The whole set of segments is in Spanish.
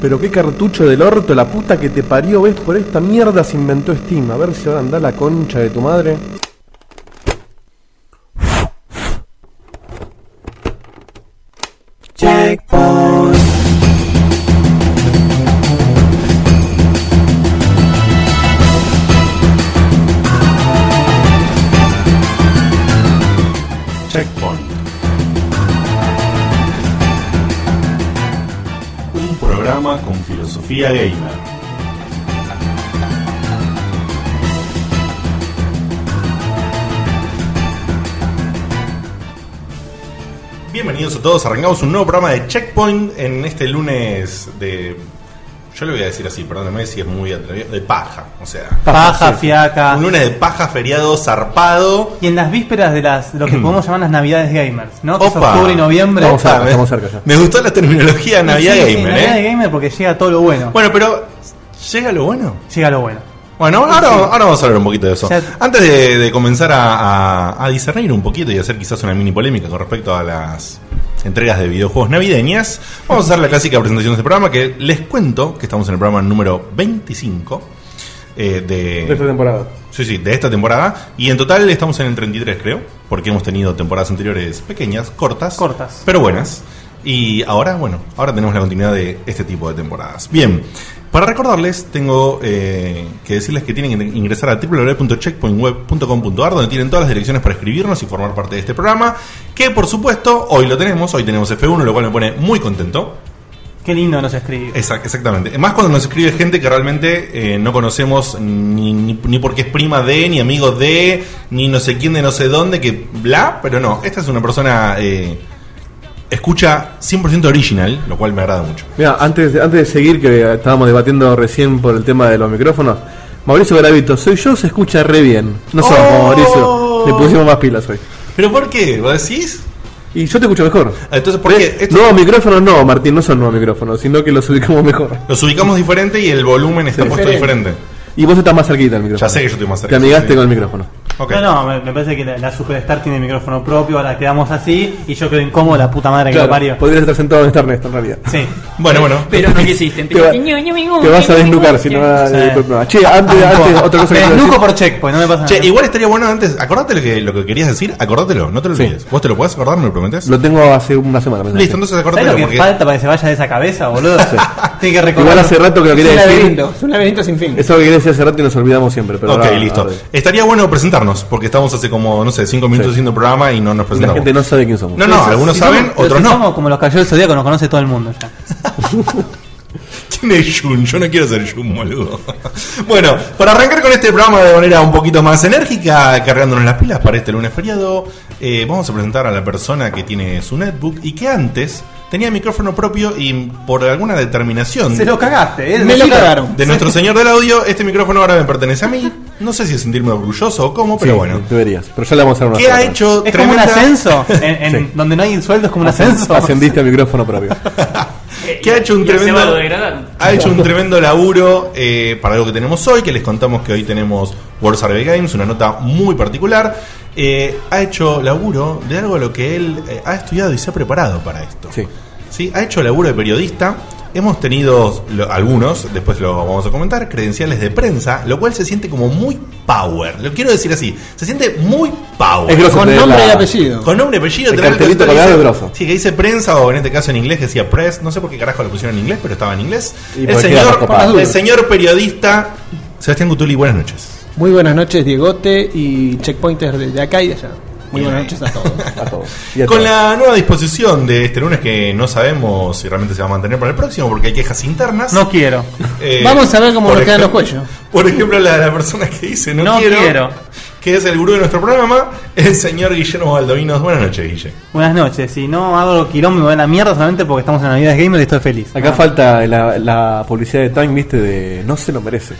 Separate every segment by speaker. Speaker 1: Pero qué cartucho del orto, la puta que te parió, ves, por esta mierda se inventó Steam. A ver si ahora anda la concha de tu madre.
Speaker 2: Checkpoint.
Speaker 3: Checkpoint. Un programa con filosofía gamer. Bienvenidos a todos, arrancamos un nuevo programa de Checkpoint en este lunes de... Yo le voy a decir así, perdóname si es muy atrevido, de paja, o sea...
Speaker 4: Paja, fiaca.
Speaker 3: Un lunes de paja, feriado, zarpado...
Speaker 4: Y en las vísperas de las de lo que podemos llamar las navidades gamers, ¿no? Que es
Speaker 3: Mm. Opa.
Speaker 4: octubre y noviembre.
Speaker 3: Opa, me,
Speaker 1: estamos cerca ya.
Speaker 3: me gustó la terminología de Navidad
Speaker 4: Sí, sí,
Speaker 3: Gamer,
Speaker 4: Navidad
Speaker 3: ¿eh?
Speaker 4: gamer porque llega todo lo bueno.
Speaker 3: Bueno, pero ¿llega lo bueno?
Speaker 4: Llega lo bueno.
Speaker 3: Bueno, ahora, ahora vamos a hablar un poquito de eso.
Speaker 4: O sea-
Speaker 3: Antes de, de comenzar a, a- a discernir un poquito y hacer quizás una mini polémica con respecto a las entregas de videojuegos navideñas, vamos a hacer la clásica presentación de este programa que les cuento que estamos en el programa número 25 eh,
Speaker 1: De esta
Speaker 3: de,
Speaker 1: temporada.
Speaker 3: sí, sí, de esta temporada y en total estamos en el 33 creo, porque hemos tenido temporadas anteriores pequeñas, cortas,
Speaker 4: Cortas.
Speaker 3: pero buenas. Y ahora, bueno, ahora tenemos la continuidad de este tipo de temporadas. Bien, para recordarles, tengo eh, que decirles que tienen que ingresar a www.checkpointweb.com.ar, donde tienen todas las direcciones para escribirnos y formar parte de este programa. Que por supuesto, hoy lo tenemos, hoy tenemos F1, lo cual me pone muy contento.
Speaker 4: Qué lindo nos escribe.
Speaker 3: Exact- exactamente. Más cuando nos escribe gente que realmente eh, no conocemos ni, ni, ni porque es prima de, ni amigo de, ni no sé quién de no sé dónde, que bla, pero no. Esta es una persona. eh, escucha 100% original, lo cual me agrada mucho.
Speaker 1: Mira, antes, de- antes de seguir, que estábamos debatiendo recién por el tema de los micrófonos, Mauricio Garavito, soy yo, se escucha re bien. No somos
Speaker 3: ¡Oh!
Speaker 1: Mauricio, le pusimos más pilas hoy.
Speaker 3: ¿Pero por qué? ¿Vos decís?
Speaker 1: Y yo te escucho mejor.
Speaker 3: Ah, Entonces, ¿por qué? Esto-
Speaker 1: Nuevos micrófonos no, Martín, no son nuevos micrófonos, sino que los ubicamos mejor.
Speaker 3: Los ubicamos diferente y el volumen está
Speaker 1: Sí.
Speaker 3: puesto diferente.
Speaker 1: Y vos estás más cerquita del
Speaker 3: Ya
Speaker 1: micrófono.
Speaker 3: sé que yo estoy más cerca,
Speaker 1: Te amigaste
Speaker 3: sí.
Speaker 1: con el micrófono.
Speaker 3: Ok.
Speaker 4: No, no, me, me parece que la, la Superstar tiene micrófono propio, ahora quedamos así y yo quedo incómodo la puta madre que lo parió.
Speaker 1: podrías estar sentado en estar Ernesto en realidad.
Speaker 4: Sí.
Speaker 3: Bueno, bueno.
Speaker 5: Pero no quisiste.
Speaker 1: Te, va- te vas a desnucar si no vas
Speaker 4: Sí.
Speaker 1: a Eh, no. Che, antes, antes, otra cosa que
Speaker 4: Eh, Ah, Me
Speaker 1: quiero
Speaker 4: desnuco
Speaker 1: decir.
Speaker 4: por checkpoint, no me pasa
Speaker 3: Che,
Speaker 4: nada.
Speaker 3: igual estaría bueno antes. Acordate lo que, lo que querías decir, acordátelo, no te lo
Speaker 1: Sí.
Speaker 3: olvides. ¿Vos te lo podés acordar, me lo prometes?
Speaker 1: Lo tengo hace una semana. pensando.
Speaker 3: Listo, entonces
Speaker 4: ¿Sabes
Speaker 3: acordátelo.
Speaker 4: lo que
Speaker 3: porque-
Speaker 4: falta para que se vaya de esa cabeza, boludo? Tiene que recordar.
Speaker 1: Igual hace rato que lo
Speaker 5: Es
Speaker 1: quería
Speaker 5: un
Speaker 1: decir.
Speaker 5: laberinto, es un laberinto sin fin.
Speaker 1: Eso que quería decir hace rato y nos olvidamos siempre. Pero
Speaker 3: ok,
Speaker 1: ahora-
Speaker 3: listo.
Speaker 1: ahora-
Speaker 3: Estaría bueno presentarnos, porque estamos hace como, no sé, cinco minutos
Speaker 1: Sí.
Speaker 3: haciendo el programa y no nos
Speaker 1: La
Speaker 3: presentamos.
Speaker 1: gente no sabe quién somos.
Speaker 3: no, no, algunos
Speaker 4: Si
Speaker 3: saben,
Speaker 4: somos- pero
Speaker 3: otros
Speaker 4: si
Speaker 3: no.
Speaker 4: Somos como los cayó el zodíaco, nos conoce todo el mundo ya.
Speaker 3: ¿Quién es Jun? Yo no quiero ser Jun, boludo. bueno, para arrancar con este programa de manera un poquito más enérgica, cargándonos las pilas para este lunes feriado, eh, vamos a presentar a la persona que tiene su netbook y que antes tenía micrófono propio y por alguna determinación
Speaker 4: Se lo cagaste, ¿eh?
Speaker 5: Me lo cagaron.
Speaker 3: de nuestro señor del audio, este micrófono ahora me pertenece a mí. No sé si sentirme orgulloso o cómo, pero
Speaker 1: Sí,
Speaker 3: bueno.
Speaker 1: Deberías. Pero ya le vamos a dar una
Speaker 3: ¿Qué ha
Speaker 1: semana.
Speaker 3: hecho?
Speaker 4: Es como un
Speaker 3: tremenda-
Speaker 4: ascenso. En, en
Speaker 1: Sí.
Speaker 4: Donde no hay sueldo es como un ascenso.
Speaker 1: Ascendiste a micrófono propio.
Speaker 3: que ha hecho un tremendo- Ha hecho un tremendo laburo eh, para lo que tenemos hoy, que les contamos que hoy tenemos World Survey Games, una nota muy particular. Eh, ha hecho laburo de algo a lo que él eh, ha estudiado y se ha preparado para esto.
Speaker 1: Sí.
Speaker 3: Sí, Ha hecho laburo de periodista. Hemos tenido lo- algunos, después lo vamos a comentar, credenciales de prensa, lo cual se siente como muy power. Lo quiero decir así, se siente muy power.
Speaker 1: Es grosso
Speaker 5: Con
Speaker 1: tener
Speaker 5: nombre
Speaker 1: la-
Speaker 5: y apellido.
Speaker 3: Con nombre, apellido,
Speaker 1: El
Speaker 3: tener cartel que
Speaker 1: cartelito colgado
Speaker 3: dice-
Speaker 1: es grosso.
Speaker 3: Sí, que dice prensa o en este caso en inglés que decía press. No sé por qué carajo lo pusieron en inglés, pero estaba en inglés.
Speaker 1: Y
Speaker 3: El
Speaker 1: porque era más
Speaker 3: señor,
Speaker 1: copado.
Speaker 3: el señor periodista Sebastián Gutuli, buenas noches.
Speaker 5: Muy buenas noches, Diegote y checkpointers desde acá y de allá. Muy buenas noches a todos.
Speaker 1: A todos. Y a
Speaker 3: Con
Speaker 1: todas.
Speaker 3: la nueva disposición de este lunes que no sabemos si realmente se va a mantener para el próximo porque hay quejas internas.
Speaker 4: No quiero.
Speaker 3: Eh,
Speaker 5: Vamos a ver cómo
Speaker 3: por
Speaker 5: nos quedan los
Speaker 3: ejemplo-
Speaker 5: cuellos.
Speaker 3: Por ejemplo, la, la persona que dice no,
Speaker 4: No
Speaker 3: quiero,
Speaker 4: quiero.
Speaker 3: que es el gurú de nuestro programa, el señor Guillermo Baldovinos. Buenas noches, Guille.
Speaker 4: Buenas noches. Si no hago quilombo, me voy a la mierda solamente porque estamos en Navidades Gamer y estoy feliz. Ah.
Speaker 1: Acá falta la, la publicidad de Time, viste, de no se lo merece.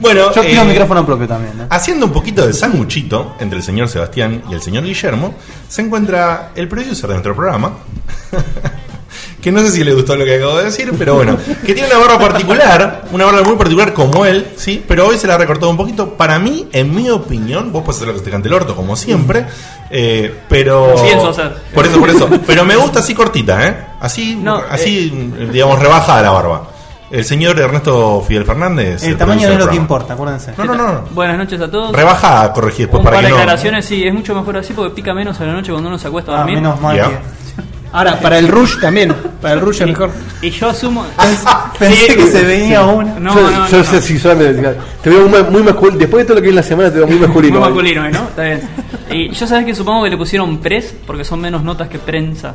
Speaker 3: Bueno,
Speaker 4: Yo quiero
Speaker 3: eh,
Speaker 4: un micrófono propio también. ¿no?
Speaker 3: Haciendo un poquito de sanguchito entre el señor Sebastián y el señor Guillermo, se encuentra el producer de nuestro programa, que no sé si le gustó lo que acabo de decir, pero bueno, que tiene una barba particular, una barba muy particular como él, ¿sí? Pero hoy se la ha recortado un poquito. Para mí, en mi opinión, vos puedes hacer lo que te cante el orto, como siempre, eh,
Speaker 4: Oh.
Speaker 3: pero...
Speaker 2: Lo pienso hacer.
Speaker 3: Por eso, por eso. Pero me gusta así cortita, ¿eh? Así,
Speaker 2: No, eh,
Speaker 3: así
Speaker 4: Eh,
Speaker 3: Mm, digamos, rebajada la barba. El señor Ernesto Fidel Fernández.
Speaker 4: El
Speaker 3: eh,
Speaker 4: tamaño
Speaker 3: produce el
Speaker 4: no es lo que
Speaker 3: programa.
Speaker 4: importa, acuérdense.
Speaker 3: No, no, no. no.
Speaker 2: Buenas noches a todos.
Speaker 3: Rebajada, corregí después
Speaker 2: Un par
Speaker 3: para
Speaker 2: de
Speaker 3: que no.
Speaker 2: declaraciones, sí, es mucho mejor así porque pica menos a la noche cuando uno se acuesta a
Speaker 4: Ah,
Speaker 2: dormir.
Speaker 4: menos mal
Speaker 3: Ya.
Speaker 4: que-
Speaker 5: Ahora, para el Rush también. Para el Rush es mejor.
Speaker 2: Y yo asumo.
Speaker 4: Pensé
Speaker 2: Sí,
Speaker 4: que se venía una.
Speaker 2: No,
Speaker 1: yo,
Speaker 2: no, no.
Speaker 1: yo sé si solamente- Te veo muy, muy masculino. Después de todo lo que vi en la semana, te veo muy masculino.
Speaker 2: Muy masculino, ¿eh? ¿no? Está bien. Y yo sabes que supongo que le pusieron pres porque son menos notas que prensa.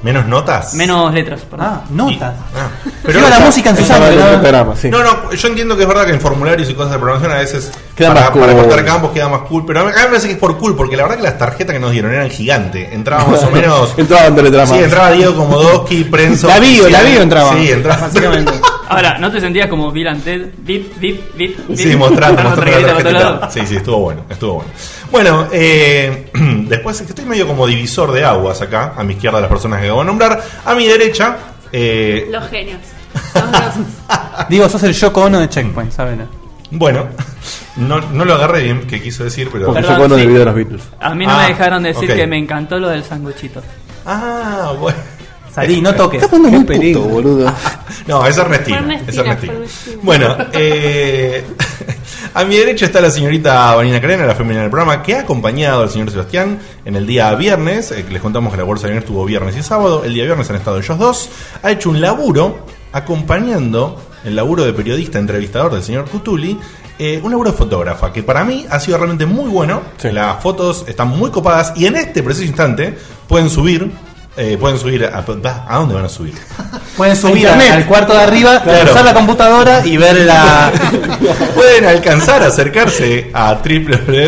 Speaker 3: Menos notas.
Speaker 2: Menos letras, perdón.
Speaker 4: Ah, notas.
Speaker 3: Ah,
Speaker 4: Pero la música en su
Speaker 1: Estaba
Speaker 4: sangre.
Speaker 1: en el
Speaker 4: ¿no?
Speaker 1: programa, sí.
Speaker 3: No, no, yo entiendo que es verdad que en formularios y cosas de programación a veces
Speaker 1: Queda
Speaker 3: para,
Speaker 1: más cool.
Speaker 3: para cortar campos queda más cool, pero a mí a mí me parece que es por cool, porque la verdad que las tarjetas que nos dieron eran gigantes, entraba más o menos...
Speaker 1: Entraba en teletrama.
Speaker 3: sí, entraba Diego Komodowski, Prenso...
Speaker 5: La bio, la
Speaker 3: sí,
Speaker 5: bio entraba.
Speaker 3: Sí, entraba...
Speaker 5: Básicamente.
Speaker 2: Ahora, ¿no te sentías como Bill and Ted? Bip, bip, bip. bip?
Speaker 3: Sí, mostrando,
Speaker 2: Dando
Speaker 3: mostrando la
Speaker 2: tarjetita para todos
Speaker 3: tarjetita.
Speaker 2: lados.
Speaker 3: Sí, sí, estuvo bueno, estuvo bueno. Bueno, eh, después es que estoy medio como divisor de aguas acá, a mi izquierda las personas que acabo de nombrar, a mi derecha... Eh,
Speaker 6: Los genios. Los grosos.
Speaker 4: Digo, sos el Yoko Ono de Checkpoint, ¿sabes?
Speaker 3: bueno, no, no lo agarré bien que quiso decir, pero...
Speaker 1: Porque
Speaker 2: Perdón,
Speaker 1: yo conozco
Speaker 2: sí.
Speaker 1: el video de los Beatles.
Speaker 2: A mí no
Speaker 3: Ah,
Speaker 2: me dejaron decir
Speaker 3: ok.
Speaker 2: que me encantó lo del sanguchito.
Speaker 3: Ah, bueno.
Speaker 4: Salí, no toques.
Speaker 1: poniendo
Speaker 5: muy peligro. puto,
Speaker 1: boludo.
Speaker 3: Eh, No, es Ernestina.
Speaker 6: Fue Ernestina,
Speaker 3: es Ernestina.
Speaker 6: fue Ernestina.
Speaker 3: Bueno, eh, a mi derecha está la señorita Vanina Carena, la femenina del programa, que ha acompañado al señor Sebastián en el día viernes. Eh, que les contamos que la Bolsa de Viernes tuvo viernes y sábado. El día viernes han estado ellos dos. Ha hecho un laburo acompañando el laburo de periodista entrevistador del señor Cutuli. eh, un laburo de fotógrafa que para mí ha sido realmente muy bueno.
Speaker 1: Sí.
Speaker 3: Las fotos están muy copadas y en este preciso instante pueden subir. eh, pueden subir a, a dónde van a subir.
Speaker 4: Pueden subir
Speaker 5: Internet.
Speaker 4: al cuarto de arriba,
Speaker 3: Claro.
Speaker 4: usar la computadora y ver la.
Speaker 3: Pueden alcanzar a acercarse a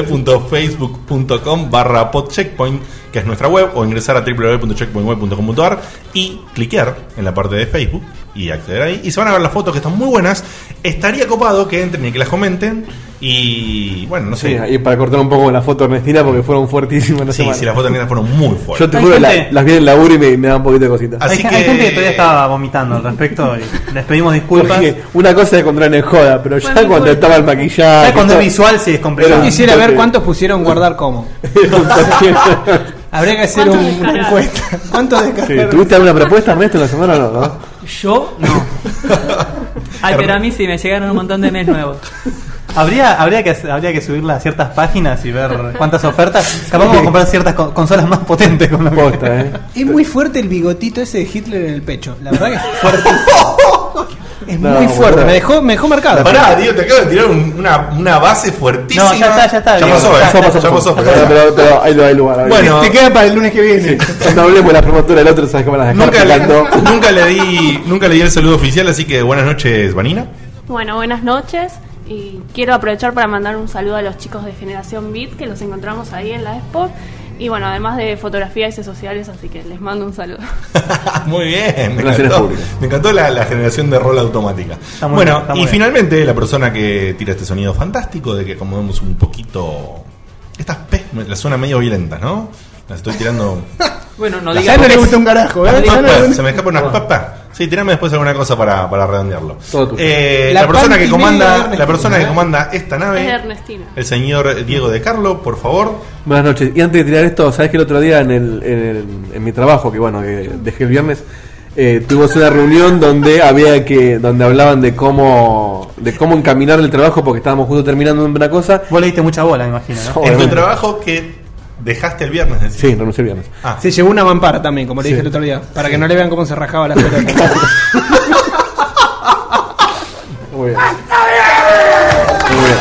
Speaker 3: www.facebook.com barra podcheckpoint, que es nuestra web, o ingresar a www.checkpointweb.com.ar y cliquear en la parte de Facebook y acceder ahí. Y se van a ver las fotos que están muy buenas. Estaría copado que entren y que las comenten. Y bueno, no
Speaker 1: Sí,
Speaker 3: sé.
Speaker 1: y para cortar un poco la foto Ernestina, porque fueron fuertísimas la
Speaker 3: Sí,
Speaker 1: semana.
Speaker 3: sí, las fotos negras fueron muy
Speaker 1: Yo
Speaker 3: fuertes.
Speaker 1: te
Speaker 4: Hay
Speaker 1: juro,
Speaker 4: gente-
Speaker 1: la- las vi en el laburo y me, me da un poquito de cositas.
Speaker 3: Así
Speaker 4: hay, gen-
Speaker 3: que-
Speaker 4: hay gente que todavía estaba vomitando al respecto y les pedimos disculpas.
Speaker 1: Porque una cosa es encontrar en el joda, pero ya
Speaker 6: Bueno,
Speaker 1: cuando
Speaker 6: bueno.
Speaker 1: estaba el maquillaje.
Speaker 4: Ya cuando el
Speaker 1: todo-
Speaker 4: visual se
Speaker 5: Yo
Speaker 4: descompresa.
Speaker 5: quisiera ver
Speaker 1: Entonces-
Speaker 5: cuántos pusieron guardar como. Habría que hacer un,
Speaker 6: ¿Cuántos
Speaker 5: una
Speaker 6: descargaron?
Speaker 5: encuesta. ¿Cuántos
Speaker 1: Sí,
Speaker 5: descargaron?
Speaker 1: ¿Tuviste alguna propuesta, Ernesto, en la semana o no? no?
Speaker 2: Yo no. Ay, pero a mí sí me llegaron un montón de mes nuevos.
Speaker 4: Habría, habría, que, habría que subirla a ciertas páginas y ver cuántas ofertas. Capaz vamos a comprar ciertas co- consolas más potentes con lo que-
Speaker 1: Posta, ¿eh?
Speaker 5: Es muy fuerte el bigotito ese de Hitler en el pecho. La verdad que es fuerte. es
Speaker 1: No,
Speaker 5: muy fuerte.
Speaker 1: boludo.
Speaker 5: Me dejó, me dejó marcado.
Speaker 3: Pará, Diego, te acabo de tirar un- una, una base fuertísima.
Speaker 4: No, ya está, ya está, Diego.
Speaker 3: pasó, eh.
Speaker 4: Ya
Speaker 1: Pasó, pasó,
Speaker 3: Ya pasó,
Speaker 1: pasó.
Speaker 3: pero-
Speaker 1: Pero, pero- pero ahí lo hay lugar. ahí lo hay.
Speaker 3: Bueno.
Speaker 5: Te queda para el lunes que viene.
Speaker 1: Cuando hablemos de la promotora del otro, sabes que van a dejar
Speaker 3: Nunca
Speaker 1: picando.
Speaker 3: le, nunca le di nunca le di el saludo oficial, así que buenas noches, Vanina.
Speaker 6: Bueno, buenas noches. Y quiero aprovechar para mandar un saludo a los chicos de Generación Beat que los encontramos ahí en la expo. Y bueno, además de fotografía y sociales, así que les mando un saludo.
Speaker 3: Ah, Muy bien, me
Speaker 1: Relaciones
Speaker 3: encantó,
Speaker 1: públicas.
Speaker 3: me encantó la, la generación de rol automática.
Speaker 4: Está muy
Speaker 3: bueno,
Speaker 4: bien, está
Speaker 3: y
Speaker 4: muy bien.
Speaker 3: finalmente la persona que tira este sonido fantástico de que acomodemos un poquito... Estas P me- las suena medio violentas, ¿no? Las estoy tirando...
Speaker 2: Bueno, no
Speaker 5: Ya
Speaker 2: digas.
Speaker 5: no le
Speaker 2: porque-
Speaker 5: gusta un carajo. ¿eh?
Speaker 3: Las
Speaker 5: Ya no le
Speaker 3: papas,
Speaker 5: gusta-
Speaker 3: se me escapan unas papas. Sí, tirame después alguna cosa para, para redondearlo.
Speaker 1: Todo tuyo.
Speaker 3: Eh, la,
Speaker 5: La
Speaker 3: persona
Speaker 5: panty
Speaker 3: que comanda,
Speaker 5: media
Speaker 3: la persona que
Speaker 1: ¿eh?
Speaker 5: Ernestina,
Speaker 3: comanda esta
Speaker 6: Es de
Speaker 3: nave,
Speaker 6: Ernestina.
Speaker 3: el señor Diego de Carlo, por favor.
Speaker 1: Buenas noches. Y antes de tirar esto, sabes que el otro día en, el, en, el- en mi trabajo, que bueno, que dejé el viernes, eh, tuvimos una reunión donde había que, donde hablaban de cómo, de cómo encaminar el trabajo porque estábamos justo terminando una cosa.
Speaker 4: Vos le diste mucha bola, me imagino. ¿no?
Speaker 3: En tu
Speaker 1: Obviamente.
Speaker 3: trabajo que dejaste el viernes, decís.
Speaker 1: Sí, renuncié el viernes.
Speaker 3: Ah,
Speaker 5: Se llevó una mampara también, como le dije
Speaker 1: Sí.
Speaker 5: el otro día. Para que no le vean cómo se rajaba la pelota.
Speaker 1: Muy bien. Muy bien.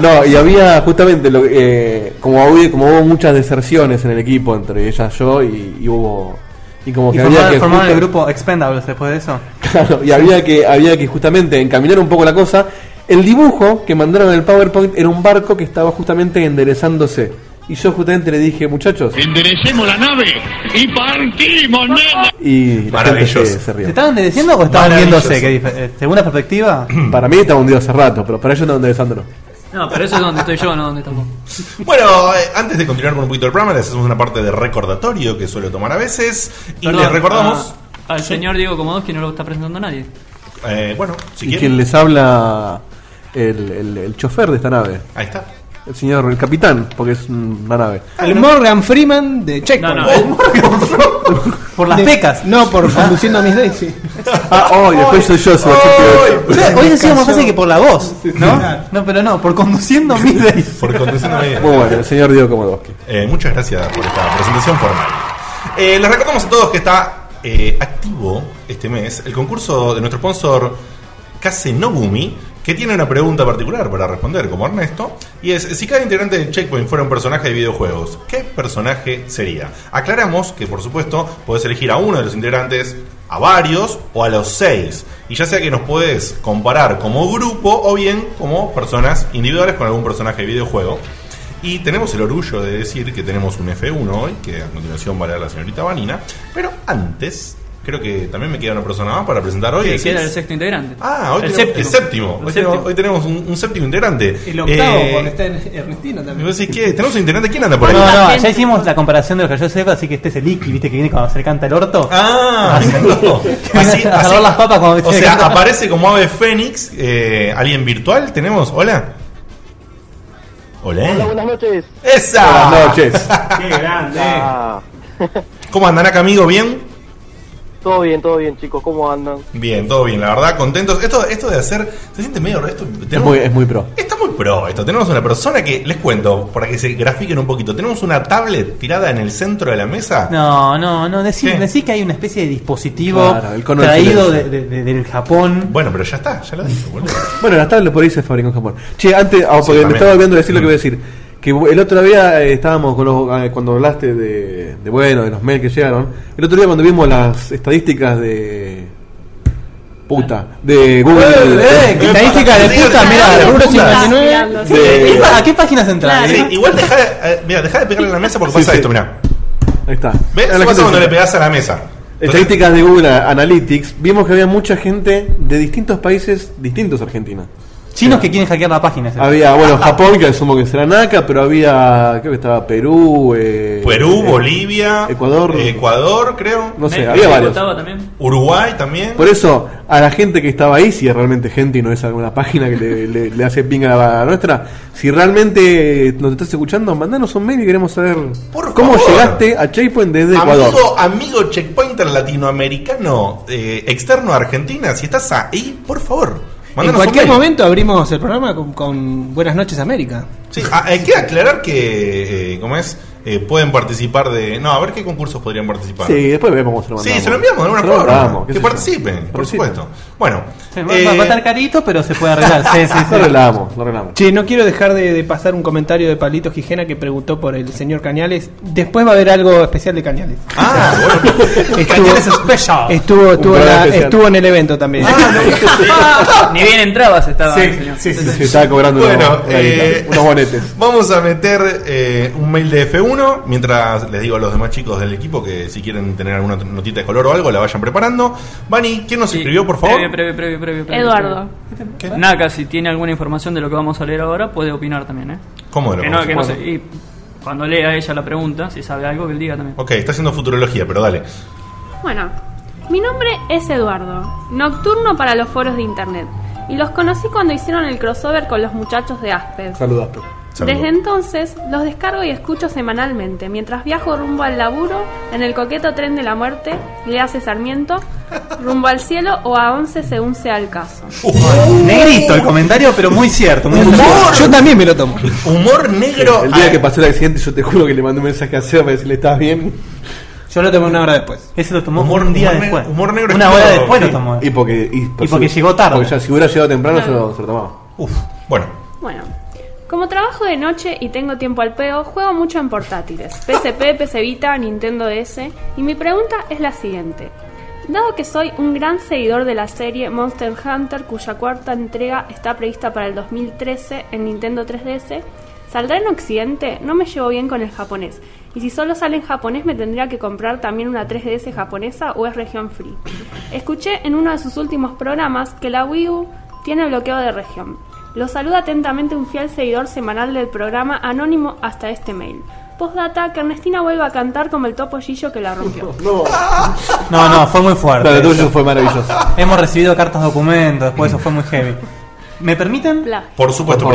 Speaker 1: No, y había justamente, lo, eh, como, hubo, como hubo muchas deserciones en el equipo, entre ellas yo, y, y hubo... Y como
Speaker 4: Y
Speaker 1: que había
Speaker 4: formaron,
Speaker 1: que
Speaker 4: formaron el
Speaker 1: justo-
Speaker 4: grupo Expendables después de eso.
Speaker 1: Claro, y había que, había que justamente encaminar un poco la cosa. El dibujo que mandaron en el PowerPoint era un barco que estaba justamente enderezándose. Y yo justamente le dije, muchachos,
Speaker 7: Enderecemos la nave y partimos, nena.
Speaker 1: y la gente
Speaker 3: Maravilloso.
Speaker 1: se, se rió.
Speaker 4: ¿Se estaban desdiciendo o estaban
Speaker 3: Maravilloso.
Speaker 4: viéndose? ¿Qué dif- eh, según la perspectiva,
Speaker 1: Para mí estaba hundido hace rato, pero para ellos estaban enderezándolo.
Speaker 2: No, pero eso es donde estoy yo, no donde estamos.
Speaker 3: Bueno, eh, antes de continuar con un poquito el programa, les hacemos una parte de recordatorio que suelo tomar a veces. Y
Speaker 2: Perdón,
Speaker 3: les recordamos.
Speaker 2: ah, Al señor Diego Comodos que no lo está presentando nadie.
Speaker 3: Eh, bueno, si
Speaker 1: y
Speaker 3: quieren.
Speaker 1: quien les habla el, el- el chofer de esta nave.
Speaker 3: Ahí está. Ah,
Speaker 1: El señor, el capitán, porque es una nave.
Speaker 5: El Morgan Freeman de Checkpoint.
Speaker 2: No, no, el
Speaker 4: Por las
Speaker 5: De-
Speaker 4: pecas.
Speaker 5: No, por conduciendo a Miss Daisy.
Speaker 1: Ah, oh, y después soy yo, Sebastián Piovetti.
Speaker 4: O sea, hoy ha sido más fácil que por la voz, ¿no?
Speaker 5: Claro.
Speaker 4: No, pero no, por conduciendo mi
Speaker 3: Por conducirme.
Speaker 1: Muy bueno, el señor Diego Komodowski.
Speaker 3: Eh, muchas gracias por esta presentación formal. Eh, les recordamos a todos que está eh, activo este mes el concurso de nuestro sponsor Kase Nobumi, que tiene una pregunta particular para responder, como Ernesto, y es, si cada integrante de Checkpoint fuera un personaje de videojuegos, ¿qué personaje sería? Aclaramos que, por supuesto, podés elegir a uno de los integrantes, a varios o a los seis, y ya sea que nos podés comparar como grupo o bien como personas individuales con algún personaje de videojuego. Y tenemos el orgullo de decir que tenemos un F1 hoy, que a continuación va a leer la señorita Vanina. Pero antes, creo que también me queda una persona más para presentar hoy.
Speaker 2: Que
Speaker 3: decís-
Speaker 2: queda el sexto integrante.
Speaker 3: Ah, hoy
Speaker 2: el
Speaker 3: tenemos el séptimo.
Speaker 2: El séptimo.
Speaker 3: Hoy, Tenemos, hoy tenemos un, un séptimo integrante.
Speaker 5: El octavo,
Speaker 3: Eh,
Speaker 5: porque está en Ernestino
Speaker 3: y
Speaker 5: también.
Speaker 3: vos decís, ¿qué? Tenemos un integrante. ¿Quién anda por
Speaker 4: No,
Speaker 3: ahí?
Speaker 4: no, ya hicimos la comparación de lo que yo sepa, así que este es el Iki, viste que viene cuando se le canta el orto.
Speaker 3: Ah, no. así,
Speaker 4: A salvar las papas cuando-
Speaker 3: O sea, aparece como ave fénix. eh, ¿Alguien virtual tenemos? Hola. Hola. Hola, buenas noches. Eh. ¡Esa!
Speaker 1: Buenas noches.
Speaker 4: Qué grande.
Speaker 8: Ah,
Speaker 3: ¿Cómo andan acá, amigo? ¿Bien?
Speaker 8: todo bien, todo bien, chicos, ¿cómo andan?
Speaker 3: Bien, todo bien, la verdad, contentos. Esto, esto de hacer, se siente este medio. Esto,
Speaker 1: Es
Speaker 3: tenemos-
Speaker 1: muy, es muy pro.
Speaker 3: Está muy pro esto. Tenemos una persona que, les cuento, para que se grafiquen un poquito. Tenemos una tablet tirada en el centro de la mesa.
Speaker 4: No, no, no, decí,
Speaker 3: ¿Qué?
Speaker 4: decí que hay una especie de dispositivo
Speaker 1: Claro, el cono del
Speaker 4: traído de,
Speaker 1: silencio.
Speaker 4: de- de- del Japón.
Speaker 3: Bueno, pero ya está, ya lo dije, boludo.
Speaker 1: Bueno, las tablas por ahí se fabricó en Japón. Che, antes, ah, porque
Speaker 3: también.
Speaker 1: me estaba olvidando de decir lo
Speaker 3: Mm.
Speaker 1: que voy a decir. Que el otro día eh, estábamos con los, eh, cuando hablaste de, de, bueno, de los mails que llegaron. El otro día cuando vimos las estadísticas de. Puta, de Google.
Speaker 4: Eh, eh,
Speaker 1: de-
Speaker 4: estadística de puta, mira,
Speaker 3: Seguro
Speaker 4: rubro
Speaker 3: si
Speaker 6: Estás
Speaker 4: 59.
Speaker 6: mirando, sí.
Speaker 1: de-
Speaker 4: ¿Qué pa- ¿A qué páginas entrar?
Speaker 3: Sí, igual dejá de, eh, mirá, dejá de pegarle en la mesa porque
Speaker 1: Sí,
Speaker 3: pasa
Speaker 1: sí.
Speaker 3: esto, mirá.
Speaker 1: Ahí está.
Speaker 3: ¿Ves?
Speaker 1: A la
Speaker 3: Eso pasa
Speaker 1: gente
Speaker 3: cuando
Speaker 1: se-
Speaker 3: le pegás a la mesa.
Speaker 1: Este,
Speaker 3: Entonces,
Speaker 1: Estadísticas de Google Analytics, vimos que había mucha gente de distintos países, distintos a Argentina.
Speaker 4: Chinos que quieren hackear la página. ¿sí?
Speaker 1: Había, bueno, Japón, que asumo que será Naka, pero había, creo que estaba Perú, eh,
Speaker 3: Perú,
Speaker 1: eh,
Speaker 3: Bolivia,
Speaker 1: Ecuador.
Speaker 3: Ecuador, creo. Eh,
Speaker 1: No sé,
Speaker 2: México
Speaker 1: había varios.
Speaker 2: estaba también.
Speaker 3: Uruguay también.
Speaker 1: Por eso, a la gente que estaba ahí, si es realmente gente y no es alguna página que le, le- le hace ping a la nuestra, si realmente nos estás escuchando, mandanos un mail y queremos saber
Speaker 3: Por
Speaker 1: cómo
Speaker 3: favor.
Speaker 1: llegaste a Checkpoint desde Ecuador.
Speaker 3: Amigo, amigo checkpointer latinoamericano eh, externo a Argentina, si estás ahí, por favor,
Speaker 5: En
Speaker 3: mándanos un
Speaker 5: cualquier
Speaker 3: mail.
Speaker 5: momento abrimos el programa con, con Buenas noches América.
Speaker 3: Sí, ah, hay que aclarar que, eh, ¿cómo es? Eh, pueden participar de. No, a ver qué concursos podrían participar.
Speaker 1: Sí, después vemos cómo se lo
Speaker 3: Sí,
Speaker 1: mandamos.
Speaker 3: se lo enviamos de alguna
Speaker 1: Se lo
Speaker 3: forma.
Speaker 1: mandamos, qué
Speaker 3: Que
Speaker 1: sé yo.
Speaker 3: participen, por
Speaker 1: Participen.
Speaker 3: supuesto. Bueno,
Speaker 4: Sí, va, va
Speaker 3: eh,
Speaker 4: a estar carito, pero se puede arreglar. Sí, sí,
Speaker 1: Lo
Speaker 4: sí.
Speaker 1: arreglamos, lo arreglamos.
Speaker 5: Che, no quiero dejar de, de pasar un comentario de Pablito Gijena que preguntó por el señor Cañales. Después va a haber algo especial de Cañales.
Speaker 3: ah, bueno.
Speaker 5: Cañales Special. Estuvo, estuvo,
Speaker 1: Un
Speaker 5: en la-
Speaker 1: programa especial.
Speaker 5: estuvo en el evento también.
Speaker 2: Ah, Ni bien entrabas estaba
Speaker 1: Sí,
Speaker 2: el señor.
Speaker 1: sí, sí, sí, estaba cobrando
Speaker 3: Bueno,
Speaker 1: una- una guita,
Speaker 3: eh,
Speaker 1: unos bonetes.
Speaker 3: Vamos a meter eh, un mail de F1 mientras les digo a los demás chicos del equipo que si quieren tener alguna notita de color o algo la vayan preparando. Vani, ¿quién nos
Speaker 2: Sí.
Speaker 3: escribió, por favor?
Speaker 4: Eh,
Speaker 2: Previo, previo, previo, previo, previo,
Speaker 6: Eduardo.
Speaker 3: ¿Qué?
Speaker 2: previo. Naka, si tiene alguna información de lo que vamos a leer ahora, puede opinar también, ¿eh?
Speaker 3: ¿Cómo lo
Speaker 2: que no,
Speaker 3: vamos a
Speaker 2: que no
Speaker 3: hacer?
Speaker 2: sé. Y cuando lea ella la pregunta, si sabe algo, que él diga también.
Speaker 3: Ok, está haciendo futurología, pero dale.
Speaker 6: Bueno, mi nombre es Eduardo, nocturno para los foros de internet, y los conocí cuando hicieron el crossover con los muchachos de Aspen.
Speaker 1: Saludos. Pedro.
Speaker 3: Saludo.
Speaker 6: Desde entonces los descargo y escucho semanalmente, mientras viajo rumbo al laburo, en el coqueto tren de la muerte, le hace Sarmiento, rumbo al cielo o a 11 según sea el caso.
Speaker 4: Negrito el comentario, pero muy cierto. Muy
Speaker 3: Humor.
Speaker 5: Yo también me lo tomo.
Speaker 3: Humor negro.
Speaker 1: El día
Speaker 3: a-
Speaker 1: que pasó el accidente, yo te juro que le mandé un mensaje a Seba para decirle: ¿estás bien?
Speaker 5: Yo lo tomo una hora después.
Speaker 4: Ese lo tomó
Speaker 3: Humor-
Speaker 4: un día
Speaker 3: humor ne-
Speaker 4: después.
Speaker 3: humor negro
Speaker 4: Una
Speaker 3: escrito,
Speaker 4: hora después lo
Speaker 3: sí.
Speaker 4: tomó.
Speaker 1: Y porque, y,
Speaker 4: porque llegó tarde.
Speaker 1: Porque ya, si hubiera llegado temprano, se lo, se lo tomaba.
Speaker 3: Uf, bueno.
Speaker 6: Bueno, como trabajo de noche y tengo tiempo al peo, juego mucho en portátiles, PSP, PS Vita, Nintendo DS, y mi pregunta es la siguiente. Dado que soy un gran seguidor de la serie Monster Hunter, cuya cuarta entrega está prevista para el 2013 en Nintendo 3DS, ¿saldrá en Occidente? No me llevo bien con el japonés. Y si solo sale en japonés, me tendría que comprar también una 3DS japonesa o es región free. Escuché en uno de sus últimos programas que la Wii U tiene bloqueo de región. Lo saluda atentamente un fiel seguidor semanal del programa anónimo hasta este mail. Postdata, que Ernestina vuelva a cantar como el topo Gillo que la rompió.
Speaker 1: No,
Speaker 4: No, no, fue muy fuerte.
Speaker 1: Lo de tuyo
Speaker 4: eso.
Speaker 1: fue maravilloso.
Speaker 4: Hemos recibido cartas documentos, después eso fue muy heavy. ¿Me permiten?
Speaker 6: Plagio.
Speaker 3: Por supuesto,
Speaker 1: Por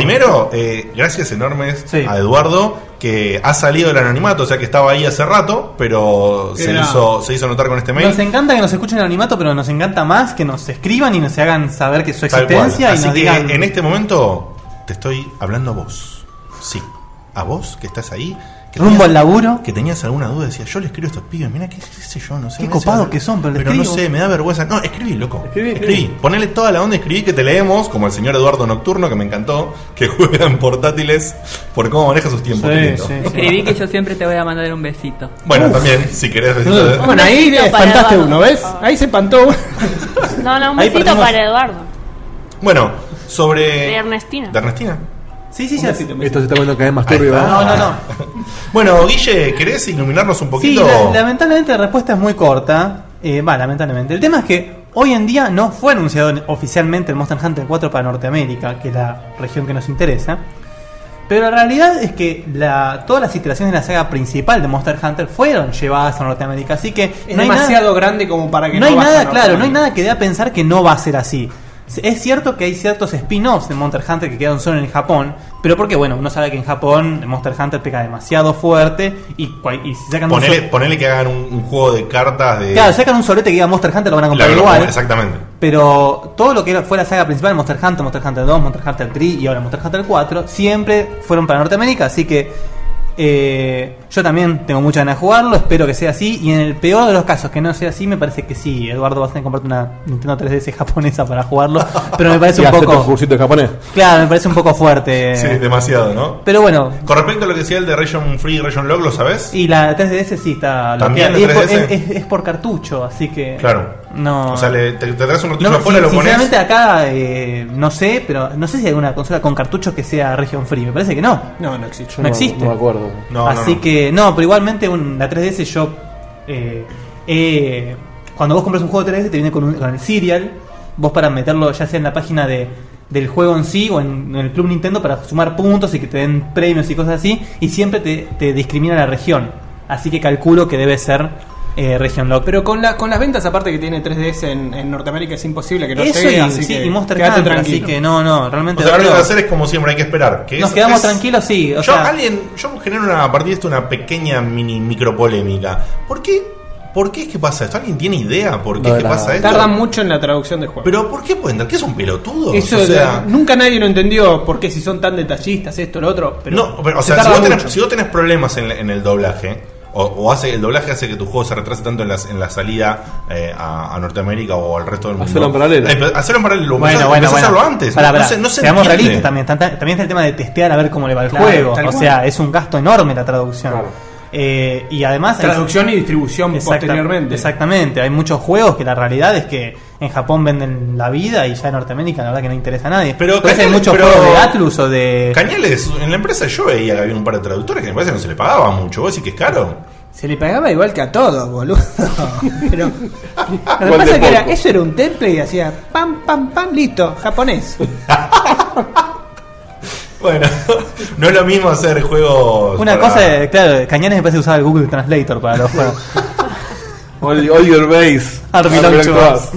Speaker 3: primero,
Speaker 1: favor.
Speaker 3: eh, gracias enormes
Speaker 4: Sí.
Speaker 3: a Eduardo, que ha salido del anonimato, o sea que estaba ahí hace rato, pero se
Speaker 5: Era.
Speaker 3: hizo, se hizo notar con este mail.
Speaker 4: Nos encanta que nos escuchen en animato, pero nos encanta más que nos escriban y nos hagan saber que su
Speaker 3: Tal cual.
Speaker 4: existencia y
Speaker 3: Así
Speaker 4: nos
Speaker 3: que
Speaker 4: digan.
Speaker 3: en este momento te estoy hablando a vos. Sí, a vos que estás ahí. Que
Speaker 4: rumbo
Speaker 3: tenías-
Speaker 4: al laburo.
Speaker 3: Que tenías alguna duda, decía yo le escribo a estos pibes, mira qué, qué sé yo, no sé.
Speaker 4: Qué
Speaker 3: me
Speaker 4: copados
Speaker 3: hace-
Speaker 4: que son, pero le
Speaker 3: no
Speaker 4: escribo.
Speaker 3: sé, me da vergüenza. No, escribí, loco. Escribí,
Speaker 1: Escribí,
Speaker 3: Ponele toda la onda, escribí que te leemos, como el señor Eduardo Nocturno, que me encantó, que juega en portátiles por cómo maneja sus tiempos. qué lindo.
Speaker 4: sí.
Speaker 2: Escribí que yo siempre te voy a mandar un besito.
Speaker 3: Bueno, también, si querés decirlo de-
Speaker 5: Bueno, ahí
Speaker 6: besito para
Speaker 5: espantaste
Speaker 6: Eduardo,
Speaker 5: uno,
Speaker 6: por
Speaker 5: ¿ves?
Speaker 6: favor.
Speaker 5: Ahí se espantó uno.
Speaker 6: No, no, un
Speaker 4: Ahí
Speaker 6: besito
Speaker 4: partimos.
Speaker 6: para Eduardo.
Speaker 3: Bueno, sobre.
Speaker 1: Eh,
Speaker 6: De Ernestina.
Speaker 3: De Ernestina.
Speaker 4: Sí, sí, sí. así-
Speaker 1: Esto se está poniendo cada vez más
Speaker 3: Ahí
Speaker 1: turbio. ¿eh?
Speaker 3: está.
Speaker 1: ¿verdad?
Speaker 4: No, no, no.
Speaker 3: Bueno, Guille, ¿querés iluminarnos un
Speaker 4: Sí,
Speaker 3: poquito?
Speaker 4: la- lamentablemente la respuesta es muy corta. Eh, Va, lamentablemente. El tema es que hoy en día no fue anunciado oficialmente el Monster Hunter 4 para Norteamérica, que es la región que nos interesa. Pero la realidad es que la- todas las iteraciones de la saga principal de Monster Hunter fueron llevadas a Norteamérica, así que
Speaker 5: Es
Speaker 4: no hay nada-
Speaker 5: demasiado grande como para que
Speaker 4: no, hay
Speaker 5: vaya
Speaker 4: nada,
Speaker 5: a
Speaker 4: claro, no hay
Speaker 5: Norteamérica.
Speaker 4: nada que dé a pensar que no va a ser así. Se- Es cierto que hay ciertos spin-offs de Monster Hunter que quedaron solo en Japón, pero porque, bueno, uno sabe que en Japón Monster Hunter pega demasiado fuerte y, cual- y si sacan un
Speaker 3: Ponele,
Speaker 4: sol-
Speaker 3: ponele que hagan un, un juego de cartas de.
Speaker 4: Claro, sacan un solete que diga Monster Hunter, lo van a
Speaker 3: la
Speaker 4: comprar
Speaker 3: verdad,
Speaker 4: igual.
Speaker 3: Exactamente.
Speaker 4: Pero todo lo que era- fue la saga principal, Monster Hunter, Monster Hunter 2, Monster Hunter 3 y ahora Monster Hunter 4, siempre fueron para Norteamérica, así que eh, yo también tengo mucha ganas de jugarlo, espero que sea así, y en el peor de los casos que no sea así, me parece que sí, Eduardo vas a tener que comprarte una Nintendo 3DS japonesa para jugarlo, pero me parece
Speaker 1: Y
Speaker 4: un
Speaker 1: hacerte un
Speaker 4: poco...
Speaker 1: cursito de japonés.
Speaker 4: Claro, me parece un poco fuerte.
Speaker 3: Sí, demasiado, ¿no?
Speaker 4: Pero bueno,
Speaker 3: Con respecto a lo que decía el de Region Free y Region Log, ¿lo sabes?
Speaker 4: y la 3DS sí está...
Speaker 3: ¿También
Speaker 4: bloqueada,
Speaker 3: la
Speaker 4: y es, por,
Speaker 3: 3DS?
Speaker 4: es- es- es por cartucho, así que...
Speaker 3: Claro.
Speaker 4: No...
Speaker 3: O sea, le, te, te traes un
Speaker 4: No,
Speaker 3: rotucho
Speaker 4: no,
Speaker 3: afuera,
Speaker 4: sin-
Speaker 3: lo pones.
Speaker 4: sinceramente acá eh, no sé, pero no sé si hay alguna consola con cartuchos que sea region free. Me parece que no.
Speaker 5: No, no existe.
Speaker 1: Yo
Speaker 4: No existe.
Speaker 1: No me acuerdo.
Speaker 3: No, no,
Speaker 4: Así
Speaker 3: no.
Speaker 4: que no, pero igualmente un- la 3DS yo eh, eh, cuando vos compras un juego de 3DS te viene con, un- con el serial. Vos para meterlo ya sea en la página de, del juego en sí o en, en el club Nintendo para sumar puntos y que te den premios y cosas así. Y siempre te, te discrimina la región. Así que calculo que debe ser eh, región local.
Speaker 5: Pero con, la, con las ventas aparte que tiene 3DS en, en Norteamérica es imposible que no
Speaker 4: Eso
Speaker 5: llegue,
Speaker 4: y,
Speaker 5: así
Speaker 4: sí,
Speaker 5: que
Speaker 4: y Monster
Speaker 5: quédate
Speaker 4: Hunter,
Speaker 5: tranquilo.
Speaker 4: así que no, no,
Speaker 3: O
Speaker 4: realmente.
Speaker 3: sea, lo que hay que
Speaker 4: Eduardo,
Speaker 3: hacer es como siempre, hay que esperar. que
Speaker 4: Nos
Speaker 3: es-
Speaker 4: quedamos
Speaker 3: es-
Speaker 4: tranquilos, sí.
Speaker 3: Yo,
Speaker 4: O sea,
Speaker 3: alguien, yo genero a partir de esto una pequeña mini micropolémica. ¿Por qué? ¿Por qué es que pasa esto? ¿Alguien tiene idea por qué
Speaker 1: No,
Speaker 3: es que
Speaker 1: la-
Speaker 3: pasa esto?
Speaker 5: Tardan mucho en la traducción del juego.
Speaker 3: Pero ¿por qué pueden entrar? ¿Qué es un pelotudo?
Speaker 5: Eso
Speaker 3: o sea,
Speaker 5: de- nunca nadie lo entendió por qué si son tan detallistas, esto, lo otro. Pero
Speaker 3: no, pero, o
Speaker 5: se
Speaker 3: sea, si
Speaker 5: tarda
Speaker 3: vos, tenés,
Speaker 5: mucho.
Speaker 3: si vos tenés problemas en, en el doblaje, o, o hace, el doblaje hace que tu juego se retrase tanto en, las- en la salida eh, a, a Norteamérica o al resto del mundo.
Speaker 1: Hacelo en paralelo.
Speaker 3: Eh, pero Hacelo en paralelo.
Speaker 4: Bueno, bueno,
Speaker 3: empezá a
Speaker 4: bueno.
Speaker 3: hacerlo antes.
Speaker 4: Pará, pará.
Speaker 3: No se, no se
Speaker 4: Seamos
Speaker 3: entiende.
Speaker 4: realistas también. Tan- tan- También está el tema de testear a ver cómo le va el
Speaker 5: Claro,
Speaker 4: juego. O
Speaker 5: tal cual.
Speaker 4: sea, es un gasto enorme la traducción.
Speaker 1: Claro.
Speaker 4: Eh, y además. hay-
Speaker 5: Traducción y distribución
Speaker 4: Exacta-
Speaker 5: posteriormente.
Speaker 4: Exactamente. Hay muchos juegos que la realidad es que en Japón venden la vida y ya en Norteamérica la verdad que no interesa a nadie.
Speaker 3: Pero
Speaker 4: Por eso hay
Speaker 3: Cañales-
Speaker 4: muchos
Speaker 3: pero-
Speaker 4: juegos de Atlus o de.
Speaker 3: Cañales, en la empresa yo veía que había un par de traductores que me parece que no se le pagaba mucho. ¿Vos decís que es caro?
Speaker 5: Se le pagaba igual que a todos, boludo. Pero lo que
Speaker 1: Igual de
Speaker 5: pasa es que era,
Speaker 1: poco.
Speaker 5: eso era un temple y hacía pam, pam, pam, listo, japonés.
Speaker 3: Bueno, no es lo mismo hacer juegos.
Speaker 4: Una
Speaker 3: para-
Speaker 4: cosa, es- claro, Cañanes me parece que usaba el Google Translator para los juegos.
Speaker 1: All, all your base.
Speaker 4: Army Long
Speaker 1: Cross.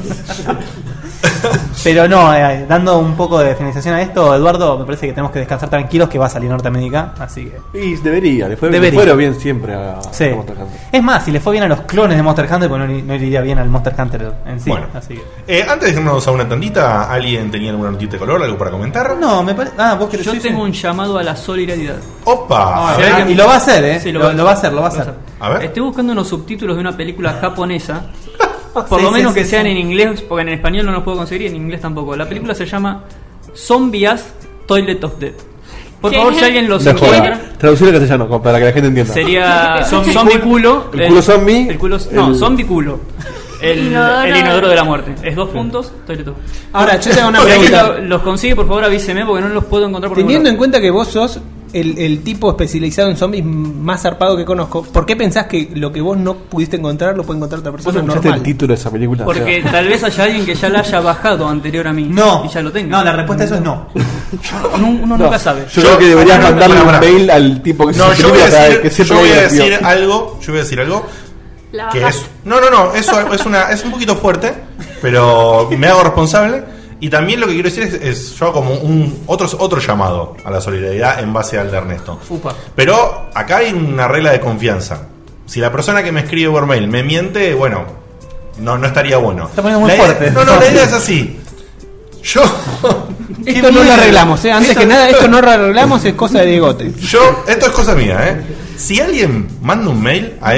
Speaker 4: Pero no, eh, dando un poco de finalización a esto, Eduardo, me parece que tenemos que descansar tranquilos que va a salir Norteamérica, así que...
Speaker 1: Y debería, le fue, le
Speaker 4: Debería.
Speaker 1: fueron bien siempre a, a
Speaker 4: Sí.
Speaker 1: Monster Hunter.
Speaker 4: Es más, si le fue bien a los clones de Monster Hunter, pues no, le- no le iría bien al Monster Hunter en sí.
Speaker 3: Bueno.
Speaker 4: Así que...
Speaker 3: Eh, antes de irnos a una tandita, ¿alguien tenía alguna noticia de color? ¿Algo para comentar?
Speaker 4: No, me parece... Ah, vos querés
Speaker 2: Yo
Speaker 4: sí, sí.
Speaker 2: tengo un llamado a la solidaridad.
Speaker 3: ¡Opa!
Speaker 4: Ah,
Speaker 3: A
Speaker 4: sí,
Speaker 3: ver,
Speaker 4: y lo va a hacer, ¿eh?
Speaker 2: Sí,
Speaker 4: lo, lo va a hacer, lo va a hacer.
Speaker 3: A ver.
Speaker 2: Estoy buscando unos subtítulos de una película japonesa. Por
Speaker 4: Sí,
Speaker 2: lo
Speaker 4: sí,
Speaker 2: menos
Speaker 4: sí,
Speaker 2: que
Speaker 4: sí.
Speaker 2: sean en inglés, porque en español no los puedo conseguir y en inglés tampoco. La película se llama Zombies Toilet of Death. Por
Speaker 6: ¿Qué?
Speaker 2: favor, si alguien los
Speaker 1: No
Speaker 2: encuentra,
Speaker 1: joda. Traducirlo al castellano, como para que la gente entienda.
Speaker 2: sería zombie, culo.
Speaker 1: el culo zombie,
Speaker 2: El culo, no,
Speaker 1: el-
Speaker 2: zombie culo. El,
Speaker 6: Inodoro
Speaker 2: el
Speaker 6: de-
Speaker 2: inodoro de la muerte. Es dos puntos, Toilet of Death.
Speaker 5: Ahora, yo te hago una
Speaker 2: Si alguien
Speaker 5: pregunta.
Speaker 2: lo- los consigue, por favor avíseme porque no los puedo encontrar por
Speaker 5: Teniendo en
Speaker 2: ningún
Speaker 5: cuenta que vos sos el, el tipo especializado en zombies más zarpado que conozco, ¿por qué pensás que lo que vos no pudiste encontrar lo puede encontrar otra
Speaker 1: ¿Vos
Speaker 5: persona
Speaker 1: escuchaste el
Speaker 5: normal?
Speaker 1: título de esa película?
Speaker 2: Porque tal vez haya alguien que ya la haya bajado anterior a mí.
Speaker 4: No.
Speaker 2: Y ya lo tenga.
Speaker 4: No, la respuesta a eso es no.
Speaker 2: Uno, uno nunca sabe.
Speaker 1: Yo, creo que deberías
Speaker 3: Pará,
Speaker 1: mandarle
Speaker 3: pará,
Speaker 1: un
Speaker 3: pará.
Speaker 1: mail al tipo que
Speaker 3: No,
Speaker 1: se
Speaker 3: yo voy a
Speaker 1: suscribe para
Speaker 3: decir,
Speaker 1: que
Speaker 3: yo
Speaker 1: siempre
Speaker 3: voy a
Speaker 1: haya sido.
Speaker 3: decir ah, algo. Yo voy a decir algo.
Speaker 6: La
Speaker 3: Que
Speaker 6: bajás.
Speaker 3: es. No, no, no. Eso es, una, es un poquito fuerte. Pero me hago responsable. Y también lo que quiero decir es, es yo hago como un otro, otro llamado a la solidaridad en base al de Ernesto.
Speaker 4: Upa.
Speaker 3: Pero acá hay una regla de confianza. Si la persona que me escribe por mail me miente, bueno, no, no estaría bueno.
Speaker 4: Está poniendo muy
Speaker 3: La idea-
Speaker 4: fuerte.
Speaker 3: No, no, la idea es así. Yo,
Speaker 5: Esto no lo arreglamos, ¿eh? antes que nada, esto no lo arreglamos, es cosa de bigote.
Speaker 3: yo, esto es cosa mía, ¿eh? Si alguien manda un mail a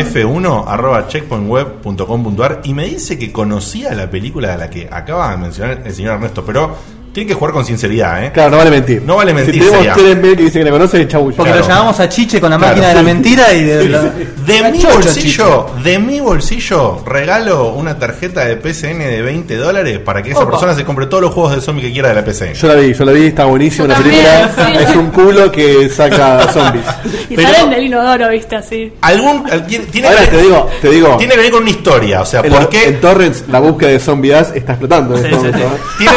Speaker 3: f1.checkpointweb.com.ar y me dice que conocía la película de la que acaba de mencionar el señor Ernesto, pero tiene que jugar con sinceridad, ¿eh?
Speaker 1: Claro, no vale mentir.
Speaker 3: No vale mentir,
Speaker 1: Si tenemos
Speaker 3: sería.
Speaker 1: tres mails que dicen que la conoces, chau.
Speaker 4: Porque
Speaker 3: Claro.
Speaker 4: lo llamamos a Chiche con la
Speaker 3: Claro,
Speaker 4: máquina de la
Speaker 3: sí.
Speaker 4: mentira y de la-
Speaker 3: De
Speaker 4: La
Speaker 3: mi
Speaker 4: chocha,
Speaker 3: bolsillo, de mi bolsillo, regalo una tarjeta de PCN de 20 dólares para que esa
Speaker 4: Opa.
Speaker 3: persona se compre todos los juegos de zombie que quiera de la PCN.
Speaker 1: Yo la vi, yo la vi, está buenísima
Speaker 6: Yo
Speaker 1: la
Speaker 6: también,
Speaker 1: película.
Speaker 6: sí.
Speaker 1: Es un culo que saca zombies.
Speaker 6: Y
Speaker 3: Pero-
Speaker 6: salen del inodoro, viste, así.
Speaker 3: Algún, al- tiene, tiene
Speaker 1: Ahora
Speaker 3: que,
Speaker 1: te digo, te digo.
Speaker 3: tiene que venir con una historia, o sea,
Speaker 1: En,
Speaker 3: porque
Speaker 1: en Torrents la búsqueda de zombies está explotando en
Speaker 2: Sí,
Speaker 1: este
Speaker 2: sí,
Speaker 1: momento. ¿eh?
Speaker 3: tiene,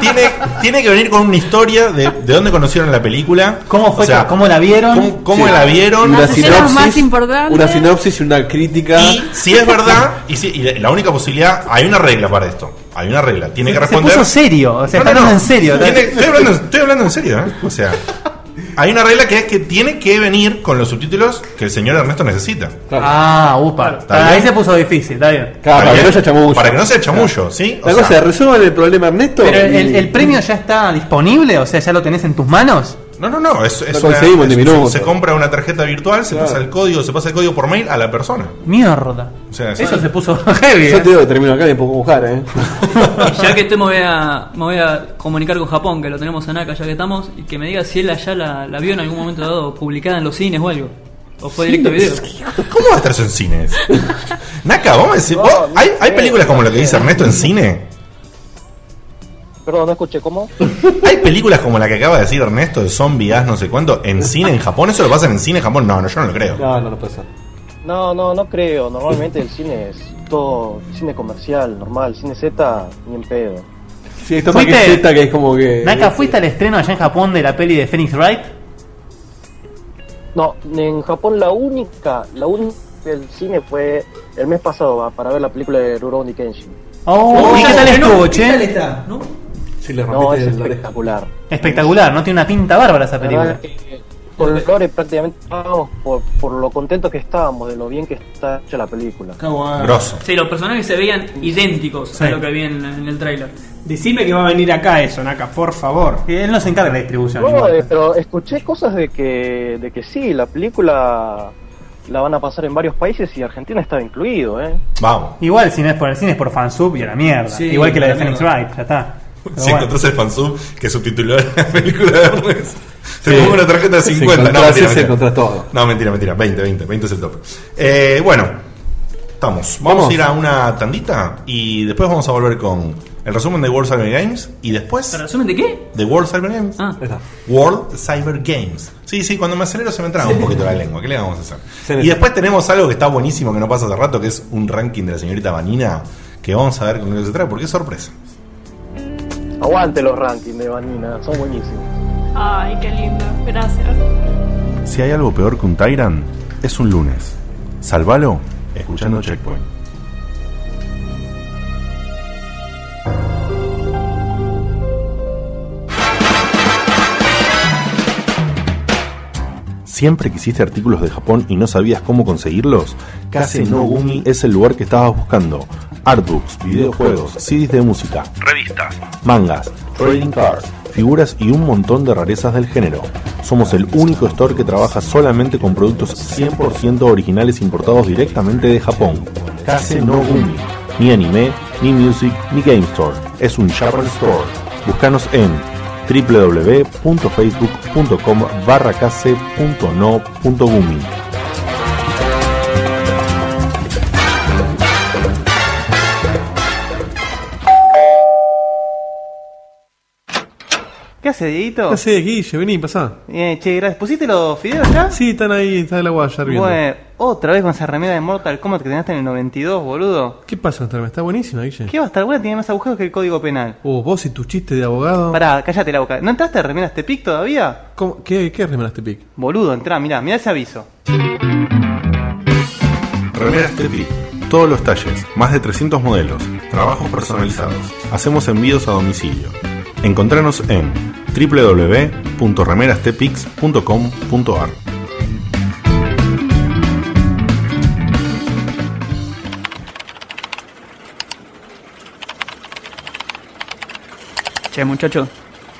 Speaker 3: tiene, tiene que venir con una historia de, de dónde conocieron la película.
Speaker 4: ¿Cómo fue?
Speaker 3: O sea,
Speaker 4: ¿Cómo la vieron?
Speaker 3: cómo- cómo
Speaker 1: Sí.
Speaker 3: la vieron?
Speaker 1: Y Una
Speaker 6: Las escenas
Speaker 1: sinopsis,
Speaker 6: más importantes.
Speaker 1: una sinopsis y una crítica.
Speaker 3: Y si es verdad, y, si, y la- la única posibilidad, hay una regla para esto. Hay una regla, tiene que
Speaker 4: Se
Speaker 3: responder.
Speaker 4: puso serio, o sea,
Speaker 3: No, no,
Speaker 4: está hablando
Speaker 3: no.
Speaker 4: en serio.
Speaker 3: Tiene- estoy, hablando, estoy hablando en serio, ¿eh? O sea, hay una regla que es que tiene que venir con los subtítulos que el señor Ernesto necesita.
Speaker 1: Claro.
Speaker 4: Ah, upa.
Speaker 3: Está bien.
Speaker 4: Ahí se puso difícil, está bien.
Speaker 1: Claro, para que
Speaker 3: Bien.
Speaker 1: no haya chamullo.
Speaker 3: Para que no sea chamullo, ¿sí? O
Speaker 1: La
Speaker 3: sea,
Speaker 1: cosa, resuelvan el problema, Ernesto.
Speaker 4: Pero el,
Speaker 1: y-
Speaker 4: el premio ya está disponible, o sea, ya lo tenés en tus manos.
Speaker 3: No, no, no. Es, es
Speaker 1: Lo conseguimos de
Speaker 3: es-
Speaker 1: minuto.
Speaker 3: Se compra una tarjeta virtual, se
Speaker 1: Claro.
Speaker 3: pasa el código, se pasa el código por mail a la persona.
Speaker 4: Mierda.
Speaker 3: O sea,
Speaker 4: Eso
Speaker 3: sí.
Speaker 4: se puso heavy.
Speaker 1: Yo
Speaker 4: eh.
Speaker 1: te digo que termino acá y me pongo a buscar, ¿eh?
Speaker 2: Y ya que estoy, me voy, a, me voy a comunicar con Japón, que lo tenemos en acá ya que estamos, y que me diga si él allá la, la vio en algún momento dado, publicada en los cines o algo. O fue directo a video.
Speaker 3: ¿Cómo va a estar eso en cines? Naka, vamos a decir. vos-
Speaker 8: Oh,
Speaker 3: ¿hay,
Speaker 8: no
Speaker 3: hay
Speaker 8: sé,
Speaker 3: películas como
Speaker 8: no
Speaker 3: la que dice
Speaker 8: sé.
Speaker 3: Ernesto en cine?
Speaker 8: Perdón, no escuché, ¿cómo?
Speaker 3: ¿Hay películas como la que acaba de decir Ernesto de zombies, no sé cuánto, en cine en Japón? ¿Eso lo pasan en cine en Japón? No, no, yo no lo creo.
Speaker 1: No, no, no pasa.
Speaker 8: No, no, no creo. Normalmente el cine es todo cine comercial, normal. Cine Z, ni en pedo.
Speaker 1: Sí, esto
Speaker 4: ¿Fuiste?
Speaker 1: maquilleta que es como que.
Speaker 4: Naka, ¿fuiste al estreno allá en Japón de la peli de Phoenix Wright?
Speaker 8: No, en Japón la única, la única del cine fue el mes pasado va, para ver la película de Rurouni Kenshin.
Speaker 4: Oh, ¿Y qué tal estuvo, che?
Speaker 5: está?
Speaker 2: ¿No?
Speaker 1: Sí, le
Speaker 8: No, es
Speaker 1: rompiste la oreja.
Speaker 8: espectacular.
Speaker 4: Espectacular, no tiene una pinta bárbara esa
Speaker 8: La verdad
Speaker 4: película.
Speaker 8: que por los flores prácticamente estábamos por, por lo contentos que estábamos de lo bien que está hecha la película.
Speaker 3: Grosso.
Speaker 2: Sí, los personajes se veían idénticos a
Speaker 4: Sí.
Speaker 2: lo que vi en, en el tráiler.
Speaker 5: Decime que va a venir acá eso, Naka, por favor.
Speaker 4: Él no se encarga de la distribución.
Speaker 8: No,
Speaker 4: igual.
Speaker 8: eh, pero escuché cosas de que, de que sí, la película la van a pasar en varios países y Argentina estaba incluido, ¿eh?
Speaker 3: Vamos.
Speaker 4: Igual si no es por el cine es por fansub y a la mierda.
Speaker 2: Sí,
Speaker 4: Igual que la de
Speaker 2: la
Speaker 4: Phoenix
Speaker 2: mierda.
Speaker 4: Wright, ya está. Pero
Speaker 3: Si
Speaker 4: bueno.
Speaker 3: encontrás el fansub que subtituló la película de Ernesto, te pongo una tarjeta de
Speaker 1: Si
Speaker 3: 50. no,
Speaker 1: encontrás
Speaker 3: mentira,
Speaker 1: ese,
Speaker 3: mentira.
Speaker 1: encontrás todo.
Speaker 3: No, mentira, mentira. 20, 20, 20 es el tope. Eh, bueno, estamos. Vamos,
Speaker 1: Vamos.
Speaker 3: a ir a una tandita y después vamos a volver con el resumen de World Cyber Games y después
Speaker 2: ¿Pero resumen de qué?
Speaker 3: de World Cyber Games.
Speaker 2: Ah,
Speaker 1: Ahí está.
Speaker 3: World Cyber Games. Sí, sí, cuando me acelero se me traba un poquito la lengua. ¿Qué le vamos a hacer?
Speaker 1: Se
Speaker 3: Y
Speaker 1: nota.
Speaker 3: después tenemos algo que está buenísimo que no pasa hace rato, que es un ranking de la señorita Vanina, que vamos a ver con qué se trae, porque es sorpresa.
Speaker 8: Aguante los rankings de Vanina, son buenísimos.
Speaker 6: Ay, qué lindo. Gracias.
Speaker 3: Si hay algo peor que un Tyrant, es un lunes. Salvalo escuchando Checkpoint. ¿Siempre quisiste artículos de Japón y no sabías cómo conseguirlos? Kase no Gumi es el lugar que estabas buscando. Artbooks, videojuegos, CDs de música, revistas, mangas, trading cards, figuras y un montón de rarezas del género. Somos el único store que trabaja solamente con productos 100% originales importados directamente de Japón. Kase no Gumi. Ni anime, ni music, ni game store. Es un Japan store. Búscanos en www.facebook.com barra
Speaker 4: ¿Qué hace, Dieguito?
Speaker 1: No sé, Ah, Guille, vení, pasá.
Speaker 4: Eh, che, gracias. ¿Pusiste los fideos ya?
Speaker 1: Sí, están ahí, está el agua ya hirviendo.
Speaker 4: Bueno, otra vez con esa remera de Mortal Kombat que tenías en el 92, boludo.
Speaker 1: ¿Qué pasa, Starman? Está buenísima, Guille.
Speaker 4: ¿Qué va a estar buena? Tiene más agujeros que el código penal.
Speaker 1: Oh, vos y tu chiste de abogado.
Speaker 4: Pará, cállate la boca. ¿No entraste a remeras Tepic todavía?
Speaker 1: ¿Cómo? ¿Qué, ¿Qué remeras te pic?
Speaker 4: Boludo, entrá, mirá, mirá ese aviso.
Speaker 3: Remeras Tepi. Todos los talles, más de 300 modelos, trabajos personalizados. Hacemos envíos a domicilio. Encontranos en www.remerastepix.com.ar.
Speaker 2: Che, muchacho,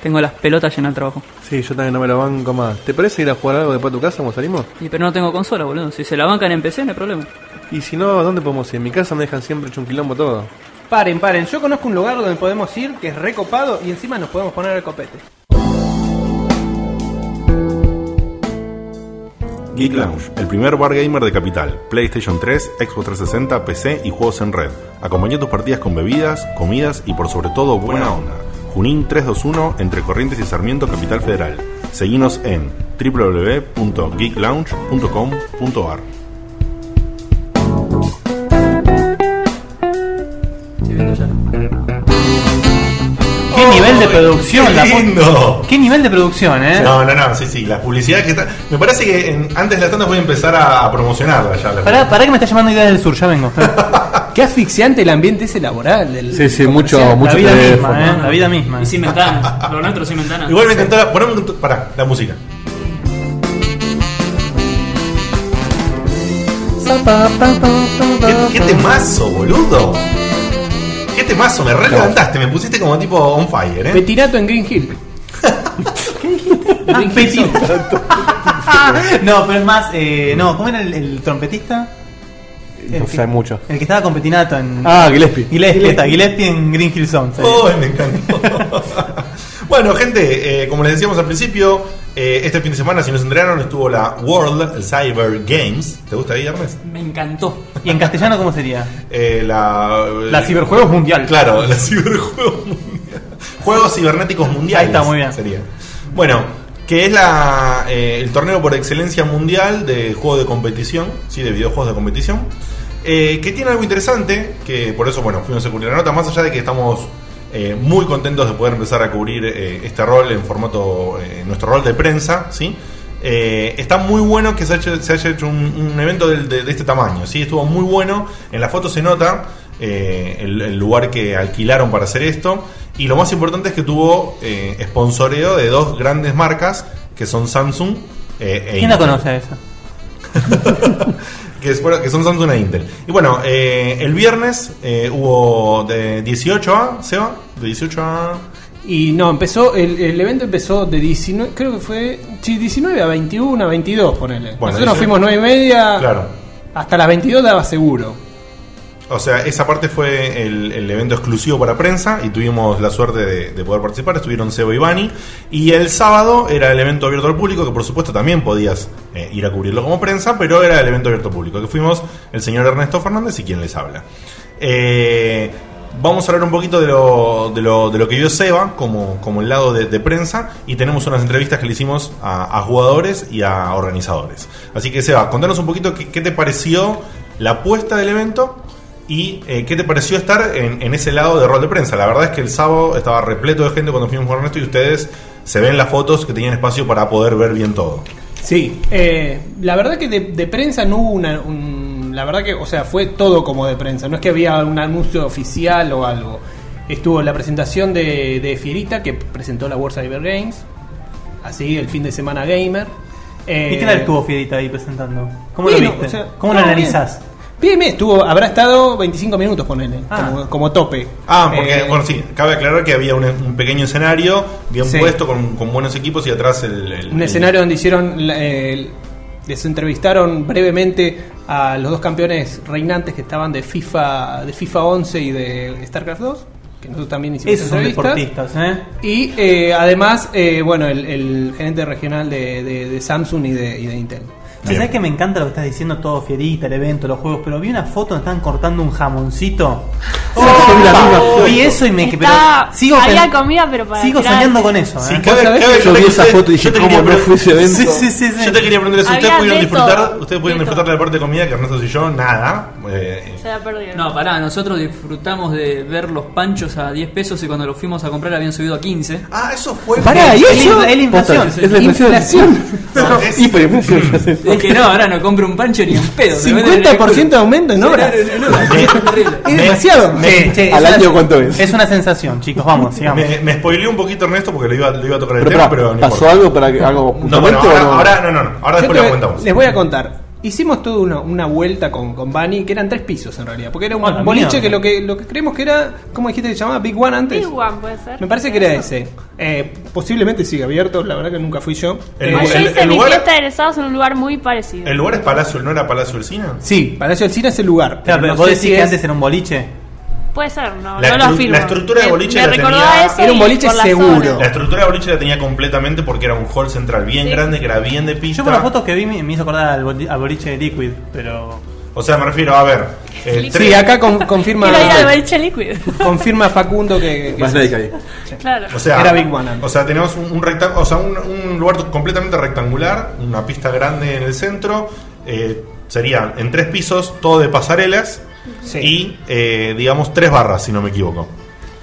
Speaker 2: tengo las pelotas llenas de trabajo.
Speaker 1: Sí, yo también no me lo banco más. ¿Te parece ir a jugar algo después a tu casa cuando salimos?
Speaker 2: Y pero no tengo consola, boludo. Si se la bancan en PC, no hay problema.
Speaker 1: Y si no, ¿a ¿dónde podemos ir? En mi casa me dejan siempre hecho un quilombo todo.
Speaker 5: Paren, paren. Yo conozco un lugar donde podemos ir que es recopado y encima nos podemos poner el copete.
Speaker 3: Geek Lounge, el primer bar gamer de Capital, PlayStation 3, Xbox 360, PC y juegos en red. Acompañá tus partidas con bebidas, comidas y por sobre todo buena onda. Junín 321 entre Corrientes y Sarmiento, Capital Federal. Seguinos en www.geeklounge.com.ar.
Speaker 2: Estoy viendo ya.
Speaker 4: ¡Qué nivel de producción! La
Speaker 3: Oh, ¡Qué
Speaker 4: pu-
Speaker 3: lindo!
Speaker 4: ¡Qué nivel de producción, eh!
Speaker 3: No, no, no, sí, sí, las publicidades que están. Me parece que en- antes de la tanda voy a empezar a, a promocionarla ya. la-
Speaker 4: Pará, pará que me está llamando Ideas del Sur, ya vengo.
Speaker 5: Qué asfixiante el ambiente ese laboral. Del,
Speaker 1: Sí, sí,
Speaker 5: del
Speaker 1: mucho-
Speaker 5: comercial.
Speaker 1: mucho-
Speaker 4: la vida
Speaker 1: teléfono.
Speaker 4: misma, eh. La vida misma.
Speaker 2: Y sin ventana. Lo nuestro sin ventana.
Speaker 3: Igual me encantó la. Ponemos un to- pará, la música. ¿Qué, qué temazo, boludo? ¿Qué temazo? Me re levantaste, me pusiste como tipo on fire, ¿eh?
Speaker 5: Petinato en Green Hill.
Speaker 4: Ah, Petit. no, pero es más, eh, no, ¿cómo era el, el trompetista?
Speaker 1: No sé mucho.
Speaker 4: El que estaba con Petinato en.
Speaker 1: Ah, Gillespie.
Speaker 4: Gillespie, está, Gillespie en Green Hill Zone. sí.
Speaker 3: ¡Ay, Oh, me encantó! bueno, gente, eh, como les decíamos al principio, eh, este fin de semana, si nos enteraron, estuvo la World Cyber Games. ¿Te gusta ahí, Ernest?
Speaker 2: Me encantó.
Speaker 4: ¿Y en castellano cómo sería?
Speaker 3: Eh, la,
Speaker 4: La Ciberjuegos Mundial.
Speaker 3: Claro, la ciberjuegos mundial. Juegos cibernéticos mundiales.
Speaker 4: Ahí está, muy bien.
Speaker 3: Sería. Bueno, que es la, eh, el torneo por excelencia mundial de juegos de competición, sí, de videojuegos de competición. eh, que tiene algo interesante, que por eso, bueno, fuimos a cubrir la nota, más allá de que estamos eh, muy contentos de poder empezar a cubrir eh, este rol en formato, eh, nuestro rol de prensa, ¿sí? Eh, está muy bueno que se haya, se haya hecho un, un evento del- de, de este tamaño, ¿sí? Estuvo muy bueno, en la foto se nota eh, el, el lugar que alquilaron para hacer esto, y lo más importante es que tuvo eh, sponsoreo de dos grandes marcas, que son Samsung eh, e
Speaker 4: ¿Quién la
Speaker 3: Intel
Speaker 4: conoce a esa?
Speaker 3: que, es- bueno, que son Samsung e Intel. Y bueno, eh, el viernes eh, hubo de 18 a, Seba, de 18 a...
Speaker 5: Y no, empezó, el, el evento empezó de 19, creo que fue, sí, 19 a 21, a 22, ponele.
Speaker 3: Bueno,
Speaker 5: Nosotros
Speaker 3: 19.
Speaker 5: nos fuimos 9 y media,
Speaker 3: Claro.
Speaker 5: hasta las 22 daba seguro.
Speaker 3: O sea, esa parte fue el, el evento exclusivo para prensa y tuvimos la suerte de, de poder participar. Estuvieron Seba y Bani. Y el sábado era el evento abierto al público, que por supuesto también podías eh, ir a cubrirlo como prensa, pero era el evento abierto al público, que fuimos el señor Ernesto Fernández y quien les habla. Eh, vamos a hablar un poquito de lo, de lo, de lo que vio Seba como, como el lado de, de prensa y tenemos unas entrevistas que le hicimos a, a jugadores y a organizadores. Así que Seba, contanos un poquito qué, qué te pareció la apuesta del evento y eh, qué te pareció estar en, en ese lado de rol de prensa. La verdad es que el sábado estaba repleto de gente cuando fuimos con Ernesto y ustedes se ven las fotos que tenían espacio para poder ver bien todo.
Speaker 5: Sí, eh, la verdad que de, de prensa no hubo una... un- la verdad que, o sea, fue todo como de prensa, no es que había un anuncio oficial o algo. Estuvo la presentación de, de Fierita, que presentó la World Cyber Games, así el fin de semana gamer.
Speaker 4: ¿Y
Speaker 5: Eh,
Speaker 4: qué tal estuvo Fierita ahí presentando? ¿Cómo
Speaker 5: Bien,
Speaker 4: lo viste?
Speaker 5: o sea,
Speaker 4: ¿Cómo
Speaker 5: no,
Speaker 4: lo analizás?
Speaker 5: Bien, bien, estuvo, habrá estado 25 minutos con él,
Speaker 4: Ah.
Speaker 5: como, como tope.
Speaker 3: Ah, porque,
Speaker 5: Eh,
Speaker 3: bueno, sí, cabe aclarar que había un, un pequeño escenario bien
Speaker 5: Sí.
Speaker 3: puesto con, con buenos equipos y atrás el. el-
Speaker 5: Un
Speaker 3: el-
Speaker 5: escenario donde hicieron, la- el- les entrevistaron brevemente a los dos campeones reinantes que estaban de FIFA, de FIFA 11 y de StarCraft 2, que nosotros también hicimos
Speaker 4: Esos son
Speaker 5: entrevistas.
Speaker 4: deportistas, ¿eh?
Speaker 5: Y eh, además, eh, bueno, el, el gerente regional de, de- de Samsung y de, y de Intel.
Speaker 3: Bien.
Speaker 4: ¿Sabes que me encanta lo que estás diciendo? Todo fierita, el evento, los juegos. Pero vi una foto donde estaban cortando un jamoncito.
Speaker 3: Oh,
Speaker 1: Soy la misma foto.
Speaker 4: vi eso y me quedé.
Speaker 6: Está-
Speaker 4: Sigo,
Speaker 6: había
Speaker 4: pen-
Speaker 6: comida, pero para
Speaker 4: sigo
Speaker 6: tirar.
Speaker 4: soñando con eso.
Speaker 3: Sí,
Speaker 4: ¿eh?
Speaker 3: cada-
Speaker 5: sabés
Speaker 3: cada
Speaker 5: que
Speaker 3: vez
Speaker 1: yo
Speaker 3: que
Speaker 1: vi esa
Speaker 3: usted-
Speaker 1: foto y
Speaker 3: yo
Speaker 1: dije,
Speaker 3: te
Speaker 1: ¿cómo
Speaker 3: quería
Speaker 1: no
Speaker 3: pre-
Speaker 1: fue ese evento?
Speaker 3: Sí, sí, sí, sí. Yo te quería preguntar eso. ¿Ustedes
Speaker 6: Había
Speaker 3: pudieron
Speaker 6: de
Speaker 3: disfrutar,
Speaker 6: todo.
Speaker 3: ustedes pudieron
Speaker 6: De
Speaker 3: disfrutar de
Speaker 6: todo.
Speaker 3: la parte de comida que Ernesto y yo, nada? Eh,
Speaker 6: Se la perdieron.
Speaker 2: No, pará, nosotros disfrutamos de ver los panchos a 10 pesos y cuando los fuimos a comprar habían subido a 15.
Speaker 3: ah, eso fue.
Speaker 5: Pará, ¿y
Speaker 4: Es
Speaker 5: eso?
Speaker 4: la- es la
Speaker 1: Posta,
Speaker 4: inflación.
Speaker 1: Es la inflación.
Speaker 3: No, es-
Speaker 1: Hiperinflación.
Speaker 2: Es que no, ahora no compro un pancho ni un pedo. se venden en el
Speaker 5: 50% de aumento en
Speaker 2: culo.
Speaker 5: obras.
Speaker 2: Sí, no, no, no,
Speaker 3: Me-
Speaker 2: es terrible.
Speaker 5: Es demasiado.
Speaker 4: Che, che, es
Speaker 1: ¿Al
Speaker 4: una-
Speaker 1: año cuánto es?
Speaker 4: Es una sensación, chicos. Vamos, sigamos.
Speaker 3: Me, me spoileó un poquito Ernesto porque lo iba, lo iba a tocar el
Speaker 1: Pero,
Speaker 3: tema,
Speaker 1: pará,
Speaker 3: pero no
Speaker 1: ¿Pasó
Speaker 3: importa.
Speaker 1: algo para que algo
Speaker 3: No, bueno,
Speaker 1: puntualmente
Speaker 3: ahora,
Speaker 1: o no?
Speaker 3: Ah, ahora no, no, no. Ahora
Speaker 5: Yo
Speaker 3: después
Speaker 5: te
Speaker 3: lo
Speaker 5: voy-
Speaker 3: contamos.
Speaker 5: Les voy a contar. Hicimos toda una, una vuelta con, con Bunny, que eran tres pisos en realidad, porque era un
Speaker 4: Ah, la mierda.
Speaker 5: boliche que lo, que lo que creemos que era, ¿cómo dijiste que se llamaba? Big One antes.
Speaker 6: Big One puede ser.
Speaker 5: Me parece que era ese. Eh, posiblemente sigue abierto, la verdad que nunca fui yo.
Speaker 3: El
Speaker 5: Eh,
Speaker 6: Ah,
Speaker 3: lugar-
Speaker 6: Yo
Speaker 3: el-
Speaker 6: hice
Speaker 3: el
Speaker 6: mi
Speaker 3: lugar-
Speaker 6: fiesta de egresados en un lugar muy parecido.
Speaker 3: ¿El lugar es Palacio, no era Palacio del Cine?
Speaker 5: sí, Palacio del Cine es el lugar.
Speaker 4: Claro, pero
Speaker 5: no
Speaker 4: vos
Speaker 5: sé
Speaker 4: decís
Speaker 5: si
Speaker 4: que
Speaker 5: es-
Speaker 4: antes era un boliche.
Speaker 6: Puede ser, no,
Speaker 3: La
Speaker 6: no lo
Speaker 3: estru-
Speaker 6: afirmo.
Speaker 3: la estructura de
Speaker 6: Me-
Speaker 3: boliche
Speaker 6: me
Speaker 3: la
Speaker 6: recordó
Speaker 3: tenía-
Speaker 6: a eso
Speaker 5: Era un
Speaker 6: y
Speaker 5: boliche
Speaker 6: por la
Speaker 5: seguro.
Speaker 6: zona.
Speaker 3: La estructura de boliche la tenía completamente porque era un hall central bien
Speaker 6: Sí.
Speaker 3: grande, que era bien de pista.
Speaker 4: Yo por las fotos que vi me me hizo acordar al, boli- al boliche de Liquid, pero
Speaker 3: O sea, me refiero, a ver. eh, tres-
Speaker 5: Sí, acá con- confirma,
Speaker 6: Quiero ir al boliche líquido.
Speaker 5: confirma Facundo que, que
Speaker 1: Más
Speaker 5: sí.
Speaker 1: nadie que ahí.
Speaker 6: claro.
Speaker 3: O sea,
Speaker 5: Era Big One antes.
Speaker 3: O sea, tenemos un, un recta- o sea, un, un lugar completamente rectangular, una pista grande en el centro. eh, serían en tres pisos, todo de pasarelas.
Speaker 5: Sí.
Speaker 3: Y, eh, digamos, tres barras, si no me equivoco.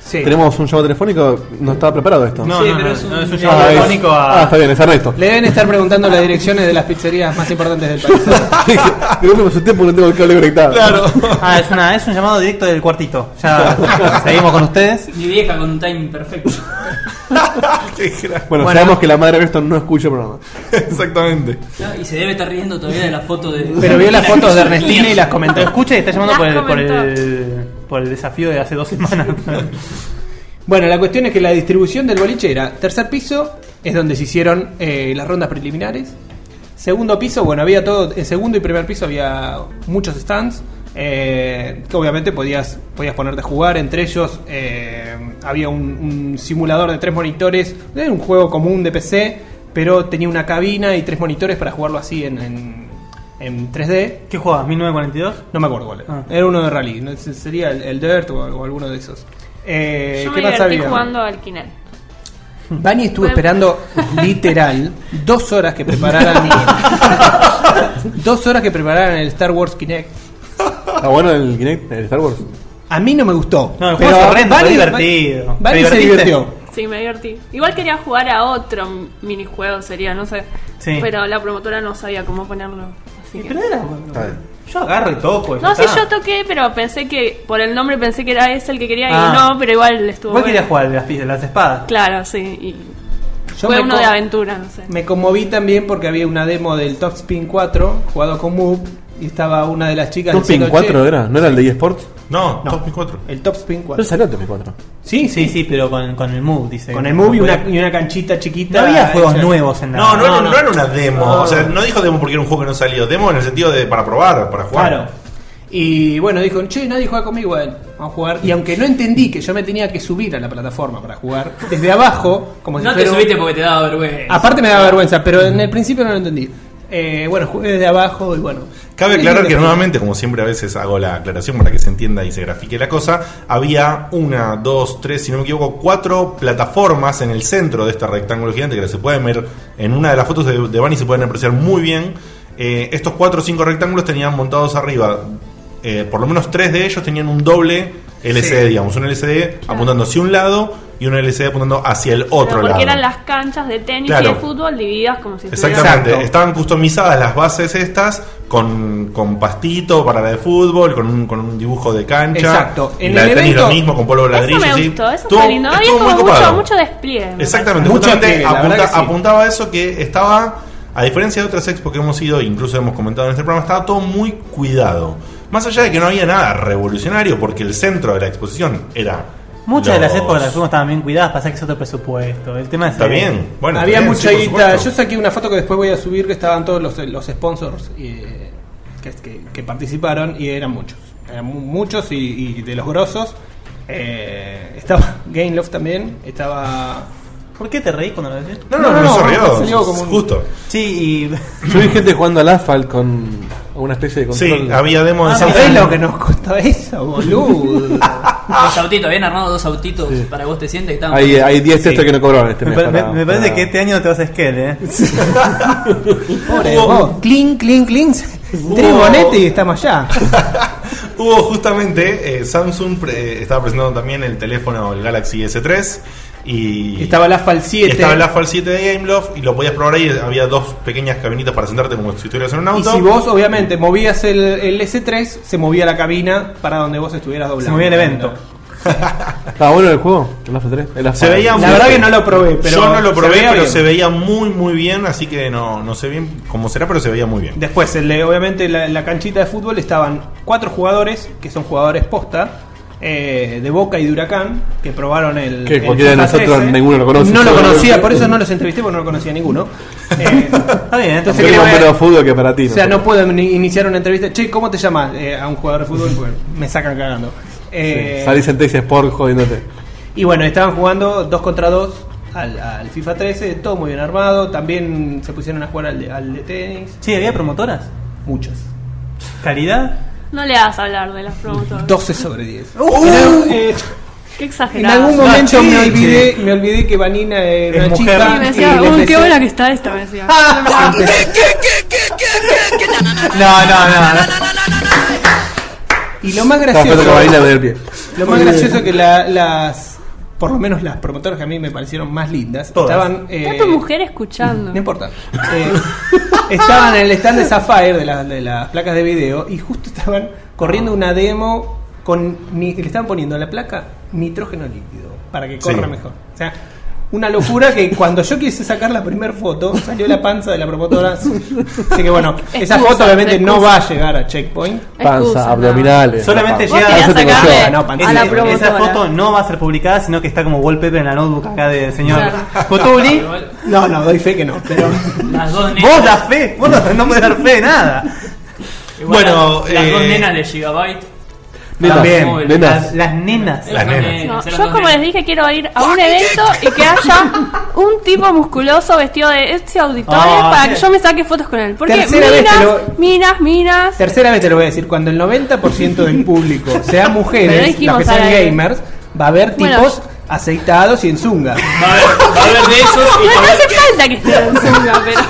Speaker 5: Sí.
Speaker 1: Tenemos un llamado telefónico, no estaba preparado esto.
Speaker 4: no,
Speaker 2: Sí,
Speaker 4: no,
Speaker 2: pero
Speaker 4: no,
Speaker 2: es un-
Speaker 4: no, es un
Speaker 2: Ah,
Speaker 4: llamado
Speaker 1: es-
Speaker 4: telefónico
Speaker 1: ah,
Speaker 4: a...
Speaker 1: está bien, es Ernesto.
Speaker 5: Le deben estar preguntando las direcciones de las pizzerías más importantes del país.
Speaker 1: De golpe me asusté porque no tengo el cable conectado.
Speaker 4: Ah, es, una, es un llamado directo del cuartito. Ya seguimos con ustedes.
Speaker 2: Mi vieja con un timing perfecto.
Speaker 3: Qué gra-
Speaker 1: Bueno,
Speaker 4: Bueno.
Speaker 1: sabemos que la madre de Ernesto no escucha el programa.
Speaker 3: Exactamente.
Speaker 2: ¿no? Y se debe estar riendo todavía de la foto de.
Speaker 4: Pero vio las fotos de Ernestina y las
Speaker 2: comentó.
Speaker 4: comentó. Escucha, y está llamando
Speaker 6: Las
Speaker 4: por el, por,
Speaker 6: comentó.
Speaker 4: el, por el desafío de hace dos semanas.
Speaker 5: Bueno, la cuestión es que la distribución del boliche era tercer piso, es donde se hicieron eh, las rondas preliminares. Segundo piso, bueno, había todo, en segundo y primer piso había muchos stands, eh, que obviamente podías, podías ponerte a jugar, entre ellos eh, había un, un simulador de tres monitores, era un juego común de PC, pero tenía una cabina y tres monitores para jugarlo así en, en- en 3D.
Speaker 4: ¿Qué jugabas? ¿1942?
Speaker 5: No me acuerdo cuál era.
Speaker 4: Ah.
Speaker 5: Era uno de rally. no sé, Sería el, el Dirt o, o alguno de esos. Eh,
Speaker 6: Yo
Speaker 5: ¿Qué
Speaker 6: me
Speaker 5: más
Speaker 6: divertí
Speaker 5: había?
Speaker 6: jugando al Kinect.
Speaker 5: Bani estuvo
Speaker 6: Fue-
Speaker 5: esperando literal dos horas que prepararan dos horas que prepararan el Star Wars Kinect.
Speaker 1: ¿Está bueno el Kinect, el Star Wars?
Speaker 5: A mí no me gustó.
Speaker 4: No, el juego es horrendo,
Speaker 5: Bani-
Speaker 4: pero divertido.
Speaker 5: Bani
Speaker 4: ¿Te
Speaker 5: se
Speaker 4: divertiste?
Speaker 5: divirtió.
Speaker 6: Sí, me divertí. Igual quería jugar a otro minijuego, sería, no sé.
Speaker 4: Sí.
Speaker 6: Pero la promotora no sabía cómo ponerlo. Así que...
Speaker 4: Pero era-
Speaker 1: Está bien.
Speaker 4: Yo agarro y toco. y ya
Speaker 6: No, sí,
Speaker 4: está.
Speaker 6: yo toqué, pero pensé que por el nombre pensé que era ese el que quería
Speaker 4: Ah.
Speaker 6: y no, pero igual estuvo.
Speaker 4: Vos
Speaker 6: bueno.
Speaker 4: querías jugar de las, de las espadas.
Speaker 6: Claro, sí. y
Speaker 5: Yo
Speaker 6: fue
Speaker 5: me
Speaker 6: uno
Speaker 5: co-
Speaker 6: de aventura, no sé.
Speaker 5: Me conmoví también porque había una demo del Top Spin 4 jugado con Move y estaba una de las chicas
Speaker 1: ¿Top Pin
Speaker 5: diciendo,
Speaker 1: 4
Speaker 5: "Che,
Speaker 1: era? ¿No era el de eSports?
Speaker 3: No,
Speaker 4: No.
Speaker 3: Top Miss 4.
Speaker 5: El Top Spin
Speaker 1: Pero
Speaker 5: 4.
Speaker 1: salió el Top Pin 4.
Speaker 4: Sí, sí, sí, pero con, con el move, dice.
Speaker 5: Con el Move y una, y una canchita chiquita.
Speaker 4: No había juegos
Speaker 5: hecha-
Speaker 4: nuevos en la.
Speaker 3: No, no, era,
Speaker 5: no.
Speaker 3: no era una demo. O sea, no dijo demo porque era un juego que no salió. Demo en el sentido de para probar, para jugar.
Speaker 5: Claro. Y bueno, dijo, che, nadie juega conmigo, bueno, vamos a jugar. Y aunque no entendí que yo me tenía que subir a la plataforma para jugar, desde abajo, como si
Speaker 2: No te
Speaker 5: fuera un-
Speaker 2: subiste porque te daba vergüenza.
Speaker 5: Aparte me da vergüenza, pero en el principio no lo entendí. Eh, bueno, jugué desde abajo y bueno.
Speaker 3: Cabe aclarar que nuevamente, como siempre a veces hago la aclaración para que se entienda y se grafique la cosa, había una, dos, tres, si no me equivoco, cuatro plataformas en el centro de este rectángulo gigante que se pueden ver en una de las fotos de, de Bunny, se pueden apreciar muy bien. Eh, estos cuatro o cinco rectángulos tenían montados arriba, eh, por lo menos tres de ellos tenían un doble LCD, digamos, un LCD apuntando hacia un lado y un LCD apuntando hacia el
Speaker 6: Pero
Speaker 3: otro
Speaker 6: porque
Speaker 3: lado.
Speaker 6: eran las canchas de tenis
Speaker 3: Claro.
Speaker 6: y de fútbol divididas como si estuvieran-
Speaker 3: Exactamente,
Speaker 5: Exacto.
Speaker 3: estaban customizadas las bases estas con, con pastito para la de fútbol, con un, con un dibujo de cancha.
Speaker 5: Exacto. En
Speaker 3: la de
Speaker 5: el
Speaker 3: tenis
Speaker 5: evento-
Speaker 3: lo mismo, con polvo de
Speaker 6: Eso
Speaker 3: ladrillo.
Speaker 6: me
Speaker 3: sí.
Speaker 6: gustó, eso
Speaker 3: Estuvo-
Speaker 6: fue lindo. Había
Speaker 3: estuvo muy
Speaker 6: como mucho,
Speaker 3: copado.
Speaker 6: mucho despliegue. me
Speaker 3: Exactamente,
Speaker 5: Mucho
Speaker 3: justamente
Speaker 5: despliegue, la verdad
Speaker 3: apunta-
Speaker 5: que sí.
Speaker 3: apuntaba a eso que estaba, a diferencia de otras expos que hemos ido, incluso hemos comentado en este programa, estaba todo muy cuidado. Más allá de que no había nada revolucionario, porque el centro de la exposición era.
Speaker 4: Muchas de las
Speaker 3: los-
Speaker 4: épocas de las fuimos estaban bien cuidadas, pasa que es otro presupuesto. El tema es.
Speaker 3: Está
Speaker 4: eh,
Speaker 3: bien. Bueno,
Speaker 5: Había
Speaker 3: está bien,
Speaker 5: mucha
Speaker 3: sí, por
Speaker 5: guita.
Speaker 3: supuesto.
Speaker 5: Yo saqué una foto que después voy a subir que estaban todos los, los sponsors eh, que, que- que participaron y eran muchos. Eran mu- muchos y, y de los grosos. Eh, estaba Game Love también. Estaba
Speaker 4: ¿Por qué te reís cuando lo decís?
Speaker 3: No, no, no, no, se rió.
Speaker 5: salió como un-
Speaker 3: Justo.
Speaker 4: Sí,
Speaker 1: Yo vi gente jugando al asfalt con una especie de control.
Speaker 3: Sí, había demos
Speaker 4: Ah,
Speaker 3: de Samsung.
Speaker 4: ¿Sabés lo que nos costó eso, boludo?
Speaker 2: Los autitos, habían armado dos autitos para que vos te sientes que estaban.
Speaker 1: Hay hay 10 testos
Speaker 4: Sí.
Speaker 1: que no cobraron este
Speaker 4: me,
Speaker 1: mes.
Speaker 4: pa-
Speaker 1: para-
Speaker 4: me- me parece
Speaker 3: Ah.
Speaker 1: para-
Speaker 4: que este año no te vas a Esquel, ¿eh?
Speaker 5: Pobre
Speaker 3: Hubo-
Speaker 5: vos. Clean, clean, clean. Tres bonetes y estamos allá.
Speaker 3: Hubo justamente, eh, Samsung pre- estaba presentando también el teléfono, el Galaxy S3. Y
Speaker 5: Estaba la Fal
Speaker 3: y
Speaker 5: 7.
Speaker 3: estaba el AFAL 7 de Gameloft y lo podías probar ahí. Había dos pequeñas cabinitas para sentarte como si estuvieras en un
Speaker 5: Y
Speaker 3: auto.
Speaker 5: si vos, obviamente, movías el, el S3, se movía la cabina para donde vos estuvieras doblando.
Speaker 4: Se movía el evento.
Speaker 1: ¿Estaba bueno el juego? ¿El AFA 3? El AFA.
Speaker 3: Se veía
Speaker 5: La verdad que no lo probé, pero.
Speaker 3: Yo no lo probé,
Speaker 5: veía
Speaker 3: pero
Speaker 5: bien.
Speaker 3: se veía muy, muy bien. Así que no, no sé bien cómo será, pero se veía muy bien.
Speaker 5: Después, el de- obviamente, la, la canchita de fútbol estaban cuatro jugadores, que son jugadores posta, eh, de Boca y de Huracán, que probaron el.
Speaker 1: Que
Speaker 5: el
Speaker 1: cualquiera de
Speaker 5: FIFA
Speaker 1: nosotros, ninguno lo conoce.
Speaker 5: No lo
Speaker 1: Solo-
Speaker 5: conocía, por eso no los entrevisté, porque no lo conocía ninguno. Eh,
Speaker 4: Está bien, entonces.
Speaker 5: se
Speaker 1: Tengo
Speaker 5: quería
Speaker 1: menos
Speaker 5: ver.
Speaker 1: fútbol que para ti.
Speaker 5: o sea,
Speaker 1: sé.
Speaker 5: no puedo ni- iniciar una entrevista. Che, ¿cómo te llamas Eh, a un jugador de fútbol? Pues me sacan cagando. Eh,
Speaker 1: Salís en Texas por jodiéndote.
Speaker 5: y bueno, estaban jugando 2 contra 2 al, al FIFA 13, todo muy bien armado. También se pusieron a jugar al de, al de tenis.
Speaker 4: Sí, había promotoras.
Speaker 5: Muchas.
Speaker 4: Caridad.
Speaker 6: No le hagas hablar de las promotoras.
Speaker 5: 12 sobre 10. Uh.
Speaker 6: Qué
Speaker 5: eh, en
Speaker 6: exagerado.
Speaker 5: algún
Speaker 4: La
Speaker 5: momento me
Speaker 4: chiche.
Speaker 5: olvidé, me olvidé que Vanina era
Speaker 4: Es
Speaker 5: una
Speaker 4: mujer.
Speaker 5: chica.
Speaker 6: Y me
Speaker 5: y
Speaker 6: decía,
Speaker 5: le
Speaker 6: "Uy,
Speaker 5: empecé- Ah.
Speaker 6: qué buena que está esta, me decía.
Speaker 4: No, no, no. no.
Speaker 5: Y lo más
Speaker 1: Estaba jugando
Speaker 5: gracioso.
Speaker 1: con Marina del pie.
Speaker 5: Lo más gracioso que la- las. Por lo menos las promotoras que a mí me parecieron más lindas.
Speaker 4: Todas.
Speaker 5: Estaban. eh,
Speaker 6: Está tu mujer escuchando.
Speaker 5: No importa. Eh, estaban en el stand de Sapphire de, la- de las placas de video y justo estaban corriendo una demo con. ni- le estaban poniendo a la placa nitrógeno líquido para que corra
Speaker 3: Sí.
Speaker 5: mejor. O sea, una locura que cuando yo quise sacar la primera foto salió la panza de la promotora. Así que bueno, esa
Speaker 6: Excusa,
Speaker 5: foto obviamente no va
Speaker 6: excusa.
Speaker 5: a llegar a Checkpoint.
Speaker 1: Panza,
Speaker 6: Excusa, no.
Speaker 1: abdominales.
Speaker 4: Ah. Solamente
Speaker 1: la
Speaker 6: Vos
Speaker 1: panza.
Speaker 4: llega-
Speaker 6: querías
Speaker 4: Eso tengo
Speaker 6: sacarme
Speaker 5: yo. No, pancita.
Speaker 6: a la
Speaker 5: Esa
Speaker 4: Esa
Speaker 6: promotora.
Speaker 4: foto no va a ser publicada, sino que está como wallpaper en la notebook acá de señor
Speaker 6: Claro.
Speaker 4: Cotuli.
Speaker 2: Igual,
Speaker 5: No, no, doy fe que no. Pero
Speaker 2: Las dos nenas.
Speaker 4: Vos das fe, vos no, no me das fe de nada.
Speaker 2: igual
Speaker 3: Bueno,
Speaker 2: las, las dos
Speaker 3: eh,
Speaker 2: nenas de Gigabyte.
Speaker 1: Nenas,
Speaker 4: También,
Speaker 1: nenas.
Speaker 4: Las, las nenas.
Speaker 3: Las
Speaker 2: dos
Speaker 3: nenas.
Speaker 6: No,
Speaker 2: nenas, eran
Speaker 6: yo
Speaker 2: dos
Speaker 6: como
Speaker 2: nenas.
Speaker 6: les dije quiero ir a un evento y que haya un tipo musculoso vestido de este auditorio
Speaker 4: Ah,
Speaker 6: para
Speaker 4: sí.
Speaker 6: que yo me saque fotos con él. Porque
Speaker 5: Tercera vez
Speaker 6: miras,
Speaker 5: que lo-
Speaker 6: miras, miras.
Speaker 5: tercera vez te lo voy a decir, cuando el 90% del público sea
Speaker 6: Pero
Speaker 5: mujeres, las
Speaker 6: dijimos
Speaker 5: que sean
Speaker 6: al aire.
Speaker 5: gamers, va a haber
Speaker 6: Bueno.
Speaker 5: tipos aceitados y en zunga.
Speaker 2: Va a haber, va a haber de esos y
Speaker 6: No, no
Speaker 2: también-
Speaker 6: hace falta que esté en zunga, pero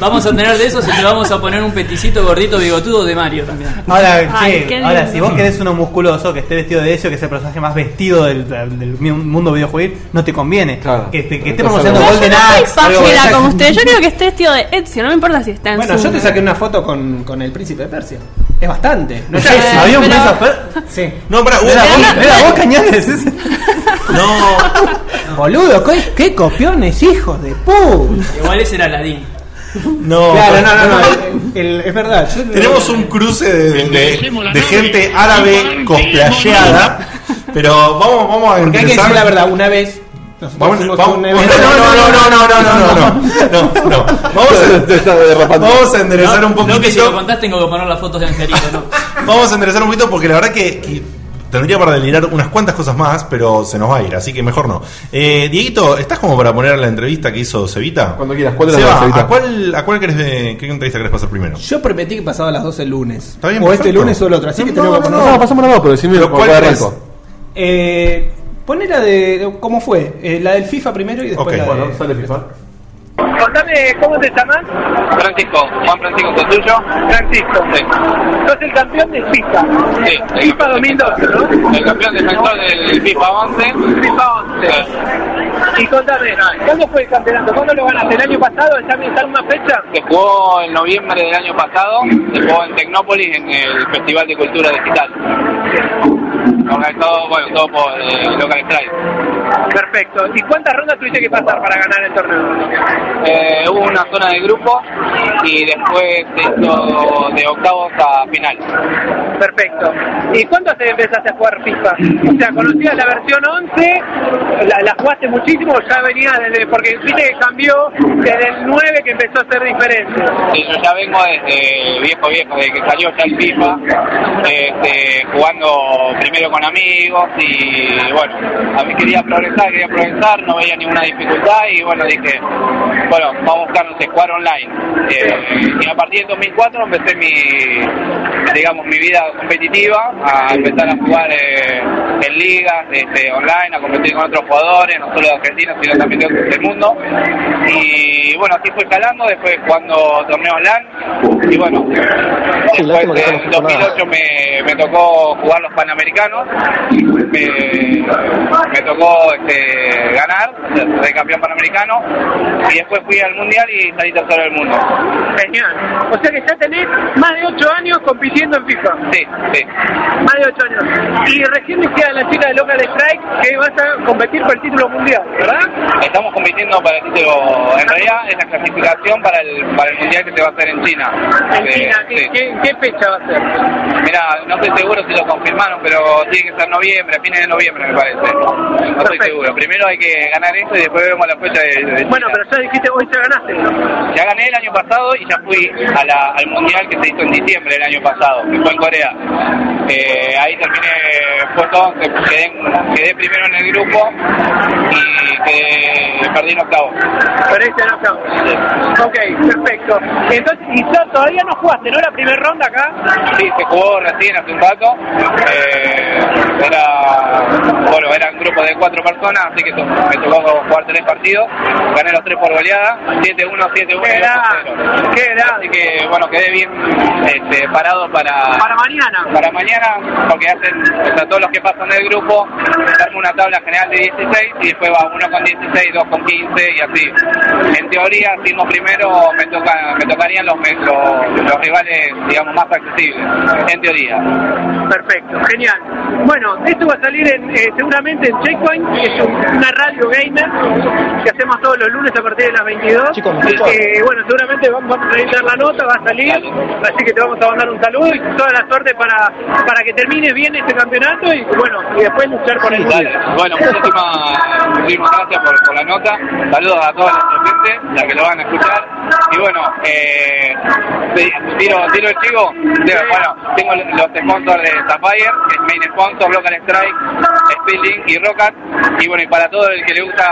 Speaker 2: vamos a tener de esos y le vamos a poner un peticito gordito bigotudo de Mario también.
Speaker 4: Ahora,
Speaker 6: Ay,
Speaker 4: che,
Speaker 6: qué lindo.
Speaker 4: ahora si vos querés uno musculoso que esté vestido de eso, que es el personaje más vestido del, del mi- mundo videojuego, no te conviene.
Speaker 1: Claro.
Speaker 4: Que,
Speaker 5: este,
Speaker 4: te- que esté
Speaker 1: Entonces,
Speaker 4: promocionando
Speaker 1: no,
Speaker 6: yo
Speaker 4: Golden
Speaker 6: no soy
Speaker 4: Axe. algo de
Speaker 6: pajera
Speaker 4: esas-
Speaker 6: como usted. Yo creo que esté vestido de Ezio, no me importa si está en
Speaker 5: Bueno, yo
Speaker 6: zunga.
Speaker 5: te saqué una foto con, con el príncipe de Persia. Es bastante. No
Speaker 4: No
Speaker 5: es
Speaker 4: sé,
Speaker 6: Bueno,
Speaker 5: ese.
Speaker 4: había un
Speaker 6: pero-
Speaker 4: beso per-
Speaker 5: Sí.
Speaker 3: No, pará, hubo-
Speaker 4: ¿Era
Speaker 6: Pero
Speaker 4: vos-
Speaker 6: no-
Speaker 4: era vos, Cañanes? ese?
Speaker 3: no,
Speaker 5: Boludo, ¿qué, qué copiones, hijos de puta.
Speaker 2: Igual ese era Aladín.
Speaker 3: no.
Speaker 5: Claro, no, no, no. el- el- es verdad. yo-
Speaker 3: Tenemos un cruce de, de- de- de gente árabe cosplayada. Pero vamos, vamos a
Speaker 5: Porque hay que decir
Speaker 3: empezar.
Speaker 5: la verdad, una vez. Nosotros
Speaker 3: Vamos,
Speaker 5: fuimos a
Speaker 3: vamos-
Speaker 5: un
Speaker 3: no,
Speaker 5: evento.
Speaker 3: no, no, no, no, no, no, no, no, no. Vamos a,
Speaker 1: Te estaba derrapando.
Speaker 3: vamos a enderezar un
Speaker 2: No que si lo
Speaker 3: poquito.
Speaker 2: contás tengo que poner las fotos de Angelito, no.
Speaker 3: Vamos a enderezar un poquito porque la verdad que, que tendría para delirar unas cuantas cosas más, pero se nos va a ir, así que mejor no. Eh, Dieguito, ¿estás como para poner la entrevista que hizo Cevita?
Speaker 1: Cuando quieras, ¿cuál era
Speaker 3: Seba,
Speaker 1: la Cevita?
Speaker 3: ¿A cuál, a cuál querés, eh, qué entrevista querés pasar primero?
Speaker 5: Yo prometí que pasaba a las 12 el lunes.
Speaker 3: Está bien,
Speaker 5: o
Speaker 3: perfecto.
Speaker 5: este lunes o el otro. Así
Speaker 3: No,
Speaker 5: que
Speaker 3: no,
Speaker 5: tenemos que
Speaker 3: no,
Speaker 1: No,
Speaker 5: ponernos-
Speaker 1: no, pasamos la voz, pero decime
Speaker 3: Pero
Speaker 1: por
Speaker 3: ¿cuál
Speaker 1: cuál
Speaker 3: crees?
Speaker 1: arranco.
Speaker 5: Eh, poné la de. ¿Cómo fue? Eh, la del FIFA primero y después
Speaker 3: Ok.
Speaker 5: la de-
Speaker 1: Bueno, sale FIFA.
Speaker 9: Contame, ¿cómo te llamas? Francisco, Juan Francisco Cotuyo. Francisco. Sí. Sos el campeón de FIFA. Sí. FIFA 2012, ¿no? El campeón defensor del FIFA 11. FIFA 11. Y contame, ¿cuándo fue el campeonato? ¿Cuándo lo ganaste? ¿El año pasado? ¿Ya me está una fecha? Se jugó en noviembre del año pasado. Se jugó en Tecnópolis, en el Festival de Cultura Digital. Organizado, bueno, todo por eh, Local Strike. Perfecto. ¿Y cuántas rondas tuviste que pasar para ganar el torneo? Eh, hubo una zona de grupo y después se hizo de octavos a final. Perfecto. ¿Y cuándo hace que empezaste a jugar FIFA? O sea, ¿conocías la versión 11? ¿La, la jugaste muchísimo o ya venías desde...? Porque viste que cambió desde el 9 que empezó a ser diferente. Sí, yo ya vengo desde viejo viejo, desde que salió ya el FIFA, este, jugando primero con amigos y bueno, a mí quería probar progresar, quería progresar, no veía ninguna dificultad y bueno, dije, bueno, vamos a buscar, no sé, jugar online. Eh, y a partir del 2004 empecé mi, digamos, mi vida competitiva, a empezar a jugar eh, en ligas, este, online, a competir con otros jugadores, no solo de Argentina, sino también de otros del mundo. Y bueno, así fue escalando, después jugando torneos online y bueno,
Speaker 8: Sí,
Speaker 9: después
Speaker 8: lástima que no
Speaker 9: en
Speaker 8: nos tocó nada.
Speaker 9: 2008 me, me tocó jugar los Panamericanos, me, me tocó este, ganar, o sea, soy campeón Panamericano, y después fui al Mundial y salí tercero del mundo.
Speaker 10: Genial. O sea que ya tenés más de 8 años compitiendo en FIFA.
Speaker 9: Sí, sí.
Speaker 10: Más de 8 años. Y recién decía la chica de Local Strike que vas a competir por el título mundial, ¿verdad?
Speaker 9: Estamos compitiendo para el título, en realidad es la clasificación para el, para el Mundial que se va a hacer en China.
Speaker 10: En
Speaker 9: Eh,
Speaker 10: China, ¿qué,
Speaker 9: sí.
Speaker 10: qué- qué fecha va a ser?
Speaker 9: Mira, no estoy seguro si lo confirmaron, pero tiene que ser noviembre, fines de noviembre me parece. No estoy
Speaker 10: Perfecto.
Speaker 9: seguro. Primero hay que ganar eso y después vemos la fecha de, de
Speaker 10: Bueno,
Speaker 9: China.
Speaker 10: pero ya dijiste, hoy ya ganaste.
Speaker 9: Ya gané el año pasado y ya fui a la- al mundial que se hizo en diciembre del año pasado, que fue en Corea. Eh, ahí terminé puesto 11, quedé, quedé primero en el grupo y quedé- perdí en octavo.
Speaker 10: Pero este no acabo. Ok, perfecto. Entonces, y ya todavía no jugaste, ¿no? La primera ronda acá.
Speaker 9: Sí, se jugó recién hace un rato. Eh, era, bueno, era un grupo de cuatro personas, así que to- me tocó jugar tres partidos. Gané los tres por goleada, 7-1, 7-1.
Speaker 10: Qué
Speaker 9: y 8-0.
Speaker 10: grande, qué grande.
Speaker 9: Así que, bueno, quedé bien este, parado para,
Speaker 10: Para mañana.
Speaker 9: para mañana, porque hacen, o sea, todos los que pasan del grupo, darme una tabla general de 16 y después va uno con 16, dos con 15 y así. En teoría, siendo primero, me, toca, me tocarían los, me- los, los rivales, digamos, más accesibles, en teoría.
Speaker 10: Perfecto, genial. Bueno, esto va a salir en, eh, seguramente en Checkpoint, que es un- una radio gamer que hacemos todos los lunes a partir de las 22.
Speaker 8: Chicos, ¿me escuchan?
Speaker 10: Eh, bueno, seguramente vamos, vamos a editar la nota, va a salir, así que te vamos a mandar un saludo y toda la suerte para, para que termine bien este campeonato y bueno, y después luchar por el
Speaker 9: Dale.
Speaker 10: mundial.
Speaker 9: Bueno, muchísimas, muchísimas gracias por, por la nota. Saludos a toda la gente, la que lo van a escuchar. Y bueno, eh, te- tiro, tiro el chivo. Te- Bueno, tengo los sponsors de Sapphire, que es main sponsor, Local Strike, Speedlink y Rocket. Y bueno, y para todo el que le gusta,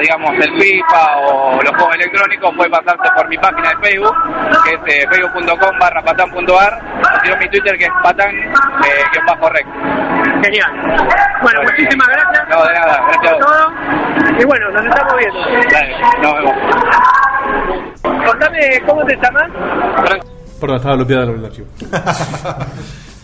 Speaker 9: digamos, el FIFA o los juegos electrónicos, puede pasarse por mi página de Facebook, que es eh, facebook.com barra patán.ar. O si no, mi Twitter, que es patán, eh, que es bajo rec.
Speaker 10: Genial. Bueno, muchísimas gracias
Speaker 9: No, de nada, gracias a
Speaker 10: por
Speaker 9: vos.
Speaker 10: todo y bueno, nos estamos viendo.
Speaker 9: Dale, nos vemos.
Speaker 10: Contame, ¿cómo te llamas?
Speaker 1: Perdón, estaba bloqueado el archivo.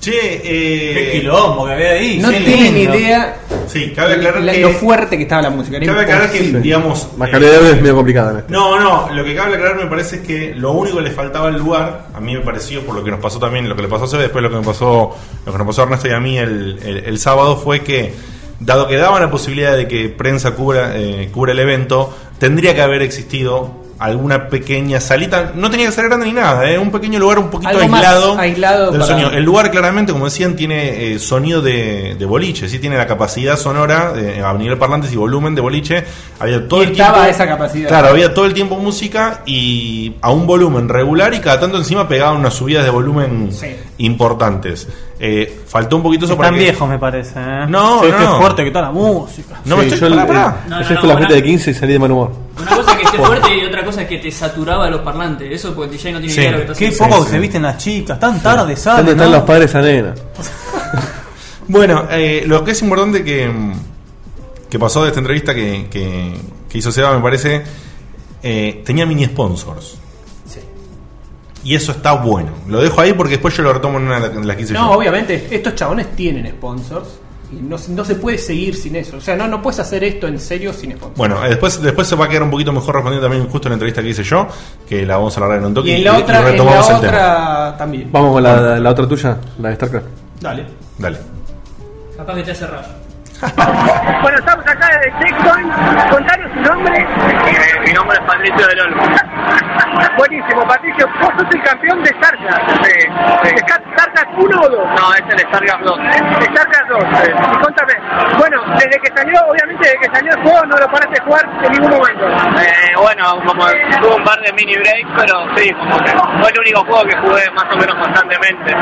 Speaker 3: Che, eh.
Speaker 4: Qué quilombo que había ahí. Eh,
Speaker 5: No
Speaker 4: sí.
Speaker 5: tienen idea
Speaker 3: Sí, cabe aclarar
Speaker 5: la-
Speaker 3: que.
Speaker 5: lo fuerte que estaba la música. era
Speaker 3: Cabe aclarar que,
Speaker 5: imposible.
Speaker 3: digamos.
Speaker 1: La
Speaker 3: eh,
Speaker 1: calidad de audio es medio complicada en este.
Speaker 3: No, no, lo que cabe aclarar me parece es que lo único que le faltaba al lugar, a mí me pareció, por lo que nos pasó también, lo que le pasó a Seba, después lo que, me pasó, lo que nos pasó a Ernesto y a mí el, el- el sábado, fue que, dado que daban la posibilidad de que prensa cubra, eh, cubra el evento, tendría que haber existido alguna pequeña salita, no tenía que ser grande ni nada, ¿eh? un pequeño lugar un poquito
Speaker 5: Algo más
Speaker 3: aislado,
Speaker 5: aislado
Speaker 3: del
Speaker 5: para-
Speaker 3: sonido. El lugar claramente, como decían, tiene eh, sonido de, de boliche, sí tiene la capacidad sonora eh, a nivel parlantes y volumen de boliche. Había todo
Speaker 5: Y
Speaker 3: el
Speaker 5: estaba
Speaker 3: tiempo-
Speaker 5: esa capacidad.
Speaker 3: Claro, había todo el tiempo música y a un volumen regular y cada tanto encima pegaban unas subidas de volumen importantes. Eh, faltó un poquito eso
Speaker 4: Están
Speaker 3: que-
Speaker 4: viejos, me parece. ¿eh?
Speaker 3: No,
Speaker 4: Sí,
Speaker 3: no,
Speaker 4: Qué
Speaker 3: no.
Speaker 4: fuerte que está la música.
Speaker 3: No me
Speaker 1: Sí,
Speaker 3: estoy
Speaker 1: yo
Speaker 3: pará,
Speaker 1: el-
Speaker 3: pará.
Speaker 1: el-
Speaker 2: No, no,
Speaker 1: ayer
Speaker 2: no,
Speaker 1: fue la
Speaker 2: pará.
Speaker 1: fiesta de 15 y salí de mal humor.
Speaker 2: Una cosa es que esté fuerte y otra cosa es que te saturaba los parlantes. Eso porque el DJ no tiene
Speaker 3: Sí.
Speaker 2: idea de lo que está
Speaker 4: Qué
Speaker 2: haciendo.
Speaker 4: poco se visten las chicas. Tan tarde salen.
Speaker 1: ¿Dónde están
Speaker 4: ¿no?
Speaker 1: los padres a nena?
Speaker 3: Bueno, eh, lo que es importante que, mm, que pasó de esta entrevista que, que- que hizo Seba, me parece, eh, tenía mini sponsors. Y eso está bueno. Lo dejo ahí porque después yo lo retomo en una de las 15
Speaker 5: No,
Speaker 3: yo.
Speaker 5: obviamente, estos chabones tienen sponsors. Y no, se- no se puede seguir sin eso. O sea, no, no puedes hacer esto en serio sin sponsors.
Speaker 3: Bueno, eh, después, después se va a quedar un poquito mejor respondiendo también justo en la entrevista que hice yo, que la vamos a alargar en un toque
Speaker 5: y en la otra, en la
Speaker 3: retomamos el tema.
Speaker 5: otra también.
Speaker 1: Vamos con la, la otra tuya, la de StarCraft.
Speaker 5: Dale.
Speaker 3: Dale.
Speaker 2: Capaz que te hace rayo.
Speaker 10: Bueno, estamos acá desde Checkpoint. Contanos su nombre. Eh,
Speaker 9: mi nombre es Patricio del Olmo.
Speaker 10: Buenísimo, Patricio. Vos sos el campeón de Starcraft.
Speaker 9: Sí, sí.
Speaker 10: este ¿De Star- Starcraft 1 o 2?
Speaker 9: No, es el Starcraft 2.
Speaker 10: De Starcraft 2. Y contame, bueno,
Speaker 9: Desde que salió, obviamente, desde que salió el juego no lo paraste de jugar en ningún momento.
Speaker 10: Eh, bueno, como tuve un par de mini breaks, pero sí, como que fue el único juego que jugué más o menos constantemente.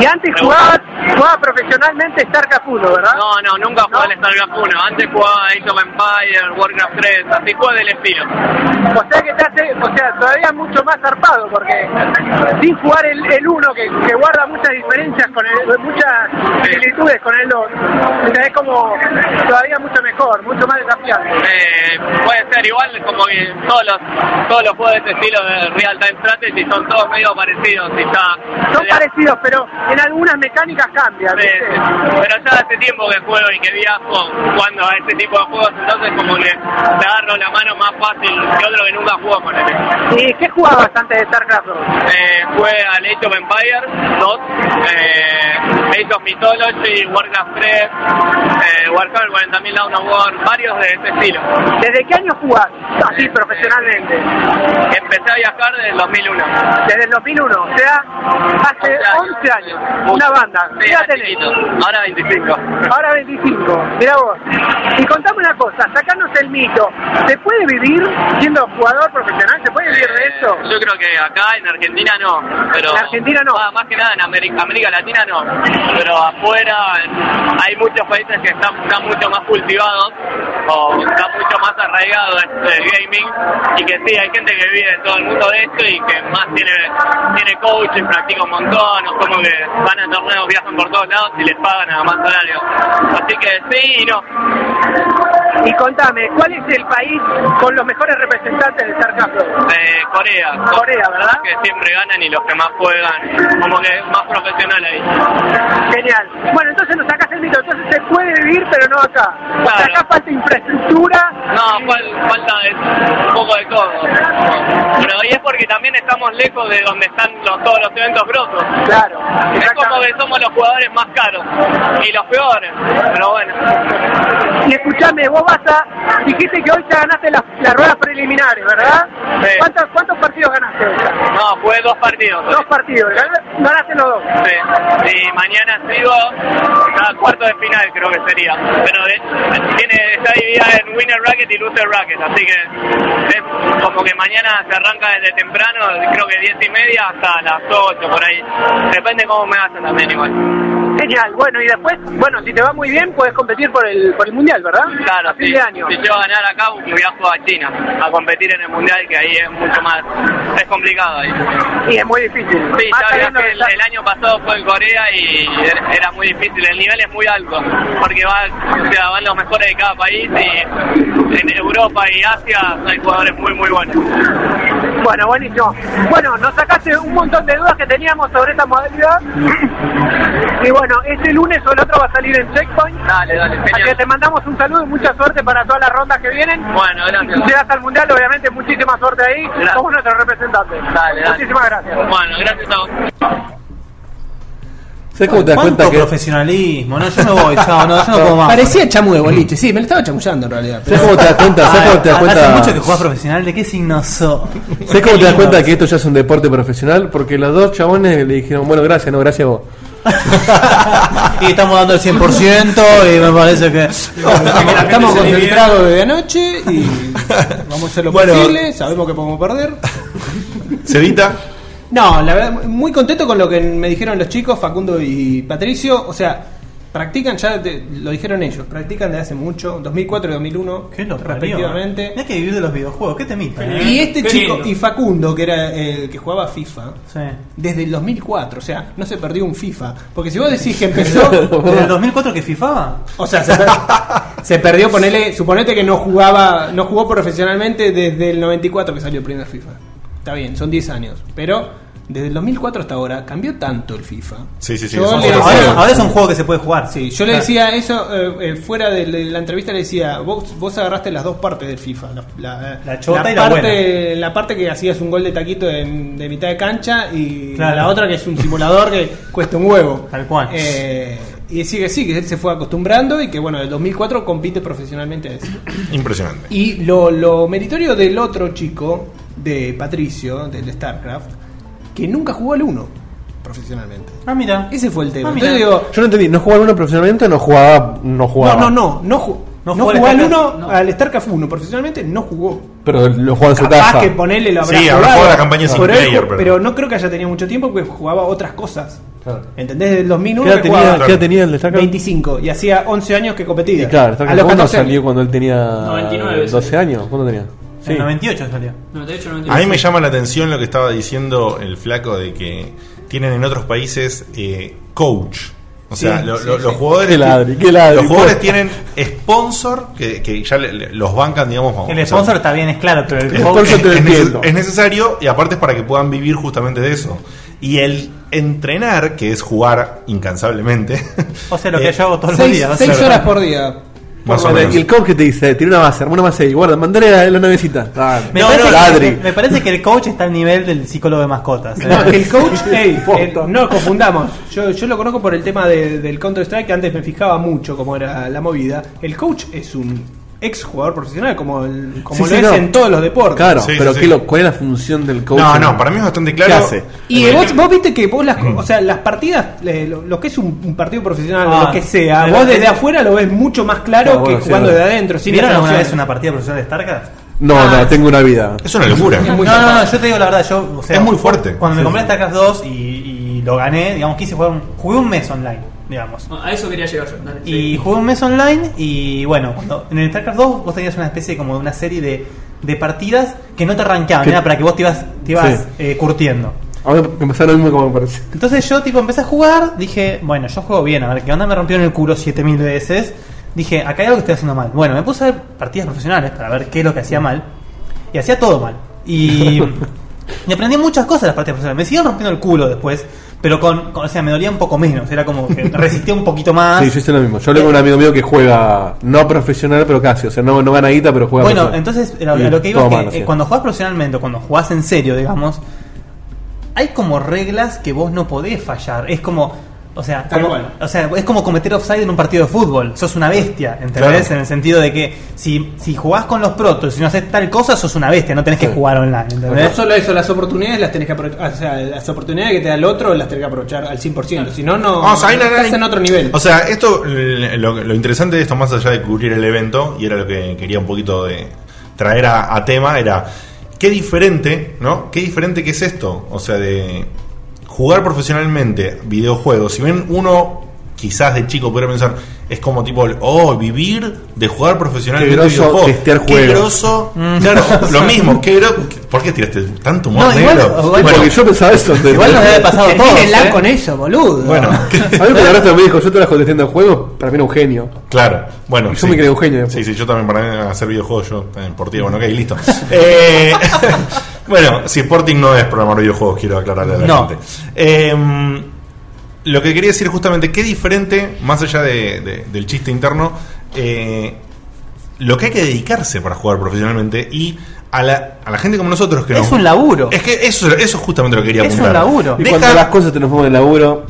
Speaker 9: Y antes
Speaker 10: Me
Speaker 9: jugabas,
Speaker 10: gusta.
Speaker 9: jugabas profesionalmente StarCraft 1, ¿verdad?
Speaker 10: No, no, nunca jugué al StarCraft 1. Antes jugaba Age of Empires, Warcraft 3, así jugué del estilo.
Speaker 9: O sea que estás, eh, o sea, todavía mucho más zarpado, porque sin jugar el, el 1, que, que guarda muchas diferencias, con el, muchas similitudes con el 2, o sea, es como todavía mucho mejor, mucho más desafiante.
Speaker 10: Eh, puede ser igual como que todos los, todos los juegos de este estilo de Real Time Strategy son todos medio parecidos y ya...
Speaker 9: Son parecidos, pero en algunas mecánicas cambian.
Speaker 10: Sí,
Speaker 9: ¿viste?
Speaker 10: sí. Pero ya hace tiempo que juego y que viajo jugando a este tipo de juegos, entonces como que te agarro la mano más fácil que otro que nunca jugó con él.
Speaker 9: ¿Y qué jugabas antes de StarCraft 2?
Speaker 10: Eh, jugué al Age of Empires 2, eh, Age of Mythology, Warcraft 3, eh, Warhammer 40.000 Dawn of War, varios de este estilo.
Speaker 9: ¿Desde qué año jugás así profesionalmente?
Speaker 10: Empecé a viajar desde el 2001.
Speaker 9: Desde el 2001, o sea, hace 11 años, una banda.
Speaker 10: Sí,
Speaker 9: Mira,
Speaker 10: era chiquito. Ahora 25.
Speaker 9: ahora 25, mira vos. Y contame una cosa, sacanos el mito. ¿Se puede vivir siendo jugador profesional? ¿Se puede vivir de eso?
Speaker 10: Eh, Yo creo que acá en Argentina no, pero
Speaker 9: En Argentina no.
Speaker 10: Ah, más que nada en América, América Latina no, pero afuera en- hay muchos países que están, están mucho más cultivados o están mucho más arraigados este, el gaming y que sí, hay gente que vive en todo el mundo de esto y que más tiene tiene coach y practica un montón, o como que van a torneos, viajan por todos lados y les pagan a más salario. Así que sí y no.
Speaker 9: Y contame, ¿cuál es el país con los mejores representantes de StarCraft?
Speaker 10: Eh, Corea.
Speaker 9: Corea, ¿verdad?
Speaker 10: Que siempre ganan y los que más juegan, como que más profesional ahí.
Speaker 9: Genial. Bueno, entonces nos sacás el mito. Entonces se puede vivir, pero no acá. O sea,
Speaker 10: Claro.
Speaker 9: acá falta infraestructura.
Speaker 10: No, fal- falta de- un poco de todo. Pero ahí es porque también estamos lejos de donde están los- todos los eventos grosos.
Speaker 9: Claro.
Speaker 10: Es como que somos los jugadores más caros y los peores. Pero bueno,
Speaker 9: Y escuchame, vos vas a... Dijiste que hoy ya ganaste las, las ruedas preliminares, ¿verdad?
Speaker 10: Sí.
Speaker 9: ¿Cuántos, cuántos partidos ganaste? hoy ya?
Speaker 10: no, jugué dos partidos.
Speaker 9: Dos partidos. Gan- Ganaste los dos.
Speaker 10: Sí. Y mañana sigo a cuarto de final, creo que sería. Pero eh, tiene, está dividida en winner racket y loser racket, así que es como que mañana se arranca desde temprano, creo que 10 y media hasta las 8 por ahí. Depende cómo me hacen también igual.
Speaker 9: Genial. Bueno, y después, bueno, si te va muy bien, puedes competir por el, por el Mundial, ¿verdad?
Speaker 10: Claro,
Speaker 9: A fin
Speaker 10: sí.
Speaker 9: de año.
Speaker 10: si yo ganar acá, viajo a China a competir en el mundial, que ahí es mucho más, es complicado ahí.
Speaker 9: Y es muy difícil.
Speaker 10: Sí,
Speaker 9: Más
Speaker 10: ya
Speaker 9: sabiendo
Speaker 10: viajé,
Speaker 9: que
Speaker 10: el,
Speaker 9: estás-
Speaker 10: el año pasado fue en Corea y era- era muy difícil, el nivel es muy alto, porque va, o sea, van los mejores de cada país y en Europa y Asia hay jugadores muy muy buenos.
Speaker 9: Bueno, buenísimo. Bueno, nos sacaste un montón de dudas que teníamos sobre esta modalidad. Y bueno, este lunes o el otro va a salir en Checkpoint.
Speaker 10: Dale, dale,
Speaker 9: Así que
Speaker 10: genial.
Speaker 9: te mandamos un saludo y mucha suerte para todas las rondas que vienen.
Speaker 10: Bueno, gracias.
Speaker 9: Si llegas al mundial, obviamente, muchísima suerte ahí.
Speaker 10: Gracias.
Speaker 9: Somos nuestros representantes.
Speaker 10: Dale, dale.
Speaker 9: Muchísimas gracias.
Speaker 10: Bueno, gracias a vos.
Speaker 1: ¿Sabes cómo te das cuenta que.?
Speaker 4: profesionalismo? No, yo me voy, chao, no, yo no puedo más.
Speaker 5: Parecía chamu de boliche, sí, me lo estaba chamullando en realidad.
Speaker 1: ¿Sabes cómo te das cuenta? ¿Sabes cómo te das
Speaker 4: Ah, Hace mucho
Speaker 1: cuenta?
Speaker 4: que jugás profesional, ¿de qué signo sos?
Speaker 1: ¿Sabés cómo te das cuenta que esto ya es un deporte profesional? Porque los dos chabones le dijeron, bueno, gracias, no, gracias a vos.
Speaker 4: y estamos dando el 100% y me parece que...
Speaker 5: Estamos, estamos
Speaker 4: se divide.
Speaker 5: concentrados desde anoche y vamos a hacer lo
Speaker 3: Bueno.
Speaker 5: posible, sabemos que podemos perder.
Speaker 3: Cevita,
Speaker 5: No, la verdad, muy contento con lo que me dijeron los chicos, Facundo y Patricio. O sea, practican, ya te- lo dijeron ellos, practican desde hace mucho, 2004 y 2001,
Speaker 4: ¿Qué lo parió?
Speaker 5: respectivamente.
Speaker 4: Tenés que vivir de los videojuegos, ¿qué te mita? eh?
Speaker 5: Y este
Speaker 11: Qué
Speaker 5: chico,
Speaker 11: lindo.
Speaker 5: y Facundo, que era el que jugaba FIFA,
Speaker 4: Sí.
Speaker 5: desde el 2004, o sea, no se perdió un FIFA. Porque si vos decís que empezó,
Speaker 4: ¿Desde el 2004 que fifaba?
Speaker 5: o sea, se, per- se perdió, ponele, suponete que no jugaba, no jugó profesionalmente desde el 94 que salió el primer FIFA. Está bien, son 10 años, pero desde el 2004 hasta ahora cambió tanto el FIFA.
Speaker 3: Sí, sí, sí,
Speaker 5: Yo
Speaker 3: son
Speaker 5: le
Speaker 3: otros
Speaker 5: decía-
Speaker 4: Ahora, ahora es un juego que se puede jugar.
Speaker 5: Sí, yo le decía eso eh, eh, fuera de la- de la entrevista, le decía, vos, vos agarraste las dos partes del FIFA, la, la-
Speaker 4: La chota y la
Speaker 5: parte, la parte que hacías un gol de taquito de, de mitad de cancha y
Speaker 4: Claro.
Speaker 5: la otra que es un simulador que cuesta un huevo.
Speaker 4: Tal cual.
Speaker 5: Eh, y decía que sí, que él se fue acostumbrando y que bueno, del 2004 compite profesionalmente a eso.
Speaker 3: impresionante.
Speaker 5: Y lo, lo meritorio del otro chico, de Patricio, del StarCraft, que nunca jugó al 1. profesionalmente.
Speaker 4: Ah, mira.
Speaker 5: Ese fue el tema.
Speaker 4: Ah, mira.
Speaker 5: Entonces digo,
Speaker 1: Yo no entendí, ¿no jugaba uno profesionalmente o no jugaba? No, jugaba?
Speaker 5: no, no, no, no, ju- no,
Speaker 4: jugó al
Speaker 5: jugó al
Speaker 4: StarCraft,
Speaker 5: uno, al StarCraft 1 profesionalmente, no jugó.
Speaker 1: Pero lo jugaba en su
Speaker 5: Capaz
Speaker 1: casa.
Speaker 5: que ponerle lo habrá
Speaker 3: Sí, habrá
Speaker 5: jugado,
Speaker 3: jugado la campaña sin
Speaker 5: pero, él
Speaker 3: player,
Speaker 5: ju-
Speaker 3: pero-
Speaker 5: pero no creo que haya tenido mucho tiempo porque jugaba otras cosas. ¿Entendés? Desde el
Speaker 1: ¿Qué
Speaker 5: 2001
Speaker 1: edad
Speaker 5: que
Speaker 1: tenía,
Speaker 5: jugaba
Speaker 1: qué edad tenía el de StarCraft?
Speaker 5: 25 y hacía 11 años que competía.
Speaker 1: Y claro,
Speaker 5: a
Speaker 1: StarCraft
Speaker 5: los
Speaker 1: 1
Speaker 5: 14 años.
Speaker 1: salió cuando él tenía
Speaker 2: 99
Speaker 1: 12 años. ¿Cuándo tenía?
Speaker 4: En 98 salió.
Speaker 2: 98,
Speaker 3: A
Speaker 2: 99.
Speaker 3: mí me llama la atención lo que estaba diciendo el flaco de que tienen en otros países eh, coach. O sea,
Speaker 5: Sí,
Speaker 3: lo-
Speaker 5: sí,
Speaker 3: lo-
Speaker 5: sí.
Speaker 3: los jugadores.
Speaker 1: Qué ladri, qué ladri. pues.
Speaker 3: Los jugadores tienen sponsor que, que ya le- le- los bancan, digamos. o sea,
Speaker 4: El sponsor está bien, es claro, pero el
Speaker 3: es-
Speaker 4: coach-
Speaker 1: sponsor
Speaker 3: es-
Speaker 1: te
Speaker 3: es,
Speaker 1: entiendo.
Speaker 3: neces- es necesario y aparte es para que puedan vivir justamente de eso. Y el entrenar, que es jugar incansablemente.
Speaker 4: O sea, lo que
Speaker 3: eh,
Speaker 4: yo hago todos los
Speaker 5: Seis-
Speaker 4: días. o sea,
Speaker 5: seis horas por día.
Speaker 3: Más o
Speaker 1: Bueno,
Speaker 3: menos.
Speaker 1: Y el coach que te dice, tiene una base, arma una base y guarda, mandale la, la navecita.
Speaker 5: Ah,
Speaker 1: Dale.
Speaker 4: Me,
Speaker 3: No,
Speaker 4: parece
Speaker 3: no,
Speaker 4: que,
Speaker 1: ladri.
Speaker 4: me parece que el coach está al nivel del psicólogo de mascotas. ¿eh?
Speaker 5: No, que el coach, ey, eh, no confundamos. Yo, yo lo conozco por el tema de- del Counter-Strike, que antes me fijaba mucho cómo era la movida. El coach es un ex jugador profesional, como, el- como
Speaker 1: Sí,
Speaker 5: lo
Speaker 1: sí,
Speaker 5: es
Speaker 1: no.
Speaker 5: en todos los deportes.
Speaker 1: Claro,
Speaker 3: Sí, sí,
Speaker 1: pero
Speaker 3: sí.
Speaker 1: ¿qué lo- ¿cuál es la función del coach?
Speaker 3: No, no, para mí es bastante claro.
Speaker 1: ¿Qué hace?
Speaker 5: Y vos, vos viste que vos las, o sea, las partidas, eh, lo, lo que es un, un partido profesional,
Speaker 4: Ah,
Speaker 5: lo que sea,
Speaker 4: pero-
Speaker 5: vos desde afuera lo ves mucho más claro
Speaker 1: Claro,
Speaker 5: que
Speaker 1: bueno, sí,
Speaker 5: jugando
Speaker 1: es
Speaker 5: de
Speaker 1: verdad.
Speaker 5: adentro. Sin
Speaker 4: ¿Vieron
Speaker 5: esas
Speaker 4: alguna vez
Speaker 5: opciones.
Speaker 4: una partida profesional de StarCraft?
Speaker 1: No, no, tengo una vida.
Speaker 3: Es una locura.
Speaker 4: Ah, No, no, no, yo te digo la verdad, yo. o sea,
Speaker 3: Es muy fuerte.
Speaker 4: Cuando me
Speaker 3: Sí,
Speaker 4: compré
Speaker 3: sí.
Speaker 4: StarCraft 2 y, y lo gané, digamos, quise jugar un, jugué un mes online, digamos.
Speaker 2: A eso quería llegar yo. dale,
Speaker 4: Y
Speaker 2: sí.
Speaker 4: jugué un mes online y bueno, cuando, en el StarCraft 2 vos tenías una especie como de una serie de, de partidas que no te arrancaban,
Speaker 1: Que-
Speaker 4: era para que vos te ibas, te ibas
Speaker 1: Sí.
Speaker 4: eh, curtiendo.
Speaker 1: Ahora que empezar lo mismo como me parece.
Speaker 4: Entonces yo tipo empecé a jugar, dije, bueno, yo juego bien, a ver qué onda, me rompió en el culo 7000 veces. Dije, acá hay algo que estoy haciendo mal. Bueno, me puse a ver partidas profesionales para ver qué es lo que hacía mal. Y hacía todo mal. Y, y aprendí muchas cosas de las partidas profesionales. Me siguieron rompiendo el culo después, pero con, con- o sea, me dolía un poco menos. Era como que resistía un poquito más.
Speaker 1: Sí, yo hice lo mismo. Yo hablé con un amigo mío que juega no profesional, pero casi. O sea, no, no gana guita, pero juega
Speaker 4: Bueno,
Speaker 1: profesional.
Speaker 4: entonces a lo,
Speaker 1: Y
Speaker 4: a lo que iba
Speaker 1: todo
Speaker 4: es que
Speaker 1: mal,
Speaker 4: eh,
Speaker 1: así es.
Speaker 4: cuando jugás profesionalmente, o cuando jugás en serio, digamos, hay como reglas que vos no podés fallar. Es como, o sea,
Speaker 5: Tal
Speaker 4: como-
Speaker 5: cual.
Speaker 4: o sea, es como cometer offside en un partido de fútbol. Sos una bestia, ¿entendés?
Speaker 3: Claro.
Speaker 4: En el sentido de que si, si jugás con los protos, si no haces tal cosa, sos una bestia, no tenés que jugar online, ¿entendés?
Speaker 5: No solo eso, las oportunidades las tenés que aprovechar. O sea, las oportunidades que te da el otro las tenés que aprovechar al 100%. Si no, no.
Speaker 3: Vamos, ahí no,
Speaker 5: estás
Speaker 3: no,
Speaker 5: en otro nivel.
Speaker 3: O sea, esto, l- lo, lo interesante de esto, más allá de cubrir el evento, y era lo que quería un poquito de traer a, a tema, era qué diferente, ¿no? Qué diferente que es esto. O sea, de jugar profesionalmente videojuegos. Si bien uno, quizás de chico, pudiera pensar, es como tipo, oh, vivir de jugar profesionalmente
Speaker 1: Qué groso
Speaker 3: videojuegos.
Speaker 1: testear
Speaker 3: Qué
Speaker 1: juegos.
Speaker 3: groso.
Speaker 4: Mm.
Speaker 3: Claro, lo mismo. Qué gro- ¿Por qué tiraste tanto humor
Speaker 4: No, igual-
Speaker 3: negro?
Speaker 4: igual-
Speaker 3: Bueno,
Speaker 1: Porque yo pensaba eso. de-
Speaker 4: Igual nos debe haber pasado a todos,
Speaker 5: Termínenla
Speaker 4: ¿eh?
Speaker 5: con eso, boludo.
Speaker 3: bueno,
Speaker 1: A mí me agarraste me dijo, yo te las contestando en juego, para mí era un genio.
Speaker 3: Claro, bueno.
Speaker 1: Yo me creí un genio
Speaker 3: Sí,
Speaker 4: pues.
Speaker 1: después.
Speaker 3: sí, yo también para hacer videojuegos, yo también por ti, bueno, ok, listo. Eh, bueno, si Sporting no es programar videojuegos, quiero aclararle a la
Speaker 4: No.
Speaker 3: gente. Eh, lo que quería decir justamente, qué diferente, más allá de- de- del chiste interno, eh, lo que hay que dedicarse para jugar profesionalmente y a la, a la gente como nosotros que
Speaker 4: Es
Speaker 3: nos-
Speaker 4: un laburo.
Speaker 3: Es que eso, eso es justamente lo que quería
Speaker 4: Es un
Speaker 3: apuntar.
Speaker 4: laburo.
Speaker 1: Y
Speaker 3: Deja-
Speaker 1: cuando las cosas te nos ponen el laburo.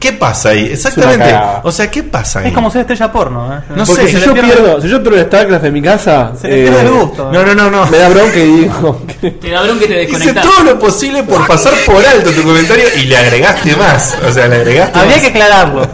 Speaker 3: ¿Qué pasa ahí? Exactamente.
Speaker 1: cagada.
Speaker 3: O sea, ¿qué pasa ahí?
Speaker 4: Es como ser estrella porno, ¿eh?
Speaker 3: No
Speaker 1: Ah. Porque
Speaker 3: sé,
Speaker 1: si
Speaker 3: se
Speaker 1: yo
Speaker 3: le pierde-
Speaker 1: pierdo, si yo pierdo el StarCraft en mi casa, eh,
Speaker 4: Se le pierde el gusto.
Speaker 3: No, no, no, no.
Speaker 1: me da bronca y digo. que-
Speaker 2: Te da bronca y te
Speaker 3: Hice
Speaker 2: desconectás.
Speaker 3: todo lo posible por pasar por alto tu comentario y le agregaste más. O sea, le agregaste
Speaker 4: Habría
Speaker 3: más.
Speaker 4: que aclararlo.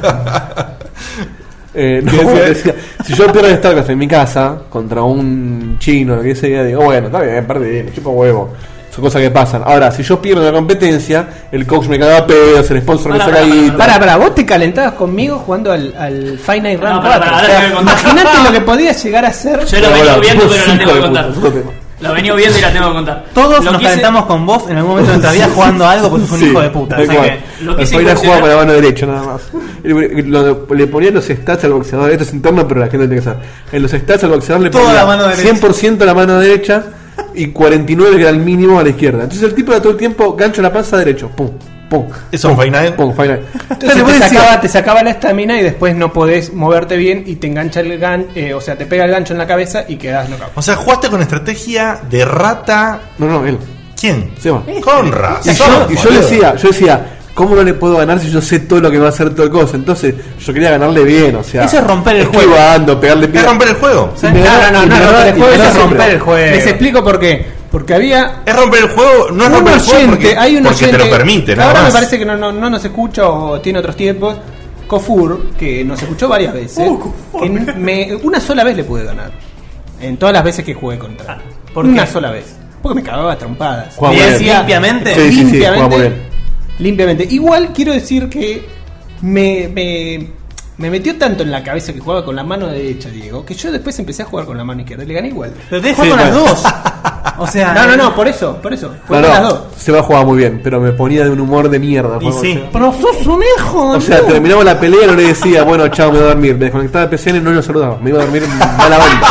Speaker 1: eh, no, decía, si yo pierdo el StarCraft en mi casa contra un chino, que ese día digo, bueno, está bien, perdí, me chupa huevo. Son cosas que pasan. Ahora, si yo pierdo la competencia, el coach me caga a pedos, el sponsor me
Speaker 2: Pará,
Speaker 1: saca
Speaker 2: pará,
Speaker 1: guita.
Speaker 5: Para, para, vos te calentabas conmigo jugando al, al Final Round
Speaker 2: No, pará, pará, ahora te voy a contar.
Speaker 5: Imaginate lo que podías llegar a ser.
Speaker 2: Yo lo
Speaker 1: Pero
Speaker 2: venía
Speaker 1: bueno,
Speaker 2: viendo,
Speaker 1: vos
Speaker 2: pero la tengo
Speaker 1: hijo
Speaker 2: que
Speaker 1: de
Speaker 2: contar.
Speaker 1: puta, puta.
Speaker 2: La venía viendo y la tengo que contar.
Speaker 4: Todos
Speaker 2: Lo
Speaker 4: nos
Speaker 2: quise-
Speaker 4: calentamos con vos en algún momento de nuestra vida jugando a algo porque sos un
Speaker 1: Sí,
Speaker 4: hijo de puta.
Speaker 1: tal
Speaker 4: O sea
Speaker 1: cual.
Speaker 4: que-
Speaker 2: Lo que
Speaker 1: El
Speaker 2: hice
Speaker 1: Zoila jugaba
Speaker 2: incursionar-
Speaker 1: con la mano derecha nada más. Le- lo- le ponía los stats al boxeador. Esto es interno, pero la gente lo tiene que saber. En los stats al boxeador le
Speaker 4: Toda
Speaker 1: ponía
Speaker 4: la mano derecha.
Speaker 1: 100% la mano derecha y 49 que era el mínimo a la izquierda. Entonces el tipo era todo el tiempo gancho en la panza derecho. Pum, pum,
Speaker 3: ¿Es un final?
Speaker 1: pum, final.
Speaker 5: Entonces
Speaker 1: vos
Speaker 5: te
Speaker 1: decís,
Speaker 5: sacaba, te sacaba la estamina y después no podés moverte bien y te engancha el gan, eh, o sea, te pega el gancho en la cabeza y quedás knockout.
Speaker 3: O sea, jugaste con estrategia de rata.
Speaker 1: No, no, él.
Speaker 3: ¿Quién?
Speaker 1: Seba.
Speaker 3: Conra.
Speaker 1: Y yo, y yo decía, yo decía, ¿cómo no le puedo ganar si yo sé todo lo que va a hacer todo el coso? Entonces yo quería ganarle bien, o sea.
Speaker 4: Eso es romper el juego.
Speaker 1: esquivando, pegarle
Speaker 3: ¿Querés
Speaker 1: piedra.
Speaker 3: romper el juego?
Speaker 1: Y me ganaba- y me ganaba- y me ganaba
Speaker 5: eso es
Speaker 1: siempre.
Speaker 5: romper el juego. Les explico por qué. Porque había.
Speaker 3: Es romper el juego, no es
Speaker 5: un
Speaker 3: romper el juego
Speaker 5: oyente,
Speaker 3: porque,
Speaker 5: hay un
Speaker 3: porque te
Speaker 5: oyente-
Speaker 3: lo permite, nada
Speaker 5: Ahora
Speaker 3: más.
Speaker 5: me parece que no, no, no nos escucha o tiene otros tiempos. Cofur, que nos escuchó varias
Speaker 3: Uh,
Speaker 5: veces. que n- me- una sola vez le pude ganar. En todas las veces que jugué contra. él.
Speaker 3: Ah,
Speaker 4: ¿por
Speaker 5: una
Speaker 4: qué?
Speaker 5: sola vez. Porque me cagaba a trompadas.
Speaker 1: Juega
Speaker 5: Me
Speaker 1: muy
Speaker 5: decía-
Speaker 1: bien.
Speaker 4: Limpiamente.
Speaker 1: Sí, sí, sí, juega
Speaker 5: limpiamente,
Speaker 1: muy bien.
Speaker 5: limpiamente. Igual quiero decir que me, me, me metió tanto en la cabeza que jugaba con la mano derecha, Diego, que yo después empecé a jugar con la mano izquierda y le gané igual.
Speaker 4: Pero tenés que jugar
Speaker 1: Sí,
Speaker 4: con las dos. O sea.
Speaker 5: No, no, no, por eso, por eso.
Speaker 1: No,
Speaker 5: Jugué con las dos.
Speaker 1: no, se va a jugar muy bien, pero me ponía de un humor de mierda.
Speaker 4: Y
Speaker 1: juego,
Speaker 4: sí.
Speaker 1: o sea.
Speaker 5: Pero sos un hijo
Speaker 1: O sea, terminaba la pelea y no le decía, bueno, chao, me voy a dormir. Me desconectaba de PCN y no lo saludaba. Me iba a dormir mala onda.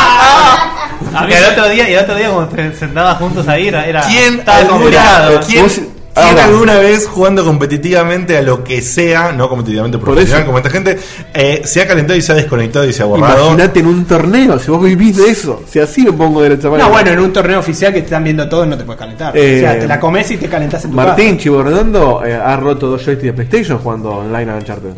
Speaker 4: A mí Ah, el otro día, y el otro día cuando te sentabas juntos ahí era. era-
Speaker 3: ¿Quién,
Speaker 4: estaba
Speaker 3: alguna-
Speaker 4: complicado.
Speaker 3: ¿quién,
Speaker 1: Vos-
Speaker 3: quién
Speaker 1: ahora.
Speaker 3: alguna vez jugando competitivamente a lo que sea, no competitivamente profesional
Speaker 1: eso.
Speaker 3: como esta gente, eh, se ha calentado y se ha desconectado y se ha borrado?
Speaker 1: Imagínate en un torneo, si vos vivís de eso. Si así me pongo de la chavala.
Speaker 5: No, bueno, en un torneo oficial que te están viendo todos no te puedes calentar.
Speaker 1: Eh,
Speaker 5: o sea, te la comes y te calentás en tu
Speaker 1: Martín Chiborredondo eh, ha roto dos joysticks de PlayStation jugando online a Uncharted.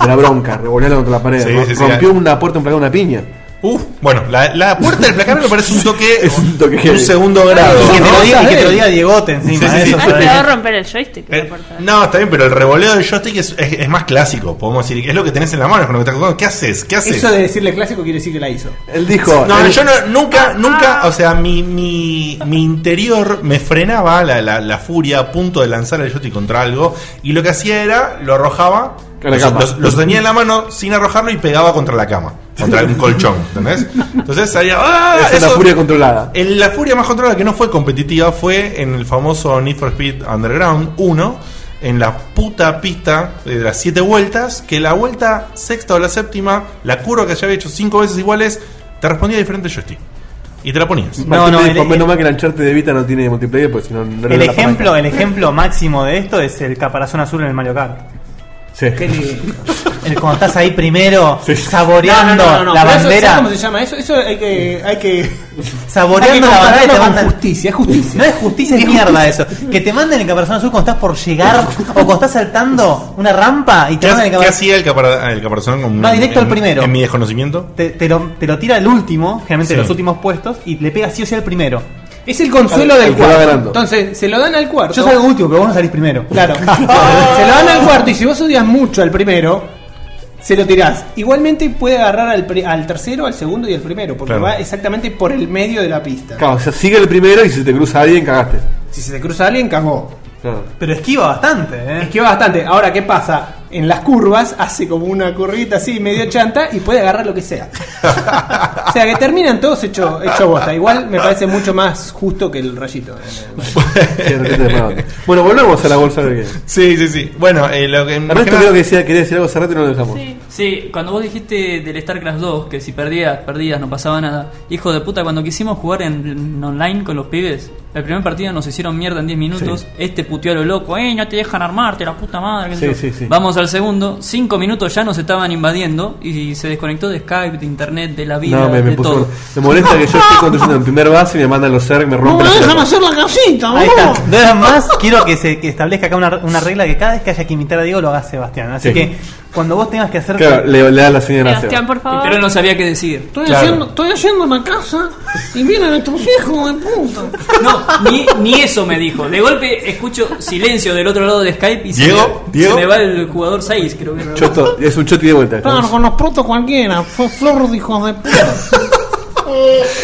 Speaker 1: De la bronca, revolviéndolo contra la pared.
Speaker 3: Sí,
Speaker 1: ro-
Speaker 3: sí, sí,
Speaker 1: rompió
Speaker 3: ah.
Speaker 1: una puerta, un placar, una piña.
Speaker 3: Uf, bueno, la, la puerta del placar me parece un toque,
Speaker 1: Es un toque heavy.
Speaker 3: segundo grado.
Speaker 4: Y que te lo
Speaker 3: ¿no?
Speaker 4: diga, y que te lo
Speaker 5: Sí.
Speaker 4: diga Diegote encima.
Speaker 3: Sí, sí, sí.
Speaker 4: eso,
Speaker 6: Es
Speaker 4: ¿sabes?
Speaker 6: peor este romper el joystick. que
Speaker 3: Eh,
Speaker 6: la portada.
Speaker 3: no, está bien, pero el revoleo del joystick es, es- es más clásico, podemos decir. Es lo que tenés en la mano, es con lo que estás jugando. ¿Qué haces? ¿Qué haces?
Speaker 5: Eso de decirle clásico quiere decir que la hizo.
Speaker 1: Él dijo.
Speaker 3: No,
Speaker 1: él-
Speaker 3: yo no-
Speaker 6: Ah,
Speaker 3: nunca, nunca, o sea, mi, mi, mi interior me frenaba la, la, la furia a punto de lanzar el joystick contra algo y lo que hacía era, lo arrojaba,
Speaker 1: A la
Speaker 3: lo,
Speaker 1: cama.
Speaker 3: lo- lo sostenía en la mano sin arrojarlo y pegaba contra la cama, contra un colchón, ¿entendés? Entonces salía, ¡ah!
Speaker 1: es una
Speaker 3: Eso-
Speaker 1: furia controlada.
Speaker 3: el- la furia más controlada que no fue competitiva fue en el famoso Need for Speed Underground 1, en la puta pista de las 7 vueltas, que la vuelta sexta o la séptima, la curva que ya había hecho 5 veces iguales, te respondía diferente joystick. Y te la ponías.
Speaker 4: No,
Speaker 1: Martín
Speaker 4: no,
Speaker 1: te
Speaker 4: el-
Speaker 1: dijo,
Speaker 4: el-
Speaker 1: menos mal que el Uncharted de Vita no tiene multiplayer, porque si no, no le
Speaker 4: El
Speaker 1: da la
Speaker 4: ejemplo,
Speaker 1: palanca.
Speaker 4: el ejemplo máximo de esto es el caparazón azul en el Mario Kart.
Speaker 1: Sí.
Speaker 4: El cuando estás ahí primero
Speaker 1: Sí.
Speaker 4: saboreando la
Speaker 5: pero eso, ¿sabes
Speaker 4: bandera,
Speaker 5: ¿Cómo se llama eso? Eso hay que. Hay que hay que
Speaker 4: saboreando la bandera y te
Speaker 5: compararlo con
Speaker 4: mandan-
Speaker 5: justicia, es justicia.
Speaker 4: No es justicia es mierda eso. Que te manden el caparazón azul cuando estás por llegar o cuando estás saltando una rampa y te
Speaker 3: ¿Qué,
Speaker 4: mandan el
Speaker 3: qué
Speaker 4: caparazón.
Speaker 3: hacía el, capara- ah, el caparazón con
Speaker 4: Va directo
Speaker 3: en-
Speaker 4: al primero.
Speaker 3: En mi desconocimiento.
Speaker 4: Te, te lo, te lo tira el último, generalmente
Speaker 3: Sí.
Speaker 4: los últimos puestos, y le pega sí o sí al primero.
Speaker 5: Es el consuelo
Speaker 1: El
Speaker 5: del
Speaker 1: que va
Speaker 5: cuarto.
Speaker 1: ganando.
Speaker 5: Entonces, se lo dan al cuarto.
Speaker 4: Yo salgo último, pero vos no salís primero.
Speaker 5: Claro. se lo dan al cuarto y si vos odias mucho al primero, se lo tirás. Igualmente puede agarrar al, pri- al tercero, al segundo y al primero, porque
Speaker 3: Claro.
Speaker 5: va exactamente por el medio de la pista.
Speaker 1: Claro, o sea, sigue el primero y si te cruza alguien, cagaste.
Speaker 5: Si se te cruza alguien, cagó.
Speaker 1: Claro.
Speaker 4: Pero esquiva bastante, ¿eh?
Speaker 5: Es que va bastante. Ahora, ¿qué pasa? En las curvas hace como una curvita así, medio chanta, y puede agarrar lo que sea. o sea, que terminan todos hecho, hecho bosta. Igual me parece mucho más justo que el rayito.
Speaker 1: Sí, de repente te mando. bueno, volvemos a la bolsa de game.
Speaker 3: Sí, sí, sí. Bueno, eh, lo que.
Speaker 1: Ernesto creo este que decía, quería decir algo hace rato y no lo dejamos.
Speaker 6: Sí.
Speaker 2: Sí, cuando vos dijiste del StarCraft 2, que si perdías, perdías, no pasaba nada. Hijo de puta, cuando quisimos jugar en, en online con los pibes, el primer partido nos hicieron mierda en 10 minutos. Este puteó a lo loco, ¡eh! No te dejan armarte, la puta madre. qué sé
Speaker 1: Sí,
Speaker 2: yo.
Speaker 1: sí, sí.
Speaker 2: Vamos al segundo, 5 minutos ya nos estaban invadiendo y se desconectó de Skype, de internet, de la vida,
Speaker 1: No, me, me
Speaker 2: de
Speaker 1: puso-
Speaker 2: todo.
Speaker 1: me molesta que yo esté conduciendo en primer base y me mandan los CERC, me rompen la pelota.
Speaker 5: hacer la casita,
Speaker 4: Ahí está. No es más, quiero que se que establezca acá una, una regla que cada vez que haya que imitar a Diego lo haga Sebastián. Así
Speaker 1: Sí.
Speaker 4: que cuando vos tengas que hacer.
Speaker 1: Claro, le, le da la señal a
Speaker 6: Sebastián,
Speaker 1: Seba.
Speaker 6: por favor.
Speaker 2: Pero él no sabía qué decir.
Speaker 5: Estoy,
Speaker 3: Claro.
Speaker 5: haciendo, estoy haciendo una casa ¿eh? y vienen estos hijos de puta.
Speaker 2: No, ni, ni eso me dijo. De golpe escucho silencio del otro lado de Skype y se
Speaker 3: Diego,
Speaker 2: me- se,
Speaker 3: Diego.
Speaker 2: me va el jugador 6, creo que era.
Speaker 1: Choto, es un choti de vuelta.
Speaker 5: Claro, con los protos cualquiera. Fue flor de hijos de puta.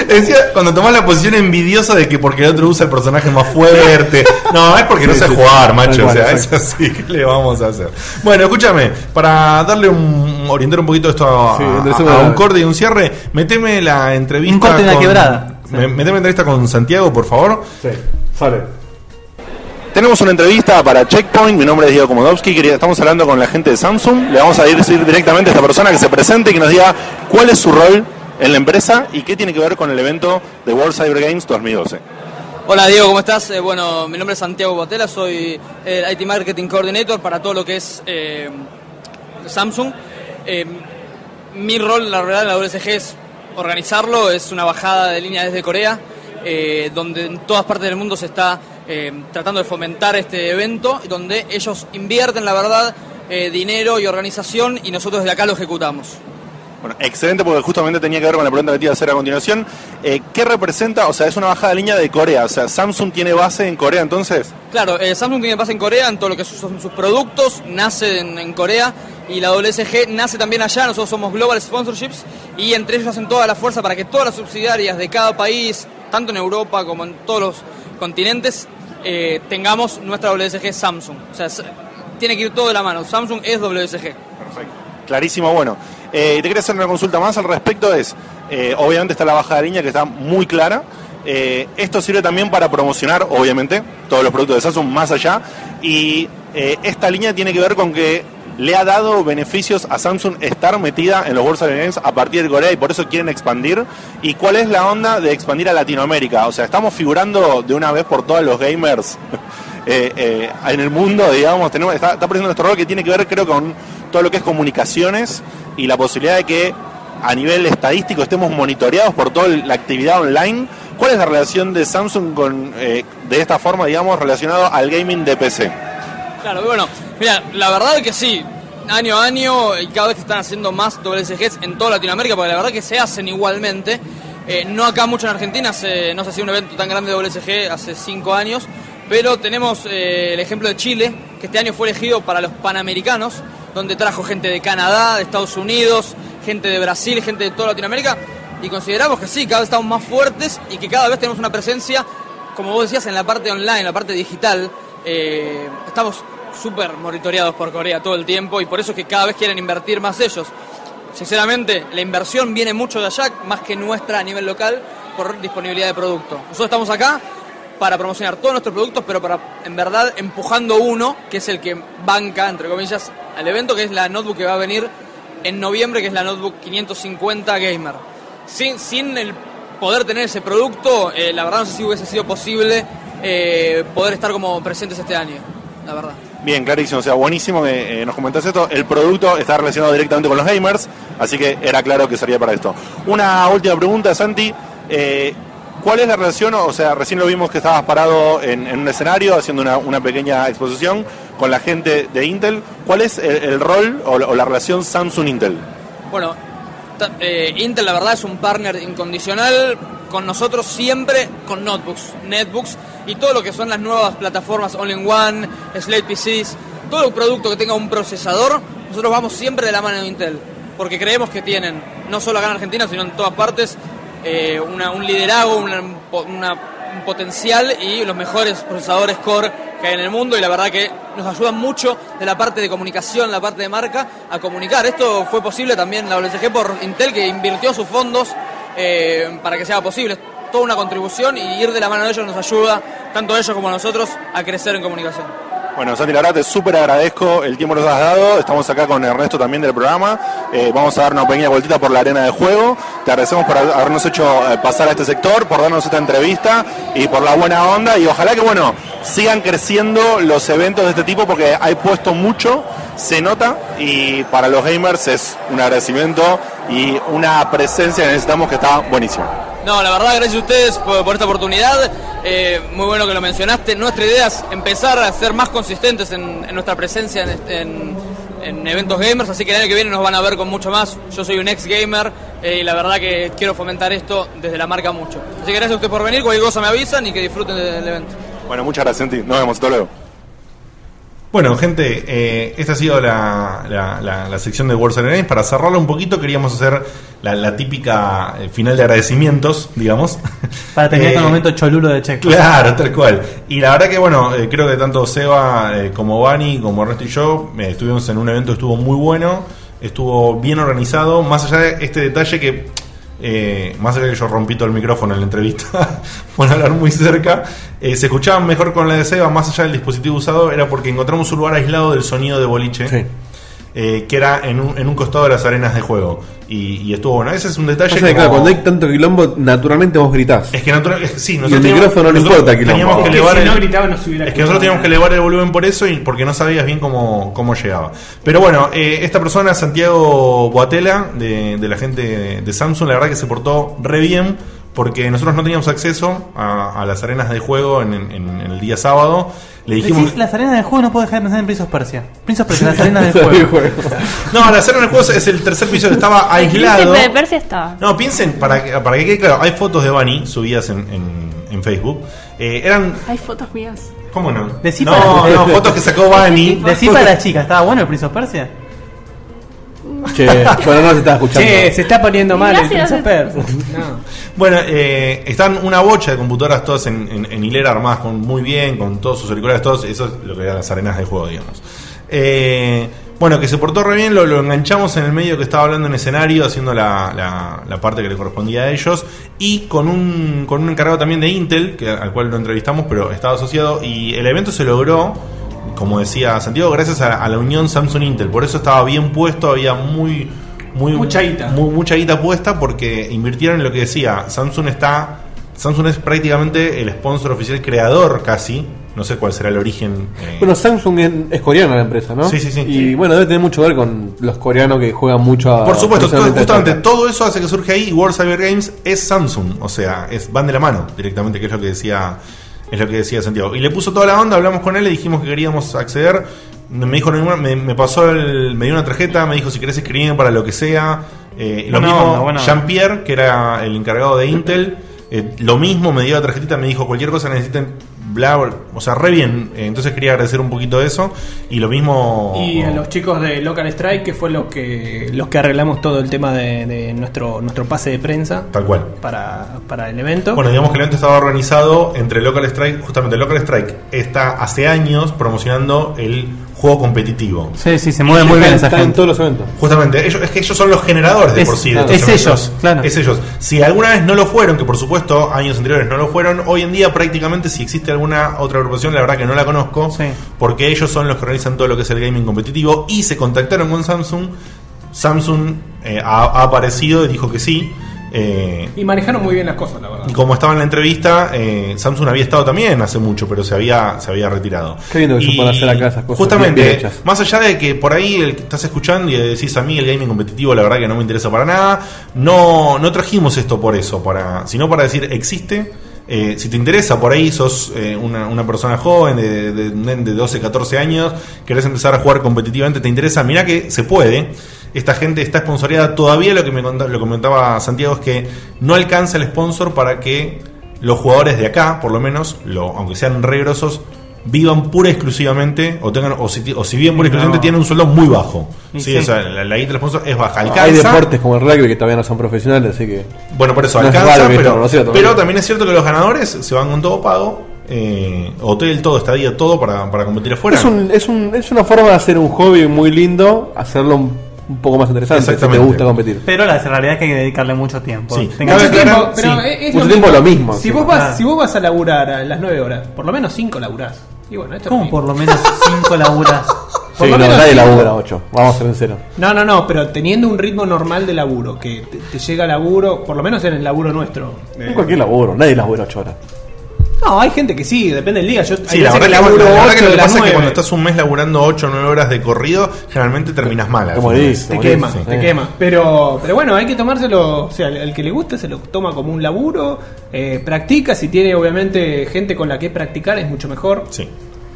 Speaker 3: Decía, cuando tomás la posición envidiosa de que porque el otro usa el personaje más fuerte. No, es porque no
Speaker 1: Sí,
Speaker 3: sé
Speaker 1: sí,
Speaker 3: jugar,
Speaker 1: sí.
Speaker 3: macho.
Speaker 1: Tal
Speaker 3: O sea,
Speaker 1: cual,
Speaker 3: es así que le vamos a hacer. Bueno, escúchame, para darle un. orientar un poquito esto a,
Speaker 1: Sí,
Speaker 3: a-
Speaker 1: enderecemos
Speaker 3: a
Speaker 1: la-
Speaker 3: un corte y un cierre, meteme la entrevista.
Speaker 4: Un corte en la quebrada.
Speaker 3: me- meteme la entrevista con Santiago, por favor.
Speaker 1: Sí, sale.
Speaker 3: Tenemos una entrevista para Checkpoint. Mi nombre es Diego Komodowski. quería- Estamos hablando con la gente de Samsung. Le vamos a ir ir directamente a esta persona que se presente y que nos diga cuál es su rol en la empresa y qué tiene que ver con el evento de World Cyber Games 2012.
Speaker 12: Hola Diego, ¿cómo estás? Eh, bueno, mi nombre es Santiago Botella, soy el IT Marketing Coordinator para todo lo que es eh, Samsung. Eh, mi rol, la verdad, en la WSG es organizarlo, es una bajada de línea desde Corea, eh, donde en todas partes del mundo se está eh, tratando de fomentar este evento, donde ellos invierten, la verdad, eh, dinero y organización y nosotros desde acá lo ejecutamos.
Speaker 3: Bueno, excelente porque justamente tenía que ver con la pregunta que te iba a hacer a continuación. Eh, ¿Qué representa? O sea, es una bajada de línea de Corea. O sea, Samsung tiene base en Corea entonces.
Speaker 12: Claro, eh, Samsung tiene base en Corea, en todo lo que son sus productos, nace en, en Corea y la WSG nace también allá, nosotros somos Global Sponsorships y entre ellos hacen toda la fuerza para que todas las subsidiarias de cada país, tanto en Europa como en todos los continentes, eh, tengamos nuestra WSG Samsung. O sea, s- tiene que ir todo de la mano, Samsung es WSG.
Speaker 3: Clarísimo, bueno. Eh, te quería hacer una consulta más al respecto. Es, eh, obviamente está la bajada de línea que está muy clara. Eh, esto sirve también para promocionar, obviamente, todos los productos de Samsung más allá. Y eh, esta línea tiene que ver con que le ha dado beneficios a Samsung estar metida en los World Series Games a partir de Corea y por eso quieren expandir. ¿Y cuál es la onda de expandir a Latinoamérica? O sea, estamos figurando de una vez por todas los gamers eh, eh, en el mundo, digamos, tenemos, está, está apareciendo nuestro rol que tiene que ver, creo, con todo lo que es comunicaciones y la posibilidad de que a nivel estadístico estemos monitoreados por toda la actividad online. ¿Cuál es la relación de Samsung con, eh, de esta forma, digamos, relacionado al gaming de PC?
Speaker 12: Claro, bueno, mira, la verdad que sí, año a año y cada vez están haciendo más WSGs en toda Latinoamérica, porque la verdad que se hacen igualmente. Eh, no acá mucho en Argentina, hace- no se hacía un evento tan grande de WSG hace cinco años, pero tenemos eh, el ejemplo de Chile, que este año fue elegido para los Panamericanos, donde trajo gente de Canadá, de Estados Unidos, gente de Brasil, gente de toda Latinoamérica, y consideramos que sí, cada vez estamos más fuertes y que cada vez tenemos una presencia como vos decías, en la parte online, en la parte digital, eh, estamos súper monitoreados por Corea todo el tiempo y por eso es que cada vez quieren invertir más ellos. Sinceramente, la inversión viene mucho de allá, más que nuestra a nivel local, por disponibilidad de producto. Nosotros estamos acá para promocionar todos nuestros productos, pero para, en verdad, empujando uno, que es el que banca, entre comillas, al evento, que es la notebook que va a venir en noviembre, que es la notebook 550 Gamer. Sin, sin el poder tener ese producto, eh, la verdad no sé si hubiese sido posible eh, poder estar como presentes este año, la verdad.
Speaker 3: Bien, clarísimo. O sea, buenísimo que eh, nos comentas esto. El producto está relacionado directamente con los gamers, así que era claro que sería para esto. Una última pregunta, Santi. Eh, ¿Cuál es la relación? O sea, recién lo vimos que estabas parado en, en un escenario haciendo una, una pequeña exposición con la gente de Intel. ¿Cuál es el, el rol o la, o la relación Samsung-Intel?
Speaker 12: Bueno, ta- eh, Intel la verdad es un partner incondicional con nosotros siempre con notebooks, netbooks y todo lo que son las nuevas plataformas All-in-One, Slate PCs, todo el producto que tenga un procesador, nosotros vamos siempre de la mano de Intel, porque creemos que tienen, no solo acá en Argentina, sino en todas partes, eh, una- un liderazgo, una- una- un potencial y los mejores procesadores core que hay en el mundo y la verdad que nos ayudan mucho de la parte de comunicación, la parte de marca, a comunicar. Esto fue posible también la WSG por Intel que invirtió sus fondos eh, para que sea posible. Toda una contribución y ir de la mano de ellos nos ayuda, tanto a ellos como a nosotros, a crecer en comunicación.
Speaker 3: Bueno, Santi, la verdad te súper agradezco el tiempo que nos has dado. Estamos acá con Ernesto también del programa. Eh, vamos a dar una pequeña vueltita por la arena de juego. Te agradecemos por habernos hecho eh, pasar a este sector, por darnos esta entrevista y por la buena onda. Y ojalá que, bueno, sigan creciendo los eventos de este tipo porque hay puesto mucho, se nota. Y para los gamers es un agradecimiento y una presencia que necesitamos que está buenísima.
Speaker 12: No, la verdad, gracias a ustedes por, por esta oportunidad. Eh, muy bueno que lo mencionaste. Nuestra idea es empezar a ser más consistentes en, en nuestra presencia en, este- en- en eventos gamers, así que el año que viene nos van a ver con mucho más. Yo soy un ex gamer eh, y la verdad que quiero fomentar esto desde la marca mucho. Así que gracias a ustedes por venir, cualquier cosa me avisan y que disfruten del evento.
Speaker 3: Bueno, muchas gracias, Santi. Nos vemos. Hasta luego.
Speaker 13: Bueno, gente, eh, esta ha sido la, la- la- la sección de Words and Names. Para cerrarla un poquito, queríamos hacer la, la típica eh, final de agradecimientos, digamos.
Speaker 4: Para terminar con
Speaker 13: Eh,
Speaker 4: el momento cholulo de Checo.
Speaker 13: Claro, tal cual. Y la verdad que, bueno, eh, creo que tanto Seba eh, como Vani, como Ernesto y yo, eh, estuvimos en un evento que estuvo muy bueno, estuvo bien organizado, más allá de este detalle que, eh, más allá de que yo rompí todo el micrófono en la entrevista, por hablar muy cerca, eh, se escuchaban mejor con la de Seba, más allá del dispositivo usado, era porque encontramos un lugar aislado del sonido de boliche. eh, que era en un, en un costado de las arenas de juego. Y, y estuvo bueno. Ese es un detalle
Speaker 1: Pasa que, claro,
Speaker 13: como-
Speaker 1: cuando hay tanto quilombo, naturalmente vos gritás.
Speaker 13: Es que natural, es que sí,
Speaker 1: Y el
Speaker 13: nosotros teníamos-
Speaker 1: micrófono no
Speaker 13: nosotros
Speaker 1: importa, quilombo.
Speaker 13: Teníamos que
Speaker 1: Es que
Speaker 13: elevar
Speaker 1: si
Speaker 13: el-
Speaker 1: no gritaba, no se hubiera
Speaker 4: Eh,
Speaker 13: es que nosotros teníamos
Speaker 1: escuchado.
Speaker 13: que elevar el volumen por eso y porque no sabías bien cómo, cómo llegaba. Pero bueno, eh, esta persona, Santiago Boatela, de, de la gente de Samsung, la verdad que se portó re bien porque nosotros no teníamos acceso a, a las arenas de juego en, en- en el día sábado.
Speaker 3: Le dijimos.
Speaker 4: Decís las arenas del juego no puedo dejar de pensar en Prince of Persia. Prince of Persia, las arenas del
Speaker 3: Del
Speaker 4: juego.
Speaker 3: juego. No, la cena del juego es el tercer piso que estaba aislado.
Speaker 6: príncipe de Persia estaba.
Speaker 3: No, piensen, para que, para que quede claro, hay fotos de Bunny subidas en, en- en Facebook. Eh, eran.
Speaker 6: Hay fotos mías.
Speaker 3: ¿Cómo no?
Speaker 4: Decí
Speaker 3: no,
Speaker 4: para-
Speaker 3: no, fotos que sacó Bunny.
Speaker 4: Decí para las chicas, ¿estaba bueno el Prince of Persia?
Speaker 1: Che, bueno, no se está escuchando.
Speaker 5: Che, se está poniendo mal el
Speaker 4: Gracias.
Speaker 5: Prince of Persia.
Speaker 3: Bueno, eh, están una bocha de computadoras todas en, en- en hilera armadas con muy bien, con todos sus auriculares, todos. Eso es lo que eran las arenas de juego, digamos. Eh, bueno, que se portó re bien, lo, lo enganchamos en el medio que estaba hablando en escenario, haciendo la, la- la parte que le correspondía a ellos, y con un, con un encargado también de Intel, que, al cual lo entrevistamos, pero estaba asociado, y el evento se logró, como decía Santiago, gracias a, a la unión Samsung-Intel, por eso estaba bien puesto, había muy... muy
Speaker 5: Mucha guita.
Speaker 3: mu- mucha guita puesta porque invirtieron en lo que decía, Samsung está... Samsung es prácticamente el sponsor oficial creador casi, no sé cuál será el origen eh,
Speaker 1: Bueno, Samsung es, es coreana la empresa, ¿no?
Speaker 3: Sí, sí, sí.
Speaker 1: Y bueno, debe tener mucho que ver con los coreanos que juegan mucho a.
Speaker 3: Por supuesto, todo-
Speaker 1: precisamente a esta-
Speaker 3: justamente todo eso hace que surge ahí y World Cyber Games es Samsung, o sea, es, van de la mano directamente, que es lo que decía es lo que decía Santiago. Y le puso toda la onda, hablamos con él, le dijimos que queríamos acceder, me dijo, no, me, me pasó, el- me dio una tarjeta, me dijo si querés escribirme para lo que sea, Eh, lo
Speaker 4: Buena
Speaker 3: mismo
Speaker 4: onda, buena onda.
Speaker 3: Jean-Pierre, que era el encargado de Intel, eh, lo mismo, me dio la tarjetita, me dijo cualquier cosa necesiten, bla, bla". o sea, re bien, Eh, entonces quería agradecer un poquito de eso, y lo mismo...
Speaker 5: Y a los chicos de Local Strike, que fue los que los que arreglamos todo el tema de, de nuestro nuestro pase de prensa
Speaker 3: Tal cual.
Speaker 5: para, para el evento.
Speaker 3: Bueno, digamos que el evento estaba organizado entre Local Strike, justamente Local Strike está hace años promocionando el juego competitivo.
Speaker 4: Sí, sí, se mueve muy
Speaker 3: Está-
Speaker 4: bien esa
Speaker 3: está en
Speaker 4: gente.
Speaker 1: todos los eventos.
Speaker 3: Justamente, ellos, es que ellos son los generadores de
Speaker 4: Es-
Speaker 3: por sí. de
Speaker 4: claro.
Speaker 3: estos
Speaker 4: es
Speaker 3: eventos.
Speaker 4: ellos, claro.
Speaker 3: Es ellos. Si alguna vez no lo fueron, que por supuesto años anteriores no lo fueron, hoy en día prácticamente si existe alguna otra agrupación, la verdad que no la conozco, porque ellos son los que organizan todo lo que es el gaming competitivo y se contactaron con Samsung. Samsung eh, ha, ha aparecido y dijo que sí. eh,
Speaker 5: Y manejaron muy bien las cosas, la verdad.
Speaker 3: y como estaba en la entrevista, eh, Samsung había estado también hace mucho, pero se había, se había retirado.
Speaker 1: Qué lindo que
Speaker 3: Y
Speaker 1: son para hacer acá esas cosas.
Speaker 3: Justamente,
Speaker 1: bien hechas.
Speaker 3: más allá de que por ahí el que estás escuchando y decís a mí el gaming competitivo, la verdad que no me interesa para nada, no, no trajimos esto por eso, para, sino para decir existe. eh, si te interesa, por ahí sos eh, una, una persona joven de, de- de- de 12, 14 años, querés empezar a jugar competitivamente, te interesa, mirá que se puede. Esta gente está sponsoreada todavía, lo que me contaba, lo comentaba Santiago es que no alcanza el sponsor para que los jugadores de acá, por lo menos, lo, aunque sean regrosos, vivan pura y exclusivamente, o tengan, o si, o si viven pura y
Speaker 1: No.
Speaker 3: exclusivamente, tienen un sueldo muy bajo.
Speaker 1: Y
Speaker 3: Sí,
Speaker 1: sí.
Speaker 3: o sea, la, la guita del sponsor es baja.
Speaker 1: Hay
Speaker 3: Alcanza.
Speaker 1: deportes como el rugby que todavía no son profesionales, así que.
Speaker 3: Bueno, por eso
Speaker 1: No es
Speaker 3: alcanza,
Speaker 1: raro que esto
Speaker 3: pero,
Speaker 1: no lo sea todavía.
Speaker 3: pero también es cierto que los ganadores se van con todo pago, eh, hotel, todo, estadía, todo para, para competir afuera.
Speaker 1: Es, un- es, un- es una forma de hacer un hobby muy lindo, hacerlo un, un poco más interesante si te
Speaker 3: Exactamente.
Speaker 1: gusta competir.
Speaker 4: Pero la realidad es que hay que dedicarle mucho tiempo. eh,
Speaker 1: Sí.
Speaker 4: Tenga-
Speaker 1: Mucho
Speaker 5: Tiempo, pero es- es
Speaker 1: Mucho tiempo lo mismo,
Speaker 5: Si
Speaker 1: sí.
Speaker 5: vos, vas,
Speaker 1: Ah.
Speaker 5: si vos vas a laburar a las 9 horas, por lo menos 5 laburás. Y bueno, esto es lo
Speaker 4: ¿Cómo
Speaker 5: mismo.
Speaker 4: por lo menos 5 laburas?
Speaker 1: Sí, no, nadie labura 8. Vamos a ser sinceros.
Speaker 5: No, no, no, pero teniendo un ritmo normal de laburo, que te, te llega laburo, por lo menos en el laburo nuestro.
Speaker 1: En cualquier laburo, nadie labura 8 horas.
Speaker 5: No, hay gente que sí, depende del día. Yo, hay
Speaker 3: Sí, la
Speaker 5: veces
Speaker 3: verdad, que, bueno,
Speaker 5: laburo
Speaker 3: la verdad que
Speaker 5: ocho
Speaker 3: lo que
Speaker 5: de
Speaker 3: pasa
Speaker 5: las
Speaker 3: es que
Speaker 5: nueve.
Speaker 3: cuando estás un mes laburando 8 o 9 horas de corrido, generalmente terminas mal. al
Speaker 1: Te
Speaker 3: final.
Speaker 1: morís,
Speaker 5: Te quema, te quema. Pero, pero bueno, hay que tomárselo, o sea, el que le gusta se lo toma como un laburo, eh, practica, si tiene obviamente gente con la que practicar es mucho mejor.
Speaker 3: Sí.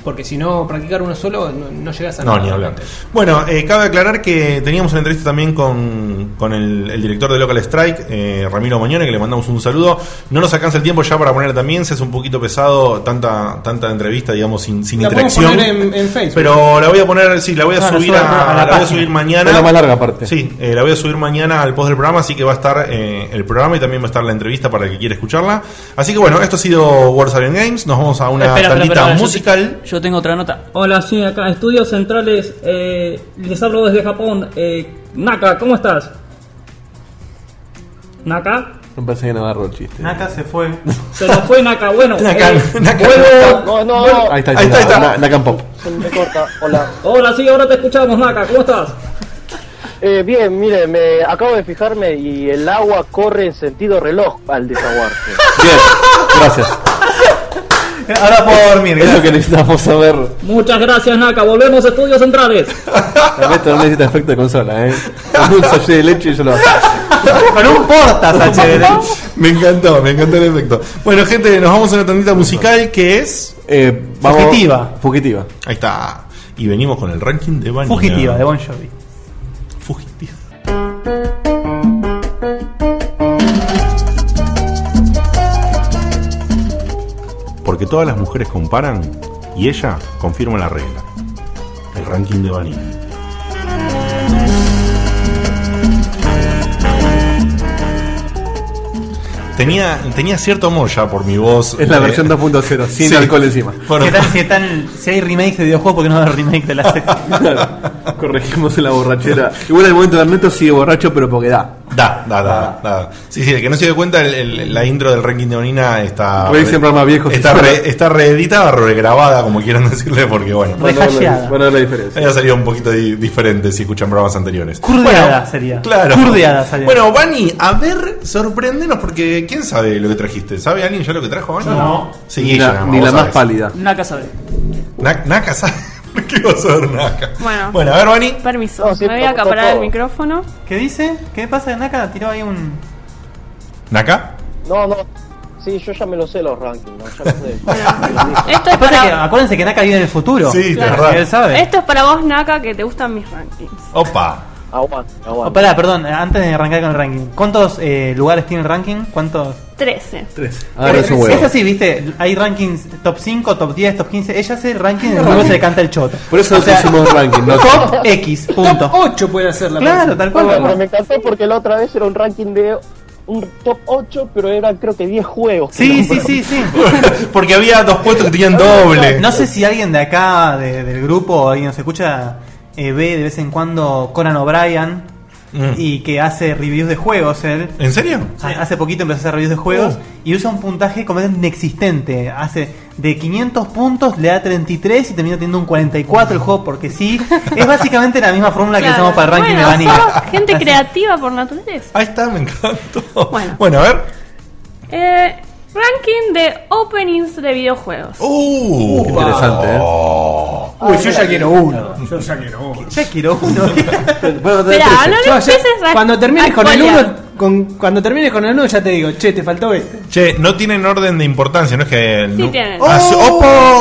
Speaker 5: Porque si no, practicar uno solo no, no llegas a
Speaker 3: No,
Speaker 5: nada.
Speaker 3: ni hablar. Bueno, eh, cabe aclarar que teníamos una entrevista también con, con el, el director de Local Strike, eh, Ramiro Mañone, que le mandamos un saludo. No nos alcanza el tiempo ya para poner también, se hace un poquito pesado tanta tanta entrevista, digamos, sin, sin
Speaker 5: La podemos
Speaker 3: interacción.
Speaker 5: poner en, en Facebook.
Speaker 3: Pero la voy a poner, sí, la voy a
Speaker 5: No, Ah, la
Speaker 3: subir
Speaker 5: suba-
Speaker 3: a,
Speaker 5: a la
Speaker 3: la voy a
Speaker 5: página.
Speaker 3: subir mañana.
Speaker 1: Es la más larga aparte.
Speaker 3: Sí, eh, la voy a subir mañana al post del programa, así que va a estar eh, el programa y también va a estar la entrevista para el que quiera escucharla. Así que bueno, esto ha sido World Silent Games, nos vamos a una
Speaker 2: Espera, espera,
Speaker 3: tandita
Speaker 2: espera, yo te-
Speaker 3: musical.
Speaker 2: Yo, tengo otra nota. Hola, sí, acá, Estudios Centrales. eh, les hablo desde Japón. Eh, Naka, ¿cómo estás? Naka,
Speaker 1: No pensé que no agarró el chiste.
Speaker 4: Naka se fue.
Speaker 2: se nos fue Naka. Bueno,
Speaker 1: Naka,
Speaker 2: eh,
Speaker 1: Naka.
Speaker 2: vuelvo-
Speaker 1: No,
Speaker 8: no,
Speaker 2: vuelvo-
Speaker 1: Ahí está,
Speaker 8: Ahí está, ahí está.
Speaker 1: Na- Nakam Pop.
Speaker 8: Se me corta, hola.
Speaker 2: Hola, sí, ahora te escuchamos, Naka. ¿Cómo estás?
Speaker 8: Eh, bien, mire, me acabo de fijarme y el agua corre en sentido reloj al desaguarse.
Speaker 1: Bien, gracias.
Speaker 4: Ahora puedo dormir.
Speaker 1: Es lo que necesitamos saber.
Speaker 2: Muchas gracias, Naka. Volvemos a Estudios Centrales.
Speaker 1: Ernesto no necesita efecto de consola, ¿eh? Con un sachet de leche y yo lo hago.
Speaker 4: Con un porta,
Speaker 3: Eh, Me encantó, me encantó el efecto. Bueno, gente, nos vamos a una tandita musical que es.
Speaker 1: Eh, vamos-
Speaker 3: Fugitiva.
Speaker 1: Fugitiva.
Speaker 3: Ahí está. Y venimos con el ranking de Vanina.
Speaker 4: Fugitiva, de Bon Jovi.
Speaker 3: Fugitiva. Porque todas las mujeres comparan y ella confirma la regla. El ranking de Vanina. Tenía, tenía cierto amor ya por mi voz.
Speaker 1: Es la
Speaker 3: eh,
Speaker 1: versión 2.0, sin
Speaker 3: sí.
Speaker 1: alcohol encima.
Speaker 3: Bueno,
Speaker 4: ¿Qué tal si, están- si hay remake de videojuegos? Porque no va a haber remake de la serie.
Speaker 1: Corregimos la borrachera. Igual en el momento de Ernesto sigue borracho, pero porque da.
Speaker 3: Da, da, da, da. Sí, sí, el que no se dio cuenta, el- el- la intro del ranking de Onina está.
Speaker 1: Revisen programas viejos.
Speaker 3: Ah, Está, re- está reeditada, regrabada, como quieran decirle, porque bueno.
Speaker 1: Van a ver la- Rehasheada. van a ver la diferencia.
Speaker 3: Había salido un poquito di- diferente si escuchan programas anteriores.
Speaker 4: Curdeada sería.
Speaker 3: Claro.
Speaker 4: Curdeada sería.
Speaker 3: Bueno, Vani, a ver, sorpréndenos, porque ¿quién sabe lo que trajiste? ¿Sabe alguien ya lo que trajo, Vani?
Speaker 2: Yo no.
Speaker 3: Sí,
Speaker 1: Ni
Speaker 3: ella
Speaker 1: la-
Speaker 3: nomás,
Speaker 1: ni
Speaker 3: vos
Speaker 1: la más
Speaker 3: sabés.
Speaker 1: pálida.
Speaker 2: Naka sabe.
Speaker 3: Na- Naka, ¿sabe? ¿Por qué vas a ver Naka?
Speaker 6: Bueno,
Speaker 3: Bueno, a ver, Vani.
Speaker 6: Permiso,
Speaker 4: No, sí,
Speaker 6: me voy a
Speaker 4: to- to-
Speaker 6: acaparar el
Speaker 4: todo.
Speaker 6: micrófono.
Speaker 4: ¿Qué dice? ¿Qué pasa de Naka? Tiró ahí un.
Speaker 3: ¿Naka?
Speaker 8: No, no. Sí, yo ya me lo sé los rankings, ¿no? ya lo sé.
Speaker 6: Esto es,
Speaker 4: Pasa que,
Speaker 6: para,
Speaker 4: acuérdense que Naka vive en el futuro.
Speaker 3: Sí,
Speaker 4: Claro.
Speaker 3: tenés razón.
Speaker 4: Él sabe.
Speaker 6: esto es para vos, Naka, que te gustan mis rankings.
Speaker 3: Opa.
Speaker 8: Aguante,
Speaker 4: Oh,
Speaker 8: aguante.
Speaker 4: pará, perdón, antes de arrancar con el ranking. ¿Cuántos eh, lugares tiene el ranking? ¿Cuántos?
Speaker 6: 13.
Speaker 1: Ahora Ah, es un huevo.
Speaker 4: Es así, viste. Hay rankings top 5, top 10, top 15. Ella hace el ranking y luego se le canta el choto.
Speaker 1: Por eso hicimos ranking, no-
Speaker 4: Top X, punto.
Speaker 5: 8 puede hacer la
Speaker 4: Claro,
Speaker 5: próxima.
Speaker 4: tal cual.
Speaker 8: Bueno,
Speaker 4: tal
Speaker 8: pero
Speaker 4: cual.
Speaker 8: me encantó porque la otra vez era un ranking de un top 8, pero eran creo que 10 juegos.
Speaker 4: Sí, sí, sí, sí.
Speaker 3: Porque había dos puestos que tenían doble.
Speaker 4: No sé si alguien de acá, de- del grupo, o alguien nos escucha, eh, ve de vez en cuando Conan O'Brien
Speaker 3: Mm.
Speaker 4: y que hace reviews de juegos él.
Speaker 3: ¿En serio? Oh.
Speaker 4: Ha- Hace poquito empezó a hacer reviews de juegos y usa un puntaje completamente inexistente. Hace de 500 puntos, le da 33 y termina teniendo un 44 el juego porque sí. Es básicamente la misma fórmula Ah, que
Speaker 6: Claro.
Speaker 4: usamos para el ranking
Speaker 6: Bueno,
Speaker 4: de
Speaker 6: somos
Speaker 4: Vanilla.
Speaker 6: gente creativa por naturaleza.
Speaker 3: Ahí está, me encantó.
Speaker 6: Bueno.
Speaker 3: a ver.
Speaker 6: Eh, ranking de openings de videojuegos.
Speaker 3: Uh,
Speaker 1: interesante, ¿eh?
Speaker 5: Uy, yo ya quiero uno. Yo ya quiero uno.
Speaker 4: Ya quiero uno.
Speaker 6: Esperá, no le
Speaker 5: Yo ya-
Speaker 6: empieces a-
Speaker 5: cuando termines
Speaker 6: a
Speaker 5: con el
Speaker 6: spoilear.
Speaker 5: uno, con- cuando termines con el uno ya te digo, che, te faltó este.
Speaker 3: Che, no tienen orden de importancia, no es que.
Speaker 6: Sí
Speaker 3: no-
Speaker 6: tienen.
Speaker 3: Ah, sí,
Speaker 5: Oh.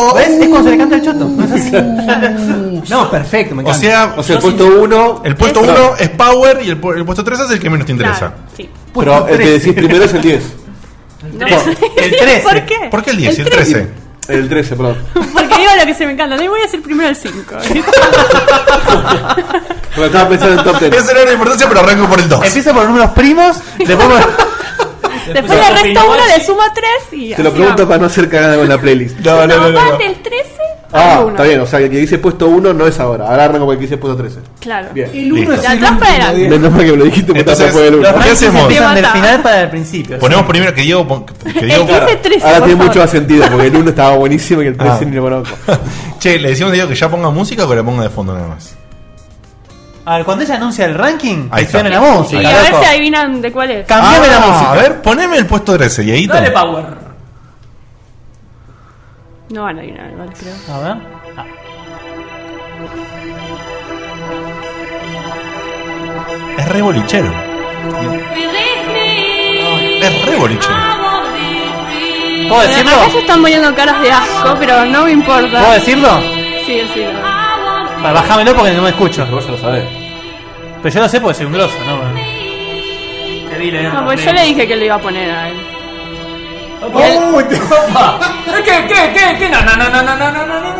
Speaker 3: opo.
Speaker 4: ¿Ves? Es cuando se le canta el choto. No, es así. No, perfecto,
Speaker 3: O
Speaker 4: me encanta.
Speaker 3: sea,
Speaker 1: O sea, el puesto 1.
Speaker 3: el puesto
Speaker 6: Es-
Speaker 3: 1 es Power y el, pu- el puesto 3 es el que menos te interesa.
Speaker 6: Claro, sí.
Speaker 1: Pero el que decís primero es el 10.
Speaker 6: No.
Speaker 4: El 13.
Speaker 6: ¿Por qué?
Speaker 3: ¿Por qué el 10 y el
Speaker 6: tres-
Speaker 3: 13?
Speaker 1: El 13, perdón.
Speaker 6: Porque digo lo que se me encanta. Le voy a decir primero el 5.
Speaker 1: Porque estaba pensando en top 10.
Speaker 3: Ese no era de importancia, pero arranco por el 2.
Speaker 4: Empieza por números primos, después por...
Speaker 6: Después le resta uno, le suma 3 y
Speaker 1: Te lo
Speaker 6: así
Speaker 1: pregunto
Speaker 6: vamos.
Speaker 1: para no hacer cagada con la playlist.
Speaker 3: No,
Speaker 6: No,
Speaker 3: no, no, no.
Speaker 6: van del 13 al
Speaker 1: Ah,
Speaker 6: 1.
Speaker 1: está bien, o sea, que el que dice puesto 1 no es ahora. Ahora arranco con el que dice puesto 13.
Speaker 6: Claro.
Speaker 1: Bien.
Speaker 5: El uno
Speaker 3: Listo.
Speaker 5: es
Speaker 6: De
Speaker 5: el
Speaker 6: atrás para
Speaker 5: último,
Speaker 6: adelante.
Speaker 5: Diego.
Speaker 1: Menos mal que me lo dijiste porque
Speaker 3: Entonces,
Speaker 1: estás fue el 1.
Speaker 3: los
Speaker 4: Los
Speaker 3: ¿Qué
Speaker 4: rankings
Speaker 3: hacemos?
Speaker 4: empiezan del
Speaker 6: Te mata.
Speaker 4: final para el principio.
Speaker 3: Ponemos primero que Diego. pon- Que Diego
Speaker 6: El 15 13.
Speaker 1: Ahora
Speaker 6: por
Speaker 1: tiene
Speaker 6: favor.
Speaker 1: mucho más sentido porque el 1 estaba buenísimo y el 13
Speaker 4: Ah.
Speaker 1: ni lo conozco.
Speaker 3: che, le decimos a Diego que ya ponga música o que la ponga de fondo nada más.
Speaker 4: A ver, cuando ella anuncia el ranking,
Speaker 3: Ahí
Speaker 4: que
Speaker 3: está.
Speaker 4: suena la
Speaker 6: Y
Speaker 4: música.
Speaker 6: a ver
Speaker 4: loco.
Speaker 6: si adivinan de cuál es.
Speaker 4: Cambiame la
Speaker 3: Ah,
Speaker 4: música.
Speaker 3: A ver, poneme el puesto 13, Dieguito.
Speaker 2: Dale power.
Speaker 6: No van a adivinar igual, creo.
Speaker 4: A ver.
Speaker 3: Es re bolichero. Es re bolichero.
Speaker 4: Ah. ¿Puedo
Speaker 6: Bueno,
Speaker 4: decirlo?
Speaker 6: acá ya están poniendo caras de asco, pero no me importa.
Speaker 4: ¿Puedo decirlo?
Speaker 6: Sí, sí.
Speaker 4: Pa- Bájamelo porque no me escucho.
Speaker 1: Vos ya lo sabés.
Speaker 4: Pero yo lo sé porque soy un grosso, ¿no? Bueno.
Speaker 2: Te di leer
Speaker 6: No,
Speaker 2: la
Speaker 6: pues yo
Speaker 2: regla.
Speaker 6: le dije que lo iba a poner a él.
Speaker 2: ¿Qué, qué, qué, qué? No, no, no, no, no, no, no, no, no.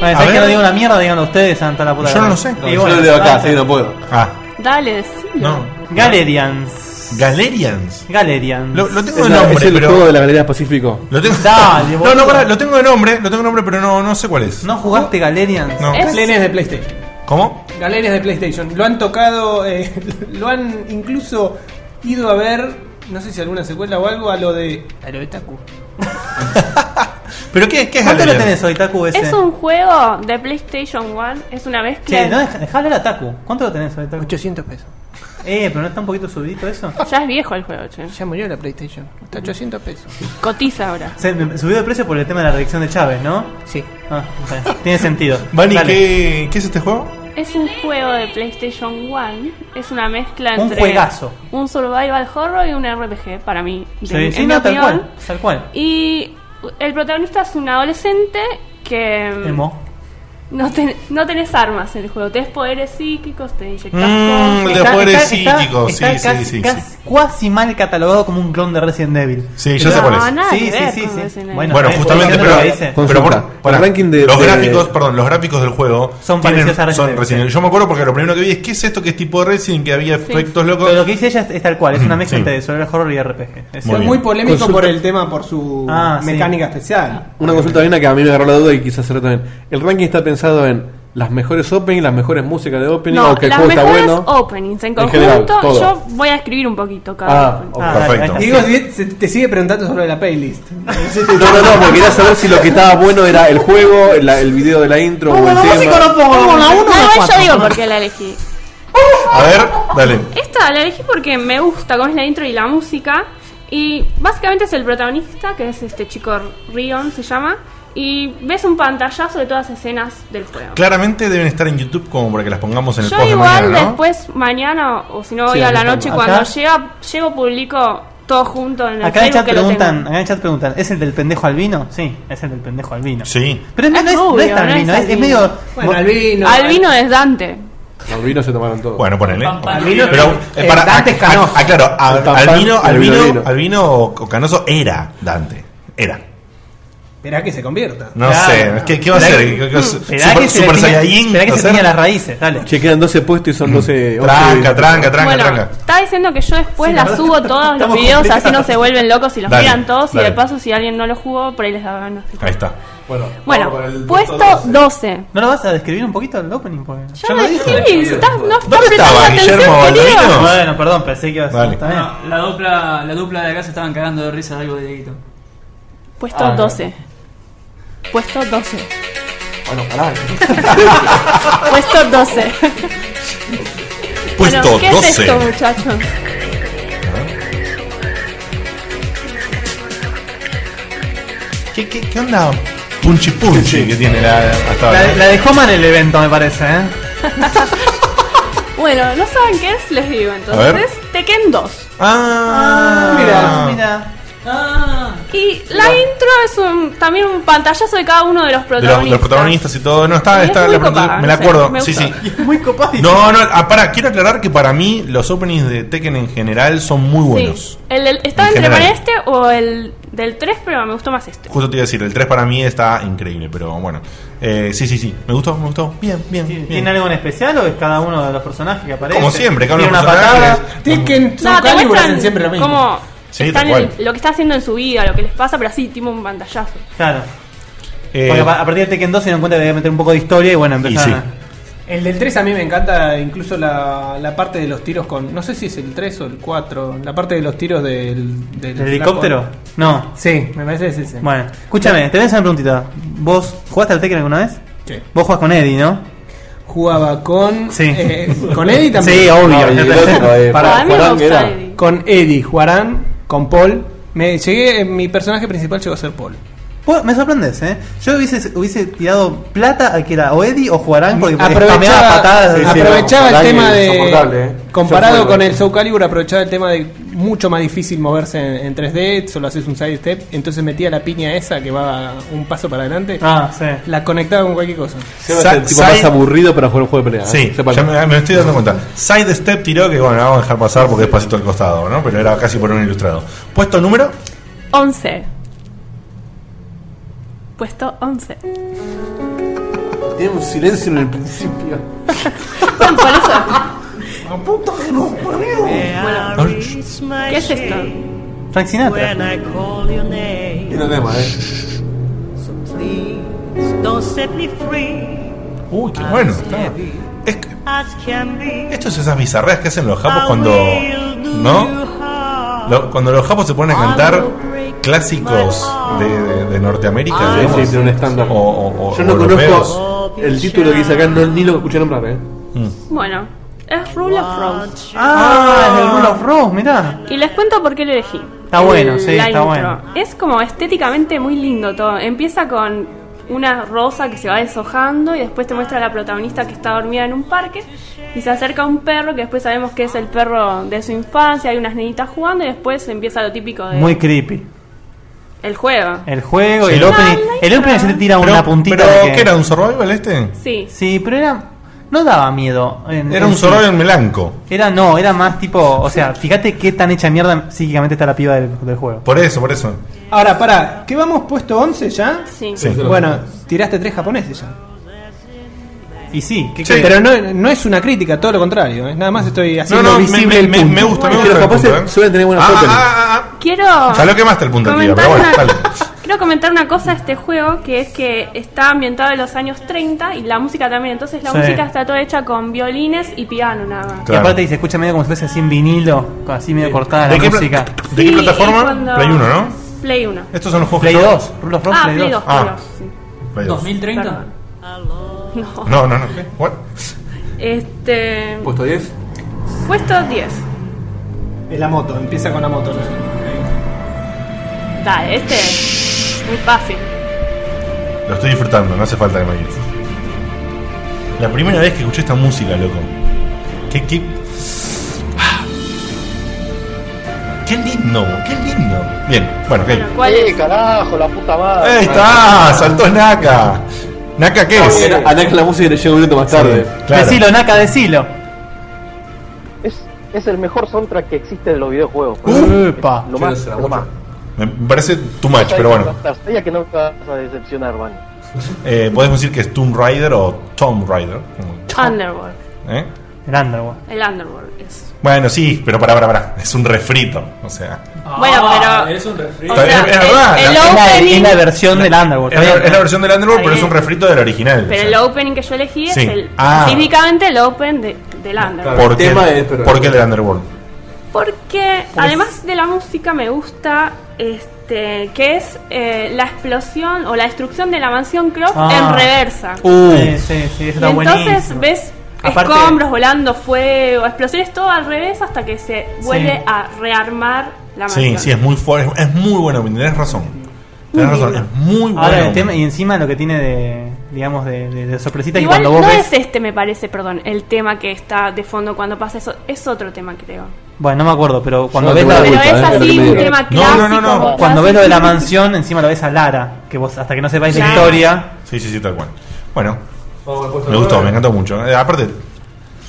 Speaker 4: Bueno,
Speaker 3: A
Speaker 4: ¿sabés que
Speaker 3: ver.
Speaker 4: no digo una mierda? Digan ustedes, santa la puta.
Speaker 3: Yo no lo sé. No,
Speaker 4: Y
Speaker 1: yo
Speaker 4: bueno,
Speaker 1: lo leo acá,
Speaker 4: basta.
Speaker 1: sí, no puedo.
Speaker 3: Ah,
Speaker 6: Dale, decilo.
Speaker 3: no.
Speaker 4: Galerians.
Speaker 3: Galerians.
Speaker 4: Galerians.
Speaker 3: Lo, lo tengo
Speaker 1: Es,
Speaker 3: de
Speaker 1: la-
Speaker 3: nombre,
Speaker 1: es el
Speaker 3: pero.
Speaker 1: juego de la galería Pacífico.
Speaker 3: Lo tengo...
Speaker 4: Dale,
Speaker 3: no, no,
Speaker 4: boludo.
Speaker 3: pará, lo tengo de nombre, lo tengo de nombre, pero no, no sé cuál es.
Speaker 4: ¿No jugaste Galerians?
Speaker 3: No.
Speaker 6: Es-
Speaker 5: Galerías de PlayStation.
Speaker 3: ¿Cómo?
Speaker 5: Galerías de PlayStation. Lo han tocado, eh, lo han incluso ido a ver, no sé si alguna secuela o algo, a lo de. A lo de Taku.
Speaker 3: ¿Pero qué, qué es
Speaker 4: ¿Cuánto lo
Speaker 3: Galerians?
Speaker 4: tenés hoy, Taku, ese?
Speaker 6: Es un juego de PlayStation 1, es una mezcla.
Speaker 4: Che, no, dej- dejalo a Taku. ¿Cuánto lo tenés hoy, Taku?
Speaker 5: 800 pesos.
Speaker 4: Eh, pero no está un poquito subidito eso.
Speaker 6: Ya es viejo el juego, che.
Speaker 5: Ya murió la PlayStation. Está 800 pesos.
Speaker 6: Cotiza ahora.
Speaker 4: Se me- subió de precio por el tema de la reelección de Chávez, ¿no?
Speaker 5: Sí.
Speaker 4: Ah, ok. tiene sentido.
Speaker 3: Vani,
Speaker 4: Dale.
Speaker 3: ¿qué, ¿qué es este juego?
Speaker 6: Es un juego de PlayStation 1, es una mezcla
Speaker 4: Un
Speaker 6: entre
Speaker 4: juegazo.
Speaker 6: un survival horror y un RPG para mí,
Speaker 4: Sí,
Speaker 6: de- en
Speaker 4: sí,
Speaker 6: mi
Speaker 4: no, tal
Speaker 6: opinión.
Speaker 4: cual, tal cual.
Speaker 6: Y el protagonista es un adolescente que... mm,
Speaker 4: Emo.
Speaker 6: No, ten- no tenés armas en el juego, tenés poderes psíquicos, te inyectás
Speaker 3: Mm,
Speaker 6: cosas.
Speaker 3: de poderes
Speaker 4: está-
Speaker 3: psíquicos,
Speaker 4: está
Speaker 3: sí, sí,
Speaker 4: casi,
Speaker 3: sí,
Speaker 4: casi- cuasi mal catalogado como un clon de Resident Evil.
Speaker 3: Sí,
Speaker 1: ya sé cuál es.
Speaker 6: No, nada que
Speaker 4: Sí, sí,
Speaker 6: ver
Speaker 4: sí,
Speaker 6: con
Speaker 4: sí.
Speaker 6: Resident Evil.
Speaker 3: Bueno,
Speaker 4: eh,
Speaker 3: justamente,
Speaker 4: por
Speaker 3: pero,
Speaker 4: lo que dice.
Speaker 3: pero por-
Speaker 1: Consulta.
Speaker 3: para-
Speaker 1: El ranking de-
Speaker 3: los
Speaker 1: de-
Speaker 3: gráficos, perdón, los gráficos del juego
Speaker 4: Son parecidos a Resident
Speaker 3: son
Speaker 4: Evil,
Speaker 3: Resident Evil. Yo me acuerdo porque lo primero que vi es qué es esto que es tipo de Resident que había efectos locos.
Speaker 4: Pero lo que dice ella es, es tal cual, es una mezcla
Speaker 3: Sí.
Speaker 4: entre Survival Horror y RPG. Es
Speaker 3: Muy
Speaker 4: muy,
Speaker 3: bien.
Speaker 5: Muy polémico
Speaker 1: Consulta.
Speaker 5: por el tema, por su
Speaker 4: Ah, sí.
Speaker 5: mecánica especial.
Speaker 1: Una consulta bien que a mí me agarró la duda y quise hacer también. ¿El ranking está pensado en las mejores opening, las mejores músicas de opening
Speaker 6: No,
Speaker 1: o que el
Speaker 6: las
Speaker 1: juego está
Speaker 6: mejores
Speaker 1: bueno?
Speaker 6: openings en
Speaker 1: En general,
Speaker 6: conjunto.
Speaker 1: todo.
Speaker 6: yo voy a escribir un poquito cada
Speaker 1: Ah,
Speaker 6: opening.
Speaker 1: ok,
Speaker 4: Ah,
Speaker 3: perfecto.
Speaker 5: Diego si- se- te sigue preguntando sobre la playlist.
Speaker 1: No, no, no, porque quería saber si lo que estaba bueno era el juego, la- el video de la intro o el tema.
Speaker 6: No, yo digo por qué la elegí.
Speaker 3: A ver, dale.
Speaker 6: Esta la elegí porque me gusta cómo es la intro y la música. Y básicamente es el protagonista, que es este chico Rion, se llama. Y ves un pantallazo de todas las escenas del juego.
Speaker 3: Claramente deben estar en YouTube como para que las pongamos en el
Speaker 6: Yo
Speaker 3: post de
Speaker 6: igual
Speaker 3: mañana, ¿no?
Speaker 6: después, mañana, o si no, hoy
Speaker 4: Sí,
Speaker 6: a la
Speaker 4: acá
Speaker 6: noche,
Speaker 4: estamos.
Speaker 6: cuando
Speaker 4: Acá-
Speaker 6: llega, llego, publico todo junto en el
Speaker 4: Acá en
Speaker 6: Facebook
Speaker 4: el chat
Speaker 6: que lo
Speaker 4: preguntan,
Speaker 6: tengo.
Speaker 4: acá en el chat preguntan, ¿es el del pendejo albino? Sí, es el del pendejo albino.
Speaker 3: Sí.
Speaker 4: Pero no,
Speaker 6: Es
Speaker 4: no es, no
Speaker 6: rubio,
Speaker 4: es tan
Speaker 6: Ah, no es
Speaker 4: albino, es, es
Speaker 6: albino.
Speaker 4: medio
Speaker 5: Bueno,
Speaker 4: mo-
Speaker 5: Albino.
Speaker 6: Albino es Dante.
Speaker 1: Los vinos se tomaron todo.
Speaker 3: Bueno, ponele.
Speaker 5: Albino-
Speaker 3: Pero eh, para
Speaker 5: Dante es Canoso.
Speaker 3: ac- aclaro, a-
Speaker 1: El Pampán-
Speaker 3: Albino,
Speaker 1: el
Speaker 3: Albino,
Speaker 1: Violino.
Speaker 3: Albino o Canoso era Dante. Era.
Speaker 5: Esperá que se convierta.
Speaker 3: No
Speaker 4: Claro.
Speaker 3: sé, ¿qué, qué va a
Speaker 4: Esperá
Speaker 3: ser?
Speaker 4: que-
Speaker 3: ¿Qué- qué va a ser?
Speaker 4: Esperá
Speaker 3: Super,
Speaker 4: que se le
Speaker 3: Super
Speaker 4: tiña-
Speaker 3: Saiyajin,
Speaker 4: esperá que
Speaker 3: ¿va
Speaker 4: se
Speaker 3: a
Speaker 4: tiña
Speaker 3: ser?
Speaker 4: las raíces, dale.
Speaker 1: Che, quedan 12 puestos y son 12.
Speaker 3: Tranca, tranca, tranca,
Speaker 6: bueno,
Speaker 3: tranca.
Speaker 6: está diciendo que yo después
Speaker 4: Sí, la
Speaker 6: las
Speaker 4: verdad.
Speaker 6: subo todos los
Speaker 4: Estamos
Speaker 6: videos, así
Speaker 4: complicados.
Speaker 6: no se vuelven locos y los
Speaker 3: Dale,
Speaker 6: miran todos. Y
Speaker 3: dale.
Speaker 6: de paso, si alguien no lo jugó, por ahí les da ganas.
Speaker 3: Ahí está.
Speaker 6: Bueno, puesto 12.
Speaker 4: ¿No lo vas a describir un poquito el opening? Porque...
Speaker 6: Ya lo dije, estás- no estás
Speaker 3: ¿Dónde estaba
Speaker 6: prestando
Speaker 3: Guillermo
Speaker 6: atención,
Speaker 3: Baldarini?
Speaker 6: querido.
Speaker 4: Bueno, perdón, pensé que iba a ser.
Speaker 3: Dale.
Speaker 4: está bien.
Speaker 2: No, la dupla, la dupla de acá se estaban cagando de risa de algo de Dieguito.
Speaker 5: Ah,
Speaker 6: Puesto 12. Puesto 12. Puesto 12.
Speaker 3: Puesto
Speaker 6: bueno, ¿qué
Speaker 3: 12.
Speaker 6: es esto, muchachos?
Speaker 3: ¿Qué, qué, qué onda? Punchi punchi que tiene la, hasta ahora. ¿eh?
Speaker 4: La, la dejó mal el evento, me parece, ¿eh?
Speaker 6: Bueno, ¿no saben qué es? Les digo
Speaker 3: A ver.
Speaker 6: entonces. Tekken 2.
Speaker 3: Ah,
Speaker 4: Mira, mira.
Speaker 6: Ah. Y la intro es un, también un pantallazo de cada uno de los
Speaker 3: De los,
Speaker 6: protagonistas.
Speaker 3: los protagonistas y todo. No, está,
Speaker 6: Y es
Speaker 3: está,
Speaker 6: muy
Speaker 3: la pregunta-
Speaker 6: copada,
Speaker 3: me
Speaker 6: no
Speaker 3: la
Speaker 6: sé,
Speaker 3: acuerdo.
Speaker 6: me
Speaker 3: sí,
Speaker 6: gusta.
Speaker 3: sí.
Speaker 4: Muy copado.
Speaker 3: No, no, ah, pará, quiero aclarar que para mí los openings de Tekken en general son muy
Speaker 6: Sí.
Speaker 3: buenos.
Speaker 6: El, el- estaba
Speaker 3: En
Speaker 6: entre
Speaker 3: general.
Speaker 6: este o el del 3, pero me gustó más este.
Speaker 3: Justo te iba a decir, el 3 para mí está increíble, pero bueno. Eh, sí, sí, sí, me gustó, me gustó. Bien, bien,
Speaker 4: ¿Tiene
Speaker 3: bien.
Speaker 4: algo en especial o es cada uno de los personajes que aparece?
Speaker 3: Como siempre, cada uno
Speaker 4: Tiene
Speaker 3: de los
Speaker 4: una
Speaker 3: personajes.
Speaker 4: patada.
Speaker 5: Tekken, Soul
Speaker 6: No, te
Speaker 5: Calibur
Speaker 6: muestran
Speaker 5: hacen siempre lo mismo.
Speaker 6: cómo
Speaker 3: Sí,
Speaker 6: están
Speaker 3: tal cual.
Speaker 6: en- lo que está haciendo en su vida, lo que les pasa, pero así, tipo un pantallazo.
Speaker 4: Claro.
Speaker 3: Eh,
Speaker 4: Porque a a partir de Tekken 2 se dieron cuenta que debía meter un poco de historia y bueno, empezaron
Speaker 3: sí.
Speaker 4: a-
Speaker 5: El del 3 a mí me encanta incluso la, la parte de los tiros con... No sé si es el 3 o el 4. La parte de los tiros del... del
Speaker 4: ¿El
Speaker 5: flaco.
Speaker 4: helicóptero? No.
Speaker 5: Sí, me parece que es ese.
Speaker 4: Bueno, escúchame, te voy a hacer una preguntita. ¿Vos jugaste al Tekken alguna vez?
Speaker 5: Sí.
Speaker 4: Vos jugás con Eddie, ¿no?
Speaker 5: Jugaba con...
Speaker 4: Sí.
Speaker 5: eh, con Eddie también.
Speaker 4: Sí, obvio.
Speaker 1: No, y el otro, eh,
Speaker 6: Para mí me
Speaker 1: Juarán,
Speaker 6: gusta
Speaker 1: que era.
Speaker 6: Eddie.
Speaker 5: Con Eddie, Juarán, con Paul. Me llegué, eh, mi personaje principal llegó a ser Paul.
Speaker 4: Vos- Me sorprendes, ¿eh? Yo hubiese, hubiese tirado plata a que era o Eddie o Juarán porque spameaba
Speaker 5: Aprovechaba,
Speaker 4: patadas.
Speaker 1: Sí, sí,
Speaker 5: aprovechaba
Speaker 1: no,
Speaker 5: el tema
Speaker 1: Juarán es insoportable,
Speaker 5: de...
Speaker 1: eh.
Speaker 5: Comparado
Speaker 1: Yo
Speaker 5: con
Speaker 1: juego.
Speaker 5: el Soul Calibur, aprovechaba el tema de mucho más difícil moverse en, en 3D, solo haces un side step, entonces metía la piña esa que va un paso para adelante,
Speaker 4: Ah, sí.
Speaker 5: la conectaba con cualquier cosa.
Speaker 1: Seba
Speaker 3: Sa-
Speaker 1: es el tipo
Speaker 3: Sai-
Speaker 1: más aburrido para jugar un juego de pelea.
Speaker 3: Sí,
Speaker 1: ¿eh? Sepa-
Speaker 3: ya me, me estoy dando cuenta. Side Step tiró que bueno, la vamos a dejar pasar porque es pasito al costado, ¿no? Pero era casi por un ilustrado. Puesto número
Speaker 6: 11. Puesto 11.
Speaker 1: Tiene un silencio en el principio.
Speaker 6: Por eso. ¿Qué es esto?
Speaker 4: Frank Sinatra.
Speaker 1: Y no tema, ¿eh?
Speaker 3: Uy,
Speaker 6: Ah,
Speaker 3: qué bueno. está. Es que- esto es esas bizarreas que hacen los
Speaker 6: Ah,
Speaker 3: japos cuando. ¿No? Lo- cuando los japos se ponen a cantar clásicos de, de- de Norteamérica,
Speaker 1: Ah, Sí,
Speaker 3: digamos.
Speaker 1: sí, tiene un estándar.
Speaker 3: O- o- o
Speaker 1: Yo no
Speaker 3: europeos.
Speaker 1: conozco el título que dice acá, no, ni lo escuché nombrar, ¿eh?
Speaker 6: Bueno, es Rule of Rose.
Speaker 4: Ah, es el Rule of Rose, mirá.
Speaker 6: Y les cuento por qué lo elegí.
Speaker 4: Está bueno, sí,
Speaker 6: la
Speaker 4: está bueno.
Speaker 6: Es como estéticamente muy lindo todo. Empieza con una rosa que se va deshojando y después te muestra a la protagonista que está dormida en un parque y se acerca a un perro que después sabemos que es el perro de su infancia, hay unas nenitas jugando y después empieza lo típico de
Speaker 4: Muy creepy.
Speaker 6: El juego.
Speaker 4: El juego,
Speaker 6: Sí. Ah,
Speaker 4: el
Speaker 6: No,
Speaker 4: opening.
Speaker 6: no
Speaker 4: El opening se te tira
Speaker 3: Pero-
Speaker 4: una puntita.
Speaker 3: pero,
Speaker 4: de
Speaker 3: ¿qué era, un survival este?
Speaker 6: Sí.
Speaker 4: Sí, pero era. No daba miedo. en-
Speaker 3: Era
Speaker 4: en
Speaker 3: un
Speaker 4: sí.
Speaker 3: sororo en melanco.
Speaker 4: Era, no, era más tipo. O sea, fíjate qué tan hecha mierda psíquicamente está la piba del, del juego.
Speaker 3: Por eso, por eso.
Speaker 5: Ahora, pará, ¿qué vamos puesto 11 ya?
Speaker 6: Sí.
Speaker 3: Sí.
Speaker 5: Bueno, tiraste tres japoneses ya.
Speaker 4: Y sí,
Speaker 5: Sí, pero no, no es una crítica, todo lo contrario. ¿eh? Nada más estoy haciendo
Speaker 3: no, me-
Speaker 5: visible
Speaker 3: me-
Speaker 5: el
Speaker 3: me-
Speaker 5: punto.
Speaker 3: me gusta, me Es que gusta los el japoneses punto, ¿eh?
Speaker 5: suelen tener
Speaker 3: buenas Ah, openings. ah,
Speaker 6: Quiero.
Speaker 3: Ya lo quemaste el punto, tío,
Speaker 6: comentar
Speaker 3: pero bueno,
Speaker 6: una-
Speaker 3: dale.
Speaker 6: Quiero comentar una cosa de este juego, que es que está ambientado en los años 30 y la música también. Entonces la
Speaker 4: Sí.
Speaker 6: música está toda hecha con violines y piano nada más.
Speaker 4: Y aparte se escucha medio como si fuese así en vinilo, así medio cortada
Speaker 3: ¿De
Speaker 4: la
Speaker 3: qué pla-
Speaker 4: música.
Speaker 3: ¿De qué
Speaker 6: Sí,
Speaker 3: plataforma?
Speaker 6: es cuando-
Speaker 3: Play 1, ¿no?
Speaker 6: Play 1.
Speaker 3: Estos son los juegos
Speaker 4: Play
Speaker 3: que yo-
Speaker 4: 2, Rule of Rose,
Speaker 6: Ah,
Speaker 4: Play
Speaker 6: Play 2.
Speaker 4: 2.
Speaker 3: Ah, Play 2.
Speaker 2: ¿2030?
Speaker 6: No.
Speaker 3: No, no, no. What?
Speaker 6: Este.
Speaker 1: ¿Puesto 10?
Speaker 6: Puesto 10.
Speaker 5: Es la moto, empieza con la moto.
Speaker 6: Dale, este es muy fácil.
Speaker 3: Lo estoy disfrutando, no hace falta que me digas. La primera vez que escuché esta música, loco. Qué, qué... Ah. Qué lindo, qué lindo. Bien, bueno, ok.
Speaker 6: ¿Cuál
Speaker 8: es? Eh, carajo, la puta madre!
Speaker 3: Ahí está, saltó ah, Naka. ¿Naka qué es?
Speaker 1: A Naka la música le llega un minuto más tarde.
Speaker 3: claro.
Speaker 4: Decilo, Naka, decilo.
Speaker 8: Es el mejor soundtrack que existe de los videojuegos.
Speaker 4: Upa.
Speaker 8: Lo más, lo más.
Speaker 3: Me parece too much, pero bueno.
Speaker 8: Sabía que no te vas a decepcionar, Van.
Speaker 3: Eh, podemos decir que es Tomb Raider o Tomb Raider. como-
Speaker 6: Underworld.
Speaker 3: ¿eh?
Speaker 4: El Underworld.
Speaker 6: El Underworld es.
Speaker 3: Bueno, sí, pero pará, pará, pará. Es un refrito. O sea,
Speaker 6: bueno, pero.
Speaker 2: Es un refri.
Speaker 6: o sea,
Speaker 3: es- es verdad,
Speaker 6: el, el
Speaker 3: la-
Speaker 4: Es la,
Speaker 6: opening.
Speaker 4: es la versión del Underworld.
Speaker 3: es la, es la versión del Underworld, pero es
Speaker 6: bien.
Speaker 3: un refrito del original.
Speaker 6: Pero el opening que yo elegí
Speaker 3: Sí.
Speaker 6: es el.
Speaker 3: Ah.
Speaker 6: Específicamente el open de, del Underworld.
Speaker 3: ¿Por qué,
Speaker 1: tema es, pero-
Speaker 3: por qué el del Underworld?
Speaker 6: Porque
Speaker 3: Pues-
Speaker 6: además de la música me gusta este que es eh, la explosión o la destrucción de la mansión Croft
Speaker 4: Ah.
Speaker 6: en reversa.
Speaker 3: Uh,
Speaker 4: Sí, sí, sí, eso
Speaker 6: Y
Speaker 4: está
Speaker 6: entonces
Speaker 4: buenísimo.
Speaker 6: ves
Speaker 4: Aparte-
Speaker 6: escombros volando, fuego, explosiones todo al revés hasta que se vuelve
Speaker 3: Sí.
Speaker 6: a rearmar la
Speaker 3: Sí,
Speaker 6: mansión.
Speaker 3: sí, es muy fuerte. Es muy bueno, tenés razón. Tenés razón, es muy bueno.
Speaker 4: Ahora el tema, y encima lo que tiene de, digamos, de, de- de sorpresita que
Speaker 6: Igual
Speaker 4: cuando vos
Speaker 6: no
Speaker 4: ves.
Speaker 6: es este, me parece, perdón, el tema que está de fondo cuando pasa eso. Es otro tema, creo.
Speaker 4: Bueno, no me acuerdo, pero cuando
Speaker 1: no
Speaker 4: ves
Speaker 1: tengo
Speaker 4: la-
Speaker 1: la
Speaker 6: Pero
Speaker 1: Puta,
Speaker 6: es
Speaker 1: eh, lo que
Speaker 6: así
Speaker 1: me
Speaker 6: un
Speaker 1: digas.
Speaker 6: tema
Speaker 3: No,
Speaker 6: clásico.
Speaker 3: no, no, no.
Speaker 6: como
Speaker 4: Cuando ves lo de la
Speaker 6: clásico.
Speaker 4: mansión, encima lo ves a Lara, que vos hasta que no sepáis la
Speaker 6: Claro.
Speaker 4: historia.
Speaker 3: Sí, sí, sí, tal cual. Bueno,
Speaker 1: Oh,
Speaker 3: me gustó, me encantó mucho. Eh, aparte.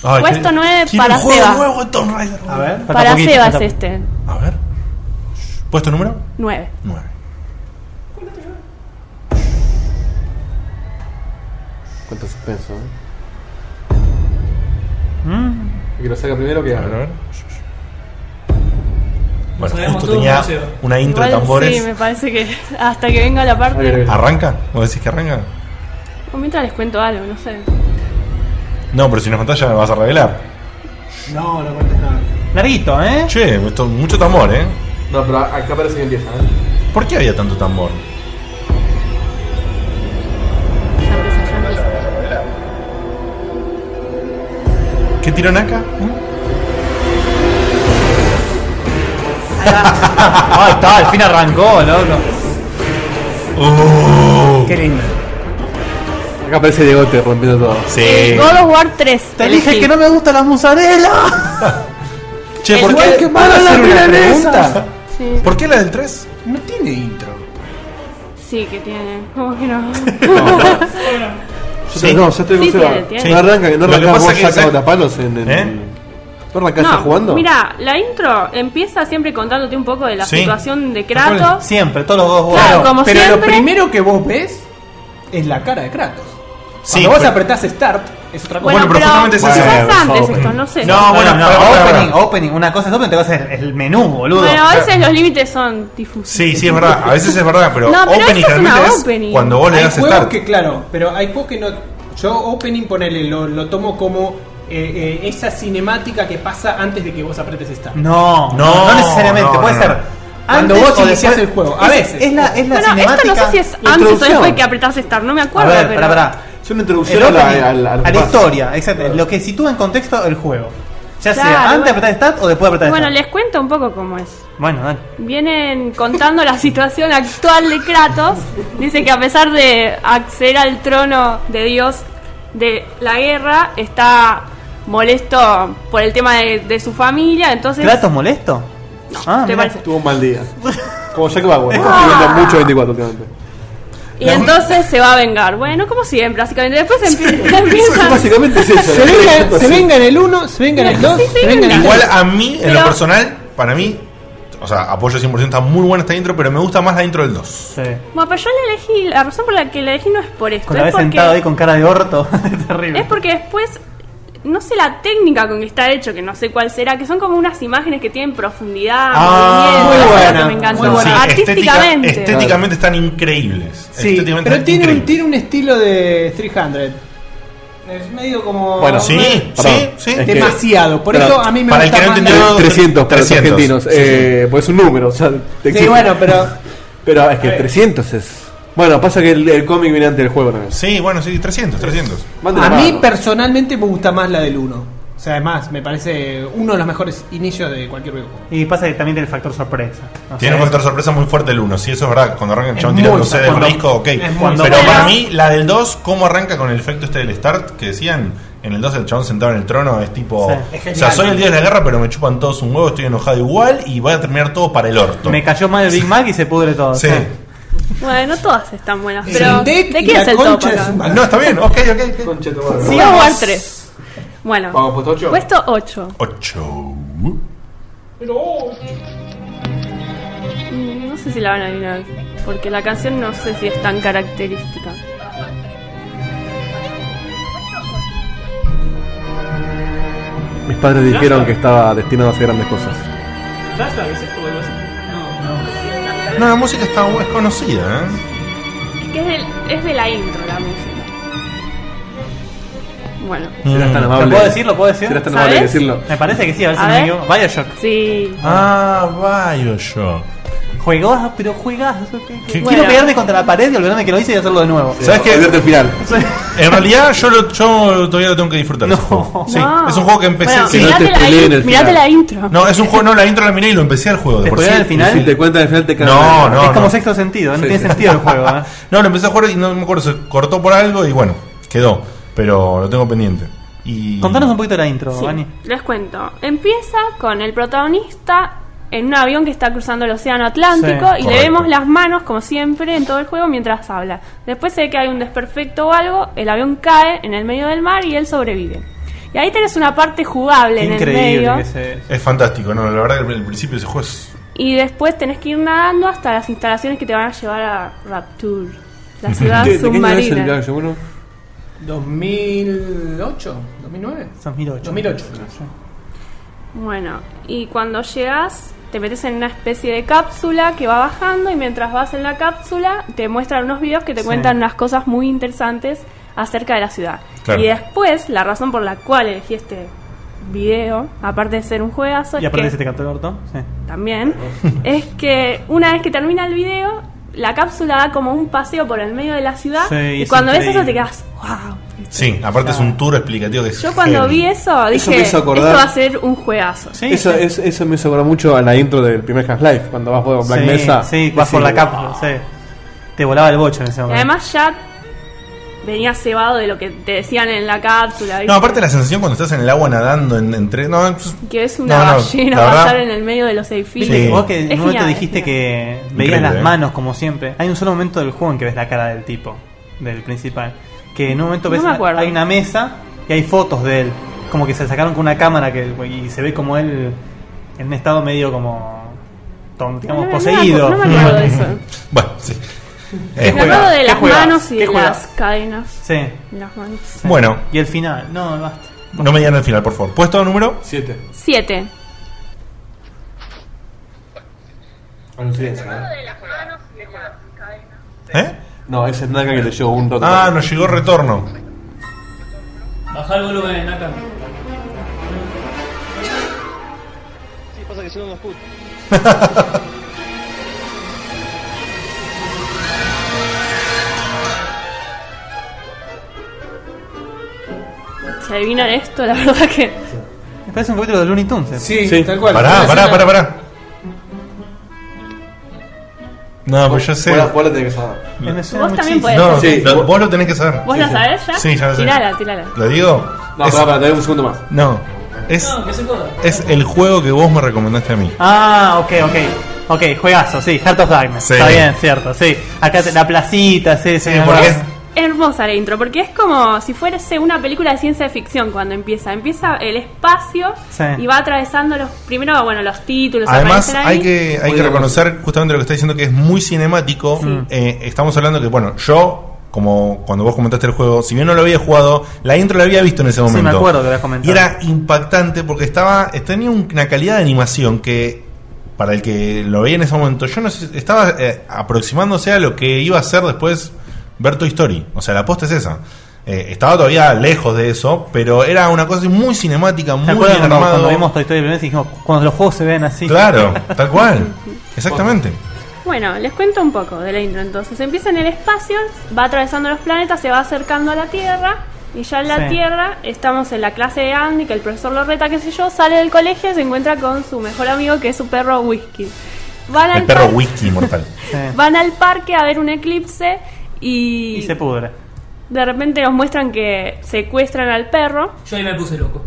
Speaker 3: ay,
Speaker 6: Puesto
Speaker 3: qué-
Speaker 6: nueve
Speaker 3: quiero un
Speaker 6: para
Speaker 3: juego
Speaker 6: Seba.
Speaker 3: nuevo de Tomb Raider.
Speaker 4: A ver,
Speaker 6: Para Seba es este.
Speaker 3: A ver. ¿Puesto número?
Speaker 6: 9.
Speaker 3: 9.
Speaker 1: Cuánto suspenso, eh. ¿Mm? El que lo saca primero que.
Speaker 3: A ver, a ver. Bueno,
Speaker 2: Sabemos
Speaker 3: justo
Speaker 2: todo
Speaker 3: tenía
Speaker 2: cómo se va.
Speaker 3: una intro de
Speaker 6: Igual,
Speaker 3: tambores.
Speaker 6: Sí, me parece que hasta que venga la parte.
Speaker 3: ¿Arranca? ¿Vos decís que arranca?
Speaker 6: O mientras les cuento algo, no sé.
Speaker 3: No, pero si no es pantalla me vas a revelar.
Speaker 5: No, no cuentes nada.
Speaker 4: Larguito, ¿eh?
Speaker 3: Che, esto- mucho tambor, ¿eh?
Speaker 1: No, pero acá parece que empieza, ¿eh?
Speaker 3: ¿Por qué había tanto tambor? ¿Qué tirón acá?
Speaker 4: Ahí Ah, está, al fin arrancó, loco.
Speaker 3: Oh.
Speaker 5: Qué lindo.
Speaker 1: Acá aparece Diegote rompiendo todo.
Speaker 3: Sí.
Speaker 1: Eh,
Speaker 6: God of War 3.
Speaker 4: Eh. Te dije que no me gusta la mozzarella.
Speaker 3: Che,
Speaker 6: El
Speaker 3: ¿por
Speaker 6: igual
Speaker 3: qué,
Speaker 6: que
Speaker 1: para la milanesa.
Speaker 6: Sí,
Speaker 3: ¿por qué la del 3?
Speaker 5: No tiene intro.
Speaker 6: sí que tiene. ¿Cómo que no?
Speaker 1: Yo te- No, yo estoy con
Speaker 6: Sí,
Speaker 1: Seba.
Speaker 6: tiene, tiene.
Speaker 1: No arranca, no
Speaker 3: Lo que
Speaker 1: arrancás
Speaker 3: pasa
Speaker 1: vos
Speaker 3: que
Speaker 1: sacando
Speaker 3: sac-
Speaker 1: tapalos en. en-
Speaker 3: ¿Eh?
Speaker 1: ¿No arrancás ya jugando?
Speaker 6: Mira, la intro empieza siempre contándote un poco de la
Speaker 3: Sí.
Speaker 6: situación de Kratos.
Speaker 4: Siempre, todos los dos
Speaker 6: Claro,
Speaker 4: juegos.
Speaker 6: como
Speaker 5: Pero
Speaker 6: siempre.
Speaker 5: lo primero que vos ves es la cara de Kratos.
Speaker 3: Sí,
Speaker 5: Cuando vos
Speaker 3: pero-
Speaker 5: apretás Start, es otra cosa.
Speaker 3: Bueno, pero justamente es
Speaker 6: quizás
Speaker 3: ese.
Speaker 6: antes
Speaker 1: Open.
Speaker 6: esto, no sé.
Speaker 3: No, bueno,
Speaker 4: no,
Speaker 3: pará, pará,
Speaker 4: opening,
Speaker 3: pará.
Speaker 4: opening, una cosa es opening, otra cosa es el menú, boludo.
Speaker 6: bueno, a veces los límites son difusos.
Speaker 3: Sí, sí, es verdad. A veces es verdad, pero,
Speaker 6: No, pero
Speaker 3: opening
Speaker 6: esta es una
Speaker 3: realmente es
Speaker 6: opening.
Speaker 3: cuando vos le
Speaker 5: hay
Speaker 3: das
Speaker 5: juegos
Speaker 3: start.
Speaker 5: que, claro, pero hay juegos que no. Yo, Opening, ponele, lo, lo tomo como eh, eh, esa cinemática que pasa antes de que vos apretes Start.
Speaker 4: No, no,
Speaker 3: No,
Speaker 4: no necesariamente,
Speaker 3: no,
Speaker 4: puede
Speaker 3: no,
Speaker 4: ser.
Speaker 3: no.
Speaker 5: Cuando
Speaker 4: antes
Speaker 5: vos
Speaker 4: o
Speaker 5: iniciás
Speaker 4: después.
Speaker 5: el juego, a
Speaker 4: Es-
Speaker 5: veces.
Speaker 4: Es la, es la
Speaker 6: bueno, esto
Speaker 4: cinemática.
Speaker 6: no sé si es
Speaker 1: La
Speaker 6: antes o después
Speaker 1: introducción.
Speaker 6: que apretás Start, no me
Speaker 4: A
Speaker 6: acuerdo.
Speaker 4: ver,
Speaker 6: pero...
Speaker 4: pará, pará.
Speaker 1: Es una
Speaker 4: El
Speaker 1: introducción a
Speaker 4: opening,
Speaker 1: la, al- al
Speaker 4: a la
Speaker 1: paso.
Speaker 4: historia, exacto. Lo que sitúa en contexto el juego. Ya
Speaker 6: Claro,
Speaker 4: sea antes de
Speaker 6: bueno.
Speaker 4: apretar stat o después de apretar
Speaker 6: Bueno,
Speaker 4: stat.
Speaker 6: les cuento un poco cómo es.
Speaker 4: Bueno, dale.
Speaker 6: Vienen contando la situación actual de Kratos. Dice que a pesar de acceder al trono de Dios de la guerra, está molesto por el tema de, de su familia. Entonces,
Speaker 4: ¿Kratos molesto? Ah,
Speaker 6: ¿te
Speaker 4: mira.
Speaker 6: parece?
Speaker 1: Tuvo un mal día. Como Jack Bauer.
Speaker 6: Ah.
Speaker 1: Está pidiendo mucho 24 últimamente.
Speaker 6: Y entonces se va a vengar. Bueno, como siempre, básicamente. Después empie- empieza.
Speaker 1: Básicamente es eso.
Speaker 5: Se venga, se venga en el 1, se venga en el 2, se venga en el
Speaker 3: Igual
Speaker 5: tres.
Speaker 3: a mí, en
Speaker 5: Pero-
Speaker 3: lo personal, para mí, o sea, apoyo 100%, está muy buena esta intro, pero me gusta más la intro del 2.
Speaker 6: Bueno, pero yo la elegí. La razón por la que la elegí no es por esto.
Speaker 4: Con la
Speaker 6: es,
Speaker 4: vez sentado ahí
Speaker 6: porque,
Speaker 4: con cara de orto. es terrible.
Speaker 6: es porque después. No sé la técnica con que está hecho, que no sé cuál será, que son como unas imágenes que tienen profundidad.
Speaker 4: Ah.
Speaker 1: Ah,
Speaker 6: movimiento, eso es lo que me encantó. Artísticamente.
Speaker 3: estética- estéticamente están increíbles.
Speaker 5: Sí,
Speaker 3: Estéticamente
Speaker 5: pero
Speaker 3: están
Speaker 5: tiene un,
Speaker 3: increíbles.
Speaker 5: tiene un estilo de 300. Es medio como.
Speaker 1: Bueno,
Speaker 3: sí,
Speaker 1: perdón.
Speaker 5: sí.
Speaker 1: Es que-
Speaker 5: Demasiado. Por
Speaker 1: perdón.
Speaker 5: eso a mí me
Speaker 1: Para
Speaker 5: gusta
Speaker 1: el que no
Speaker 5: más la-
Speaker 1: entendió, 300 para los
Speaker 3: 300.
Speaker 1: argentinos.
Speaker 3: Sí,
Speaker 1: eh, Pues es un número. O sea, te
Speaker 5: Sí,
Speaker 1: exige.
Speaker 5: bueno, pero-
Speaker 1: Pero es que 300 es. Bueno, pasa que el, el cómic viene antes del juego también.
Speaker 3: Sí, bueno, sí, 300, 300.
Speaker 5: A mí personalmente me gusta más la del 1. O sea, además, me parece uno de los mejores inicios de cualquier videojuego.
Speaker 4: Y pasa que también tiene el factor sorpresa. O
Speaker 3: Tiene un
Speaker 4: sea,
Speaker 3: factor sorpresa muy fuerte el 1, sí, eso es verdad. Cuando arranca el
Speaker 4: Es
Speaker 3: chabón tirando
Speaker 4: muy-
Speaker 3: C del
Speaker 4: cuando-
Speaker 3: disco, ok.
Speaker 4: es
Speaker 3: Pero
Speaker 4: muy sorpresa.
Speaker 3: para mí, la del 2, ¿cómo arranca con el efecto este del start? Que decían, en el 2 el chabón sentado en el trono es tipo.
Speaker 4: Sí, es
Speaker 3: o
Speaker 4: genial.
Speaker 3: sea, soy el día de la guerra, pero me chupan todos un huevo, estoy enojado igual y voy a terminar todo para el orto.
Speaker 4: Me cayó mal el Big Mac y se pudre todo.
Speaker 3: Sí.
Speaker 6: Bueno, todas están buenas,
Speaker 4: Sí.
Speaker 6: pero
Speaker 4: Deck
Speaker 6: ¿de
Speaker 4: y
Speaker 6: qué
Speaker 4: la
Speaker 6: es el top
Speaker 4: concha
Speaker 6: acá?
Speaker 4: de su
Speaker 3: Ah, No, está bien, ok, ok.
Speaker 1: Concha,
Speaker 6: Sí, vamos al 3. Bueno,
Speaker 1: Vamos, puesto ocho.
Speaker 6: puesto 8.
Speaker 3: 8.
Speaker 6: Mm, No sé si la van a adivinar, porque la canción no sé si es tan característica.
Speaker 1: Mis padres dijeron que estaba destinado a hacer grandes cosas.
Speaker 2: ¿Flashback es esto o algo así? No,
Speaker 3: No, la música está, es conocida, ¿eh?
Speaker 6: Es que es, del- es de la intro la música. Bueno.
Speaker 1: Serás tan
Speaker 4: Mm.
Speaker 1: amable.
Speaker 4: ¿Lo puedo decir? ¿Lo puedo decir?
Speaker 1: Serás tan
Speaker 6: ¿Sabes?
Speaker 1: amable de decirlo.
Speaker 4: Me parece que sí, a veces
Speaker 6: A
Speaker 4: me
Speaker 6: ver.
Speaker 4: equivoco. Bioshock.
Speaker 6: Sí.
Speaker 3: Ah, Bioshock.
Speaker 4: Juegas, pero juegas. Quiero
Speaker 6: Bueno.
Speaker 4: pegarme contra la pared y olvidarme que lo hice y hacerlo de nuevo.
Speaker 3: ¿Sabes qué?
Speaker 1: el final.
Speaker 3: En realidad, yo, lo- yo todavía lo tengo que disfrutar. ese juego. Sí,
Speaker 6: No.
Speaker 3: es un juego que empecé.
Speaker 6: Bueno,
Speaker 3: sí.
Speaker 6: mirate, la, in- mirate la intro.
Speaker 3: No, es un juego, no, la intro la miré y lo empecé al juego. de por sí.
Speaker 1: Y si te cuentan el final, te cagan.
Speaker 3: No, no.
Speaker 4: Es como
Speaker 3: no.
Speaker 4: sexto sentido, no
Speaker 3: Sí,
Speaker 4: tiene
Speaker 3: sí.
Speaker 4: sentido el juego. ¿eh?
Speaker 3: No, lo empecé a jugar y no me acuerdo, se cortó por algo y bueno, quedó. Pero lo tengo pendiente. Y...
Speaker 4: Contanos un poquito la intro,
Speaker 6: Sí,
Speaker 4: Vani.
Speaker 6: les cuento. Empieza con el protagonista en un avión que está cruzando el océano Atlántico
Speaker 4: Sí,
Speaker 6: y le
Speaker 4: correcto.
Speaker 6: vemos las manos, como siempre, en todo el juego mientras habla. Después se ve que hay un desperfecto o algo, el avión cae en el medio del mar y él sobrevive. Y ahí tenés una parte jugable en el medio.
Speaker 3: Es fantástico, no, la verdad que el principio de ese juego es.
Speaker 6: Y después tenés que ir nadando hasta las instalaciones que te van a llevar a Rapture, la ciudad
Speaker 1: ¿De- de qué año es el
Speaker 6: submarina.
Speaker 1: viaje, uno?
Speaker 5: 2008, 2009,
Speaker 4: 2008.
Speaker 5: 2008.
Speaker 6: Bueno, y cuando llegas te metes en una especie de cápsula que va bajando y mientras vas en la cápsula te muestran unos videos que te
Speaker 14: Sí.
Speaker 6: cuentan unas cosas muy interesantes acerca de la ciudad.
Speaker 14: Claro.
Speaker 6: Y después, la razón por la cual elegí este video, aparte de ser un juegazo,
Speaker 4: Y
Speaker 6: es
Speaker 4: aparte
Speaker 6: que,
Speaker 4: se te captó el orto. Sí.
Speaker 6: también, es que una vez que termina el video, la cápsula da como un paseo por el medio de la ciudad
Speaker 3: Sí,
Speaker 6: y
Speaker 3: es
Speaker 6: cuando ves eso
Speaker 3: increíble.
Speaker 6: te quedas,
Speaker 3: Sí, aparte es un tour explicativo que es.
Speaker 6: Yo cuando
Speaker 3: heavy.
Speaker 6: vi eso dije,
Speaker 1: me
Speaker 6: esto
Speaker 1: hizo acordar-
Speaker 6: va a ser un juegazo.
Speaker 1: eso, es- eso me hizo acordar mucho a la intro del primer Half-Life, cuando vas por Black
Speaker 4: Sí,
Speaker 1: Mesa.
Speaker 4: Sí, vas por la capa. sí. Te volaba el bocho en ese
Speaker 6: Y
Speaker 4: momento.
Speaker 6: además ya venía cebado de lo que te decían en la cápsula. ¿viste?
Speaker 3: No, aparte la sensación cuando estás en el agua nadando en, entre. No, es-
Speaker 6: Que ves una
Speaker 3: No, no,
Speaker 6: ballena
Speaker 3: la verdad-
Speaker 6: pasar en el medio de los edificios.
Speaker 4: Viste que vos que en
Speaker 6: Es
Speaker 4: un momento
Speaker 6: genial,
Speaker 4: dijiste
Speaker 6: es genial.
Speaker 4: que
Speaker 3: Increíble,
Speaker 4: veías
Speaker 3: eh.
Speaker 4: las manos como siempre. Hay un solo momento del juego en que ves la cara del tipo, del principal. Que en un momento
Speaker 6: No
Speaker 4: ves
Speaker 6: me acuerdo.
Speaker 4: hay una mesa y hay fotos de él. Como que se sacaron con una cámara que, y se ve como él en un estado medio como tom-
Speaker 6: No
Speaker 4: digamos,
Speaker 6: me- no me
Speaker 4: poseído.
Speaker 6: acu- no me acuerdo de eso.
Speaker 3: bueno, sí. Eh,
Speaker 4: ¿Qué
Speaker 6: Me acuerdo
Speaker 4: juega?
Speaker 6: de
Speaker 4: ¿Qué
Speaker 6: las
Speaker 4: juega?
Speaker 6: manos y
Speaker 4: ¿Qué
Speaker 6: de
Speaker 4: juega?
Speaker 6: las cadenas.
Speaker 4: Sí.
Speaker 6: En Las manos.
Speaker 3: Bueno.
Speaker 4: Y el final. No, basta.
Speaker 3: No me digan el final, por favor. ¿Puesto número?
Speaker 1: 7.
Speaker 6: Siete.
Speaker 1: Ah,
Speaker 3: ¿Eh?
Speaker 1: No, ese es Naka que leyó un rato.
Speaker 3: Ah, nos llegó retorno.
Speaker 2: Baja el volumen acá.
Speaker 8: Sí, pasa que si no lo escucho.
Speaker 6: Si adivinan esto, la verdad que.
Speaker 4: Me parece un capítulo de Looney Tunes. eh.
Speaker 5: Sí,
Speaker 3: tal cual. Pará, pará, pará, pará. No, pues yo sé.
Speaker 1: Vos la- vos la tenés que saber.
Speaker 6: Vos también podés.
Speaker 3: No,
Speaker 1: Sí,
Speaker 3: lo- vos lo tenés que saber.
Speaker 6: ¿Vos
Speaker 3: Sí,
Speaker 6: la
Speaker 3: sí.
Speaker 6: sabés ya?
Speaker 3: Sí, ya la sé.
Speaker 6: Tirala, tirala.
Speaker 3: ¿Lo digo?
Speaker 1: No, pará, pará, tenés un segundo más.
Speaker 3: No. Es,
Speaker 2: No, que se joda.
Speaker 3: es el juego que vos me recomendaste a mí.
Speaker 4: Ah, ok, ok. Ok, juegazo, sí, Heart of Darkness.
Speaker 3: Sí.
Speaker 4: Está bien, cierto, sí. Acá te- la placita, sí, sí. me acuerdo.
Speaker 6: Hermosa la intro, porque es como si fuese una película de ciencia ficción cuando empieza. Empieza el espacio
Speaker 3: Sí.
Speaker 6: y va atravesando los primero, bueno, los títulos.
Speaker 3: Además,
Speaker 6: aparecen
Speaker 3: hay
Speaker 6: ahí.
Speaker 3: que, hay que reconocer justamente lo que está diciendo que es muy cinemático. Eh, estamos hablando que, bueno, yo, como cuando vos comentaste el juego, si bien no lo había jugado, la intro la había visto en ese
Speaker 4: Sí,
Speaker 3: momento.
Speaker 4: me acuerdo que lo has
Speaker 3: Y
Speaker 4: comentado.
Speaker 3: era impactante porque estaba tenía una calidad de animación que, para el que lo veía en ese momento, yo no sé, estaba eh, aproximándose a lo que iba a ser después ver Toy Story. O sea, la posta es esa. Eh, estaba todavía lejos de eso, pero era una cosa muy cinemática, muy
Speaker 4: ¿Te
Speaker 3: bien
Speaker 4: acuerdas cuando,
Speaker 3: armado.
Speaker 4: cuando vimos Toy Story primero dijimos, cuando los juegos se vean así?
Speaker 3: Claro, tal cual. Exactamente.
Speaker 6: Bueno, les cuento un poco de la intro entonces. Empieza en el espacio, va atravesando los planetas, se va acercando a la Tierra. Y ya en la
Speaker 14: Sí.
Speaker 6: Tierra estamos en la clase de Andy, que el profesor lo reta, qué sé yo, sale del colegio y se encuentra con su mejor amigo que es su perro Whisky. Van
Speaker 3: El
Speaker 6: al,
Speaker 3: perro
Speaker 6: par-
Speaker 3: whisky mortal.
Speaker 6: van al parque a ver un eclipse y,
Speaker 4: Y se pudre.
Speaker 6: de repente nos muestran que secuestran al perro.
Speaker 2: Yo ahí me puse loco.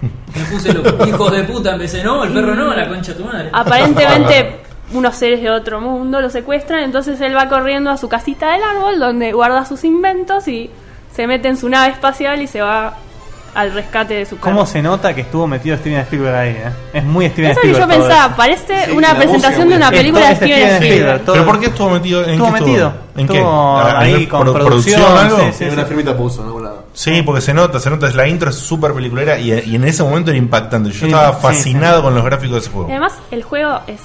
Speaker 2: Me puse loco. Hijo de puta, empecé, no, el perro no, la concha de tu madre.
Speaker 6: Aparentemente unos seres de otro mundo lo secuestran, entonces él va corriendo a su casita del árbol donde guarda sus inventos y se mete en su nave espacial y se va al rescate de su
Speaker 4: ¿Cómo
Speaker 6: perro.
Speaker 4: se nota que estuvo metido Steven Spielberg ahí? eh? Es muy Steven
Speaker 6: Eso que
Speaker 4: Spielberg.
Speaker 6: yo
Speaker 4: todo
Speaker 6: pensaba,
Speaker 4: eso.
Speaker 6: parece una presentación de una película de Steven Spielberg.
Speaker 4: todo. este
Speaker 3: ¿Pero por qué estuvo metido? ¿En
Speaker 4: Estuvo
Speaker 3: qué
Speaker 4: metido.
Speaker 3: ¿En qué?
Speaker 4: Estuvo
Speaker 3: Eh, ¿A- a
Speaker 4: ahí
Speaker 3: nivel
Speaker 4: con
Speaker 3: pro-
Speaker 4: producción,
Speaker 3: algo?
Speaker 4: sí, sí, sí. Una
Speaker 1: firmita puso en algún lado.
Speaker 3: Sí, porque se nota, se nota. La intro es súper peliculera y, y en ese momento era impactante. Yo
Speaker 4: Sí,
Speaker 3: estaba
Speaker 4: sí,
Speaker 3: fascinado
Speaker 4: sí.
Speaker 3: con los gráficos de ese
Speaker 6: Y
Speaker 3: juego.
Speaker 6: además el juego es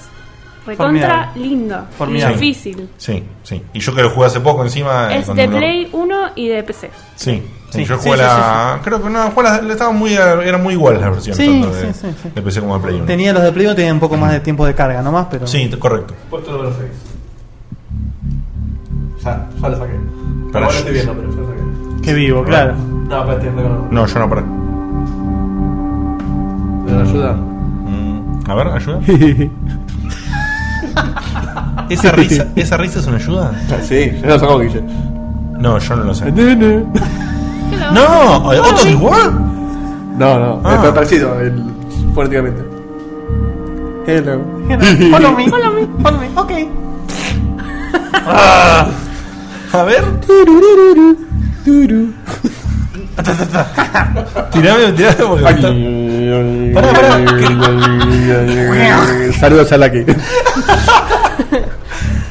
Speaker 6: recontra
Speaker 3: Formidable.
Speaker 6: lindo y
Speaker 3: Formidable.
Speaker 6: difícil.
Speaker 3: Sí, sí. Y yo que lo jugué hace poco encima. eh,
Speaker 6: Es
Speaker 3: cuando
Speaker 6: de
Speaker 3: lo-
Speaker 6: Play 1 y de PC.
Speaker 3: Sí, sí,
Speaker 4: Sí,
Speaker 3: yo
Speaker 4: sí,
Speaker 3: jugué
Speaker 4: sí,
Speaker 3: la. Creo que no, jugué la, la estaba muy, eran muy iguales las versiones.
Speaker 4: Sí,
Speaker 3: tanto de,
Speaker 4: sí, sí, sí.
Speaker 3: de PC como de Play 1.
Speaker 4: Tenía los de Play 1, tenía un poco más de tiempo de carga nomás, pero.
Speaker 3: Sí, t- correcto.
Speaker 1: Puesto número 6. Ya, ya lo saqué.
Speaker 3: Para
Speaker 1: Para
Speaker 3: yo-
Speaker 1: no estoy viendo, pero ya lo saqué.
Speaker 4: Qué vivo, claro.
Speaker 1: No, pero estoy reconozco.
Speaker 3: No, yo no paré.
Speaker 1: ¿Me ayuda?
Speaker 3: A ver, ayuda. ¿Esa risa, ¿Esa risa es una ayuda?
Speaker 1: Sí, yo lo saco, Guille.
Speaker 3: No, yo no lo sé.
Speaker 1: No,
Speaker 3: ¿eh, otros igual?
Speaker 1: No, no,
Speaker 3: Ah.
Speaker 1: es parecido, el, fonéticamente. Hello.
Speaker 4: Follow me, follow me, follow me, ok.
Speaker 3: A ver. Tirame, tirame porque.
Speaker 1: Pará, Saludos a Lucky.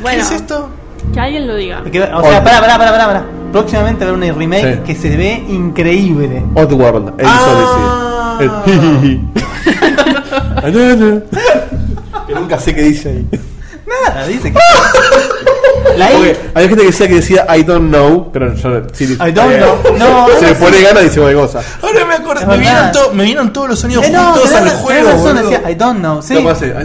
Speaker 6: Bueno, ¿Qué es esto? Que alguien lo diga.
Speaker 4: Que- O sea, pará, pará, pará, pará, pará. Próximamente habrá un remake que se ve increíble.
Speaker 1: Oddworld, el
Speaker 4: Ah.
Speaker 1: Odyssey. El Que nunca sé qué dice ahí.
Speaker 4: Nada, dice que.
Speaker 1: Porque había gente que decía que decía I don't know, pero yo sí eh,
Speaker 4: I don't know. No,
Speaker 1: se le
Speaker 4: no,
Speaker 1: pone
Speaker 4: sí.
Speaker 1: ganas y dice "Bueno, goza.
Speaker 3: Ahora me acuerdo,
Speaker 4: Es
Speaker 3: me vinieron,
Speaker 4: verdad.
Speaker 3: to- me vinieron todos los sonidos
Speaker 4: Eh, no,
Speaker 3: juntos
Speaker 4: tenés
Speaker 3: al
Speaker 4: razón,
Speaker 3: juego.
Speaker 4: tenés razón,
Speaker 3: boludo.
Speaker 4: decía I don't know. Sí,
Speaker 3: Capaz de-
Speaker 4: sí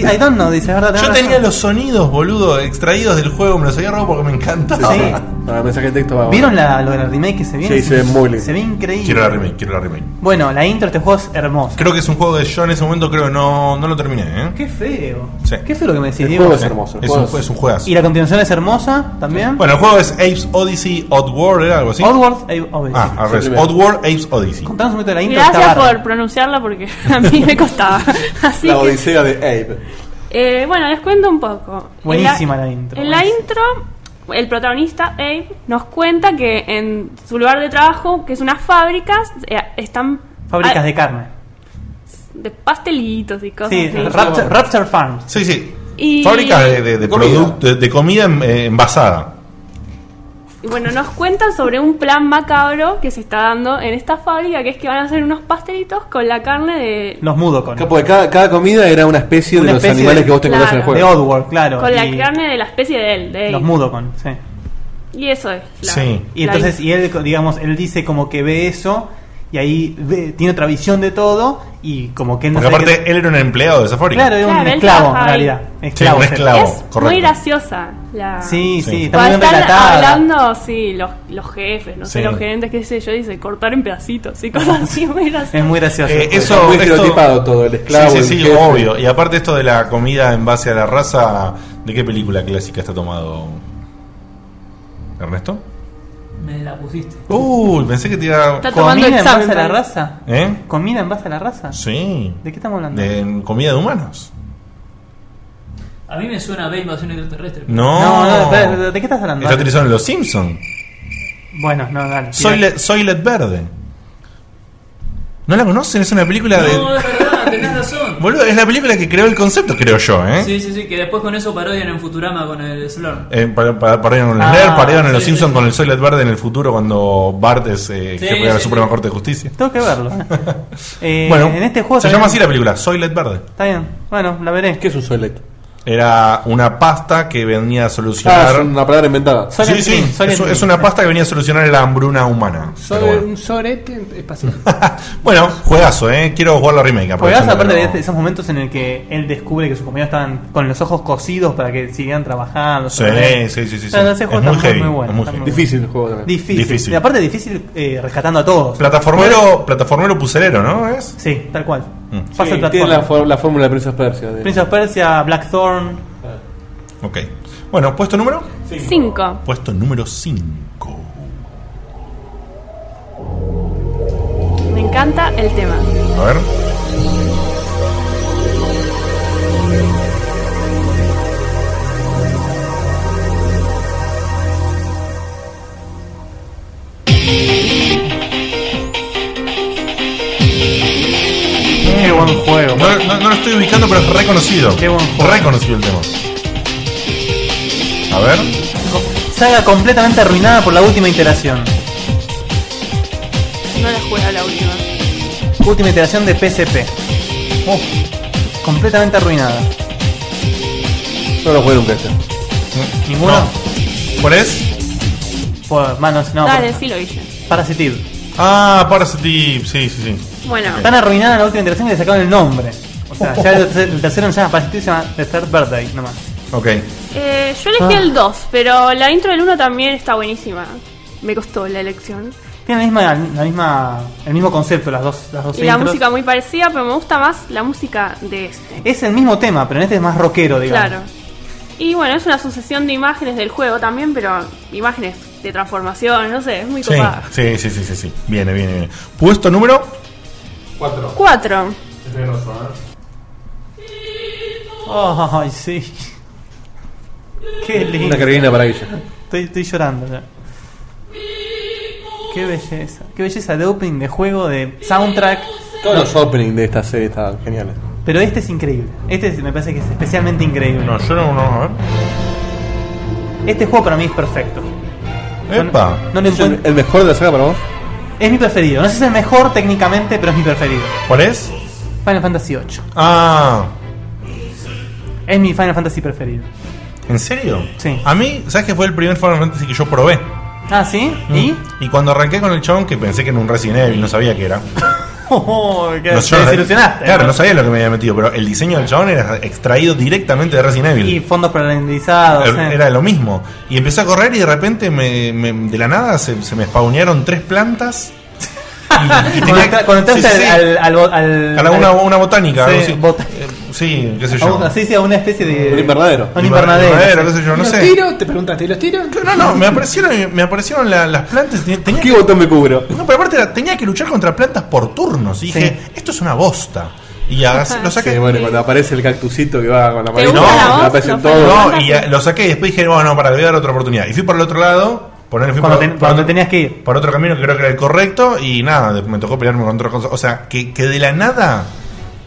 Speaker 4: I don't know, dice, ¿verdad?
Speaker 3: Yo tenía los sonidos, boludo, extraídos del juego, me los había robado porque me encanta.
Speaker 4: Sí.
Speaker 1: No, el mensaje de texto va.
Speaker 4: ¿Vieron la, lo del remake que se viene?
Speaker 3: Sí, se ve muy lindo.
Speaker 4: Se ve increíble.
Speaker 3: Quiero la remake, quiero la remake.
Speaker 4: Bueno, la intro de este juego es hermosa.
Speaker 3: Creo que es un juego de yo en ese momento creo que no, no lo terminé, ¿eh?
Speaker 4: Qué feo.
Speaker 3: Sí.
Speaker 4: Qué feo lo que me decís,
Speaker 3: El
Speaker 4: Diego.
Speaker 3: juego es hermoso, el
Speaker 4: Es
Speaker 3: juego
Speaker 4: un,
Speaker 3: es- es un juegazo.
Speaker 4: Y la continuación es hermosa también.
Speaker 3: Bueno, el juego es Apes Odyssey Oddworld, ¿era algo así?
Speaker 4: Oddworld Ape Odyssey.
Speaker 3: Ah, al revés.
Speaker 4: Sí, primero.
Speaker 3: Oddworld Apes Odyssey.
Speaker 4: Contanos un poquito de la intro.
Speaker 6: Gracias
Speaker 4: está bárbara.
Speaker 6: por pronunciarla porque a mí me costaba. Así
Speaker 1: La
Speaker 6: que-
Speaker 1: odisea de Abe.
Speaker 6: Eh, bueno, les cuento un poco.
Speaker 4: Buenísima
Speaker 6: En
Speaker 4: la intro,
Speaker 6: En la intro, el protagonista, Abe, nos cuenta que en su lugar de trabajo, que es unas fábricas, eh, están...
Speaker 4: Fábricas
Speaker 6: ah,
Speaker 4: de carne.
Speaker 6: de pastelitos y cosas
Speaker 4: Sí,
Speaker 6: así.
Speaker 4: Rapture, Rapture Farm.
Speaker 3: Sí, sí.
Speaker 6: Y-
Speaker 3: Fábricas de, de, de producto- de- de comida en- eh, envasada.
Speaker 6: Y bueno, nos cuentan sobre un plan macabro que se está dando en esta fábrica, que es que van a hacer unos pastelitos con la carne de...
Speaker 4: Los mudo con.
Speaker 1: Porque cada, cada comida era una especie
Speaker 4: Una
Speaker 1: de los
Speaker 4: especie
Speaker 1: animales
Speaker 4: de-
Speaker 1: que vos te encontrás en el
Speaker 6: Claro.
Speaker 1: juego.
Speaker 4: De Oddworld, claro.
Speaker 6: con la
Speaker 4: y
Speaker 6: carne de la especie de él, de
Speaker 4: Los
Speaker 6: Abe.
Speaker 4: mudo con, sí.
Speaker 6: Y eso es. la-
Speaker 4: Y
Speaker 6: la
Speaker 4: entonces, y él, digamos, él dice como que ve eso y ahí ve- tiene otra visión de todo y como que él no
Speaker 3: Porque
Speaker 4: sabe
Speaker 3: aparte él era un empleado de esa fábrica. Eh,
Speaker 4: Claro, era un
Speaker 6: Claro, él
Speaker 4: esclavo, en
Speaker 6: trabaja ahí.
Speaker 4: realidad.
Speaker 3: Sí, un
Speaker 4: era.
Speaker 3: esclavo,
Speaker 6: Es muy
Speaker 3: correcto.
Speaker 6: graciosa la...
Speaker 4: Sí, sí,
Speaker 3: Sí.
Speaker 4: está muy bien
Speaker 6: Cuando están
Speaker 4: relatada.
Speaker 6: hablando, sí, los, los jefes, no
Speaker 4: Sí.
Speaker 6: sé, los gerentes, qué sé yo, dice cortar en pedacitos y cosas así, muy gracioso.
Speaker 4: Es muy gracioso.
Speaker 3: Eh, eso
Speaker 1: Está muy
Speaker 3: esto-
Speaker 1: estereotipado todo, el esclavo,
Speaker 3: Sí,
Speaker 1: el
Speaker 3: sí, sí,
Speaker 1: jefe.
Speaker 3: obvio. Y aparte esto de la comida en base a la raza, ¿de qué película clásica está tomado Ernesto?
Speaker 2: Me la pusiste.
Speaker 3: Uy, pensé que te iba
Speaker 2: Está tomando
Speaker 4: ¿Comida en
Speaker 2: examen,
Speaker 4: base a la
Speaker 2: parece.
Speaker 4: raza?
Speaker 3: ¿Eh?
Speaker 4: ¿Comida en base a la raza?
Speaker 3: Sí.
Speaker 4: ¿De qué estamos hablando?
Speaker 3: De comida de humanos.
Speaker 2: A mí me suena a B invasión extraterrestre.
Speaker 3: No.
Speaker 4: No, no, espera, ¿de qué estás hablando?
Speaker 3: Está utilizado en Los Simpsons.
Speaker 4: Bueno, no, dale.
Speaker 3: Soylet Soylet Verde. ¿No la conocen? Es una película de.
Speaker 2: No, es verdad, tenés razón.
Speaker 3: Boludo, es la película que creó el concepto, creo yo, ¿eh?
Speaker 2: Sí, sí, sí, que después con eso parodian en Futurama con el Slurm.
Speaker 3: Eh, par- par- Parodian con el
Speaker 2: Ah,
Speaker 3: Nerd, parodian en Los
Speaker 2: sí,
Speaker 3: Simpsons con el Soylet Verde en el futuro cuando Bart es eh,
Speaker 2: Sí,
Speaker 3: jefe de la
Speaker 2: sí,
Speaker 3: Suprema
Speaker 2: sí.
Speaker 3: Corte de Justicia.
Speaker 4: Tengo que verlo. Eh,
Speaker 3: bueno,
Speaker 4: en este juego
Speaker 3: se
Speaker 4: también-
Speaker 3: llama así la película, Ah, Soylet Verde.
Speaker 4: Está bien. Bueno, la veré.
Speaker 1: ¿Qué es un Soylet?
Speaker 3: Era una pasta que venía a solucionar.
Speaker 1: Ah, es una palabra inventada.
Speaker 3: Sí,
Speaker 1: Soylent
Speaker 3: sí,
Speaker 1: Green, Soylent
Speaker 3: es, es
Speaker 1: Green.
Speaker 3: una pasta que venía a solucionar la hambruna humana.
Speaker 5: Sobre
Speaker 3: Pero bueno.
Speaker 5: un sorete espacial.
Speaker 3: Bueno, juegazo, ¿eh? Quiero jugar la remake.
Speaker 4: Juegas
Speaker 3: aprovechando
Speaker 4: aparte
Speaker 3: que
Speaker 4: de
Speaker 3: no-
Speaker 4: este- esos momentos en el que él descubre que sus compañeros estaban con los ojos cosidos para que siguieran trabajando.
Speaker 3: Sí, sí, sí, sí, sí.
Speaker 4: No, no, ese
Speaker 3: Es
Speaker 4: juego
Speaker 3: muy
Speaker 4: está
Speaker 3: heavy,
Speaker 4: bueno,
Speaker 3: es muy
Speaker 4: está
Speaker 3: heavy.
Speaker 4: bueno.
Speaker 3: Difícil el juego también.
Speaker 4: Difícil.
Speaker 3: Difícil.
Speaker 4: Y aparte difícil eh, rescatando a todos.
Speaker 3: Plataformero, plataformero pucelero, ¿no? ¿Es? Mm.
Speaker 4: Sí, tal cual. Pasa
Speaker 1: Sí,
Speaker 4: el
Speaker 1: tiene la,
Speaker 4: plataforma.
Speaker 1: for- la fórmula de Prince of Persia. de-
Speaker 4: Prince of Persia, Blackthorn.
Speaker 3: Ok. Bueno, pues, puesto número.
Speaker 6: 5.
Speaker 3: Puesto número 5.
Speaker 6: Me encanta el tema.
Speaker 3: A ver.
Speaker 4: Qué buen juego.
Speaker 3: No, no- no lo estoy ubicando, pero es reconocido. Qué buen juego. Reconocido el tema. A ver.
Speaker 4: Saga completamente arruinada por la última iteración.
Speaker 6: No la juega la última.
Speaker 4: Última iteración de PSP. Oh, completamente arruinada.
Speaker 1: No lo jugué nunca este.
Speaker 4: ¿Ninguno?
Speaker 3: ¿Cuál es?
Speaker 4: Por manos, no.
Speaker 6: Dale, sí lo hice.
Speaker 4: por- Parasitive.
Speaker 3: Ah, Parasitive, sí, sí, sí.
Speaker 6: Bueno.
Speaker 4: Tan arruinada la última iteración que le sacaron el nombre. O sea, ya el, tercer- el tercero ya Parasitive se llama The Third Birthday nomás.
Speaker 3: Ok.
Speaker 6: Eh, yo elegí
Speaker 4: Ah.
Speaker 6: el 2, pero la intro del 1 también está buenísima. Me costó la elección.
Speaker 4: Tiene la misma, la misma, el mismo concepto las dos, las dos
Speaker 6: Y la
Speaker 4: intros.
Speaker 6: música muy parecida, pero me gusta más la música de este.
Speaker 4: Es el mismo tema, pero en este es más rockero, digamos.
Speaker 6: Claro. Y bueno, es una sucesión de imágenes del juego también, pero imágenes de transformación, no sé, es muy
Speaker 3: Sí,
Speaker 6: copada.
Speaker 3: sí, sí, sí, sí, sí. Viene, viene, viene. Puesto número 4.
Speaker 6: 4.
Speaker 4: Ay, sí. Qué lindo.
Speaker 1: Una carolina para ella.
Speaker 4: Estoy, estoy llorando ya. Qué belleza. Qué belleza de opening, de juego, de soundtrack.
Speaker 1: Todos los openings de esta serie estaban geniales.
Speaker 4: Pero este es increíble. Este es- me parece que es especialmente increíble.
Speaker 3: No, yo no, no, a ver.
Speaker 4: Este juego para mí es perfecto.
Speaker 3: Epa.
Speaker 4: No le
Speaker 1: ¿Es el,
Speaker 4: encuentro.
Speaker 1: el mejor de la saga para vos?
Speaker 4: Es mi preferido. No sé si es el mejor técnicamente, pero es mi preferido.
Speaker 3: ¿Cuál es?
Speaker 4: Final Fantasy VIII.
Speaker 3: Ah,
Speaker 4: Es mi Final Fantasy preferido.
Speaker 3: ¿en serio?
Speaker 4: Sí.
Speaker 3: A mí, ¿sabes que fue el primer Final Fantasy que yo probé?
Speaker 4: Ah, ¿sí? ¿Y?
Speaker 3: Y cuando arranqué con el chabón, que pensé que era un Resident Evil, no sabía qué era.
Speaker 4: que
Speaker 3: No, yo
Speaker 4: te
Speaker 3: no-
Speaker 4: Oh, desilusionaste.
Speaker 3: Claro, no sabía lo que me había metido, pero el diseño del chabón era extraído directamente de Resident Evil.
Speaker 4: Y fondos paralelizados.
Speaker 3: Era-
Speaker 4: eh.
Speaker 3: Era lo mismo. Y empecé a correr y de repente me- me- de la nada se, se me spawnearon tres plantas. Y, y
Speaker 4: Cuando
Speaker 3: tenía-
Speaker 4: entra- cuando
Speaker 3: sí, sí,
Speaker 4: entraste
Speaker 3: sí.
Speaker 4: al, al, al, al-
Speaker 3: A la- una, una botánica.
Speaker 4: Sí,
Speaker 3: algo así. Eh,
Speaker 4: bota-
Speaker 3: Sí, qué sé
Speaker 4: a
Speaker 3: yo.
Speaker 4: una- sí, sí, a una especie de.
Speaker 3: Un invernadero.
Speaker 4: Un invernadero.
Speaker 3: Invernadero, qué sé yo, no
Speaker 5: ¿Y los
Speaker 3: sé.
Speaker 5: tiro? ¿Te preguntaste? ¿Y los tiro?
Speaker 3: No, no, me aparecieron, me aparecieron la- las plantas. y Tenía ¿Qué
Speaker 1: botón me cubro?
Speaker 3: No, pero aparte era- tenía que luchar contra plantas por turnos. Y dije, esto es una bosta. Y ya, lo saqué.
Speaker 1: Sí, bueno, cuando aparece el cactusito que va con la
Speaker 3: No,
Speaker 1: no, aparecen todos.
Speaker 3: No, y ya, lo saqué y después dije, bueno, para, le voy a dar otra oportunidad. Y fui por el otro lado. Poner, fui
Speaker 4: Cuando
Speaker 3: por,
Speaker 4: ten- cuando tenías que ir.
Speaker 3: Por otro camino que creo que era el correcto. Y nada, de- me tocó pelearme con otra cosa. O sea, que, que de la nada.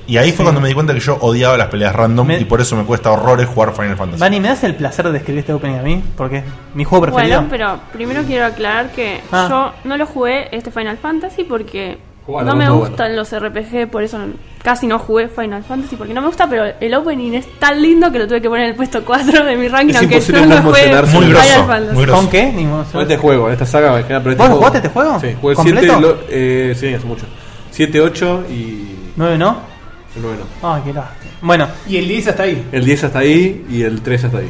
Speaker 3: Y ahí fue cuando me di cuenta que yo odiaba las peleas random.
Speaker 4: Me-
Speaker 3: Y por eso me cuesta horrores jugar Final Fantasy.
Speaker 4: Vani, ¿me das el placer de escribir este opening a mí? Porque es mi juego preferido.
Speaker 6: Bueno, pero primero quiero aclarar que
Speaker 4: Ah.
Speaker 6: yo no lo jugué este Final Fantasy porque
Speaker 4: Jugalo,
Speaker 6: no me
Speaker 4: muy
Speaker 6: gustan los RPG, por eso no- casi no jugué Final Fantasy porque no me gusta, pero el opening es tan lindo que lo tuve que poner en el puesto 4 de mi ranking,
Speaker 1: Es
Speaker 6: aunque
Speaker 1: imposible
Speaker 6: yo
Speaker 1: no
Speaker 6: no jugué Final
Speaker 1: emocionarse. Muy grosso,
Speaker 6: Fantasy.
Speaker 1: muy grosso.
Speaker 4: ¿Con qué? Ni mo-
Speaker 1: Con este juego, en esta saga en general, pero este
Speaker 4: ¿Vos lo jugaste este juego?
Speaker 1: Sí, jugué el
Speaker 4: ¿Completo?
Speaker 1: 7, lo- eh, sí, hace mucho. 7, 8 y.
Speaker 4: ¿Nueve no?
Speaker 1: El 9 no.
Speaker 4: Ay, Ah, qué lástima. Bueno.
Speaker 5: Y el 10 hasta ahí.
Speaker 1: El 10 hasta ahí y el 3 hasta ahí.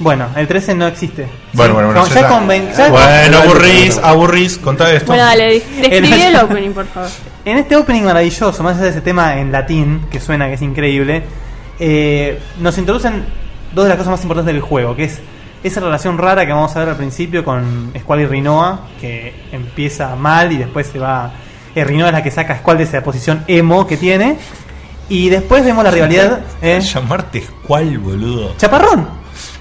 Speaker 4: Bueno, el 13 no existe.
Speaker 3: Bueno,
Speaker 4: Sí.
Speaker 3: bueno, bueno.
Speaker 4: No,
Speaker 3: ya
Speaker 4: ya
Speaker 3: está.
Speaker 4: con vein- ya
Speaker 3: bueno,
Speaker 4: con-
Speaker 3: aburrís, aburrís, contá esto.
Speaker 6: Bueno, dale, describí
Speaker 4: El-
Speaker 6: el opening, por favor.
Speaker 4: En este opening maravilloso, más allá de ese tema en latín, que suena que es increíble, eh, nos introducen dos de las cosas más importantes del juego, que es esa relación rara que vamos a ver al principio con Squall y Rinoa, que empieza mal y después se va... eh, Rinoa es la que saca a Squall de esa posición emo que tiene. Y después vemos la rivalidad. ¿eh?
Speaker 3: Llamarte cuál, boludo.
Speaker 4: ¡Chaparrón!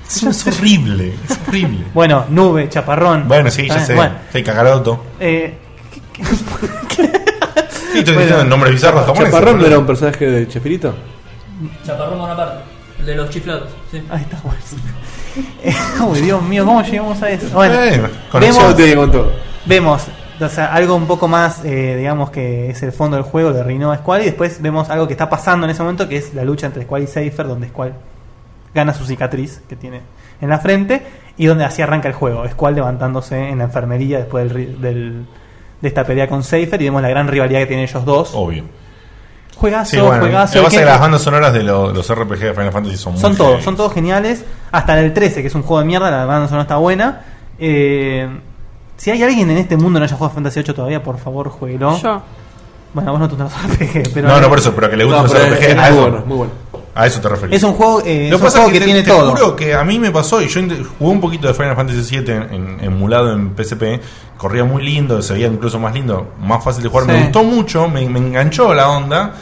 Speaker 3: Es horrible, es horrible.
Speaker 4: Bueno, nube, chaparrón.
Speaker 3: Bueno, sí,
Speaker 4: Ah,
Speaker 3: ya sé.
Speaker 4: bueno.
Speaker 3: Sí, Kakaroto.
Speaker 4: Eh,
Speaker 3: Sí, estoy diciendo nombres bizarros japoneses.
Speaker 1: ¿Chaparrón no
Speaker 3: boludo.
Speaker 1: era un personaje de Chespirito?
Speaker 2: Chaparrón Bonaparte, el de los chiflados. Sí.
Speaker 4: Ahí está, bueno. Uy, Dios mío, ¿cómo llegamos a eso? Bueno,
Speaker 2: Eh,
Speaker 1: con eso te digo todo.
Speaker 4: vemos, o sea, algo un poco más, eh, digamos, que es el fondo del juego de Rinoa Squall. Y después vemos algo que está pasando en ese momento, que es la lucha entre Squall y Seifer, donde Squall gana su cicatriz que tiene en la frente y donde así arranca el juego. Squall levantándose en la enfermería después del, ri- del- de esta pelea con Seifer y vemos la gran rivalidad que tienen ellos dos.
Speaker 3: Obvio.
Speaker 4: Juegazo,
Speaker 3: Sí, bueno.
Speaker 4: juegazo.
Speaker 3: Lo que pasa es
Speaker 4: ¿Qué-
Speaker 3: que las bandas sonoras de lo- los RPG de Final Fantasy son muy
Speaker 4: son
Speaker 3: heavy.
Speaker 4: todos, son todos geniales. Hasta el 13, que es un juego de mierda, la banda no está buena. Eh, si hay alguien en este mundo que no haya jugado Fantasy 8 todavía, por favor, jueguelo.
Speaker 6: Yo.
Speaker 4: Bueno, vos no te los RPG, pero.
Speaker 3: No, no, por eso, pero que le gusten
Speaker 4: No,
Speaker 3: los
Speaker 4: pero
Speaker 3: RPG.
Speaker 4: es- es
Speaker 3: a,
Speaker 4: muy
Speaker 3: eso,
Speaker 4: bueno, muy bueno.
Speaker 3: a eso te referís.
Speaker 4: Es un juego, eh, es
Speaker 3: Lo
Speaker 4: un
Speaker 3: que pasa es
Speaker 4: juego que
Speaker 3: que te-
Speaker 4: tiene
Speaker 3: te
Speaker 4: todo.
Speaker 3: juro que a mí me pasó y yo int- jugué un poquito de Final Fantasy VII en, en- emulado en PSP. Corría muy lindo, se veía incluso más lindo, más fácil de jugar. Me
Speaker 15: Sí.
Speaker 3: gustó mucho, me, me enganchó la onda.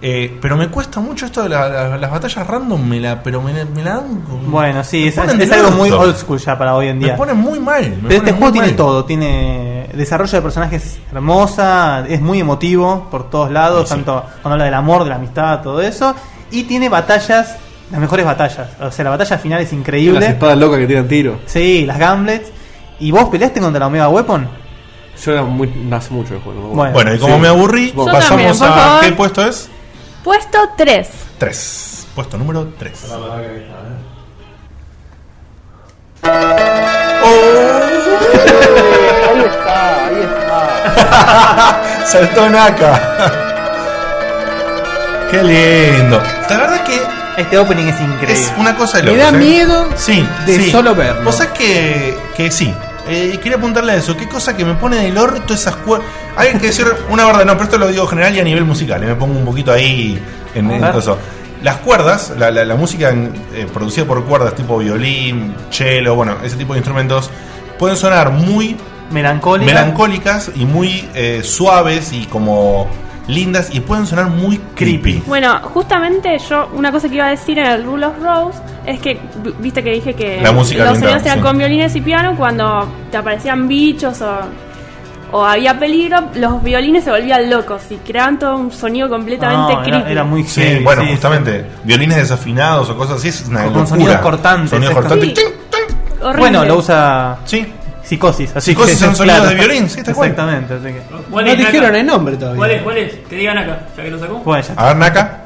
Speaker 3: eh, pero me cuesta mucho esto de la- la- las batallas random, me la, pero me, la- me la dan con-
Speaker 4: Bueno, sí,
Speaker 3: me
Speaker 4: es,
Speaker 3: ponen
Speaker 4: es
Speaker 3: del
Speaker 4: algo muy
Speaker 3: orto.
Speaker 4: old school ya para hoy en día.
Speaker 3: Me ponen muy mal. me
Speaker 4: Pero este
Speaker 3: ponen
Speaker 4: juego
Speaker 3: muy
Speaker 4: tiene
Speaker 3: mal.
Speaker 4: todo, tiene desarrollo de personajes hermosa, es muy emotivo por todos lados, tanto cuando habla del amor, de la amistad, todo eso, y tiene batallas, las mejores batallas, o sea, la batalla final es increíble.
Speaker 1: Las espadas locas que tiran tiro.
Speaker 4: Sí, las gamblets. ¿Y vos peleaste contra la Omega Weapon?
Speaker 1: Yo era muy, no hace mucho el juego. no me
Speaker 4: Bueno.
Speaker 1: acuerdo.
Speaker 4: Bueno, y como me aburrí,
Speaker 1: Bueno,
Speaker 6: Yo también, por favor.
Speaker 3: puesto es?
Speaker 6: Puesto 3.
Speaker 3: 3. Puesto número 3.
Speaker 8: Ah.
Speaker 3: Oh.
Speaker 8: Ahí está, ahí está.
Speaker 3: Saltó Naka. Qué lindo. La verdad es
Speaker 4: que este opening es increíble.
Speaker 3: Es una cosa de
Speaker 5: Me
Speaker 3: locos,
Speaker 5: da
Speaker 3: ¿eh?
Speaker 5: miedo
Speaker 3: sí,
Speaker 5: de
Speaker 3: sí.
Speaker 5: solo verlo.
Speaker 3: Vos sabés que, que sí. Eh, quería apuntarle a eso. ¿Qué cosa que me pone del orto esas cuerdas? Hay que decir una verdad, no, pero esto lo digo general y a nivel musical. eh, Me pongo un poquito ahí en,
Speaker 15: A
Speaker 3: en
Speaker 15: ver.
Speaker 3: coso. Las cuerdas, la, la- la música en- eh, producida por cuerdas tipo violín, cello, bueno, ese tipo de instrumentos, pueden sonar muy
Speaker 4: Melancólica.
Speaker 3: melancólicas y muy eh, suaves y como lindas y pueden sonar muy creepy.
Speaker 6: Bueno, justamente yo, una cosa que iba a decir en el Rule of Rose es que, v- viste que dije que
Speaker 3: La música
Speaker 6: los
Speaker 3: ambiental,
Speaker 6: sonidos eran
Speaker 3: sí.
Speaker 6: con violines y piano, cuando te aparecían bichos o, o había peligro, los violines se volvían locos y creaban todo un sonido completamente
Speaker 3: No,
Speaker 6: creepy.
Speaker 4: muy
Speaker 3: Sí,
Speaker 4: heavy,
Speaker 3: bueno,
Speaker 4: sí,
Speaker 3: justamente. Violines desafinados o cosas así es una
Speaker 4: Con
Speaker 3: locura.
Speaker 4: sonidos cortantes,
Speaker 3: Sonidos
Speaker 4: es
Speaker 3: cortantes.
Speaker 4: como-
Speaker 3: ¡ting!
Speaker 6: Horrible.
Speaker 4: Bueno, lo usa.
Speaker 3: Sí.
Speaker 4: Psicosis. Así
Speaker 3: Psicosis
Speaker 4: que-
Speaker 3: son sonidos de violín, sí, tal cual.
Speaker 4: Exactamente. Así que...
Speaker 2: ¿Cuál
Speaker 4: No
Speaker 2: es, Naka?
Speaker 4: dijeron el nombre todavía.
Speaker 2: ¿Cuál es? ¿Cuál es? Que digan acá, ya que lo sacó.
Speaker 4: Bueno, ya
Speaker 3: A ver, Naka.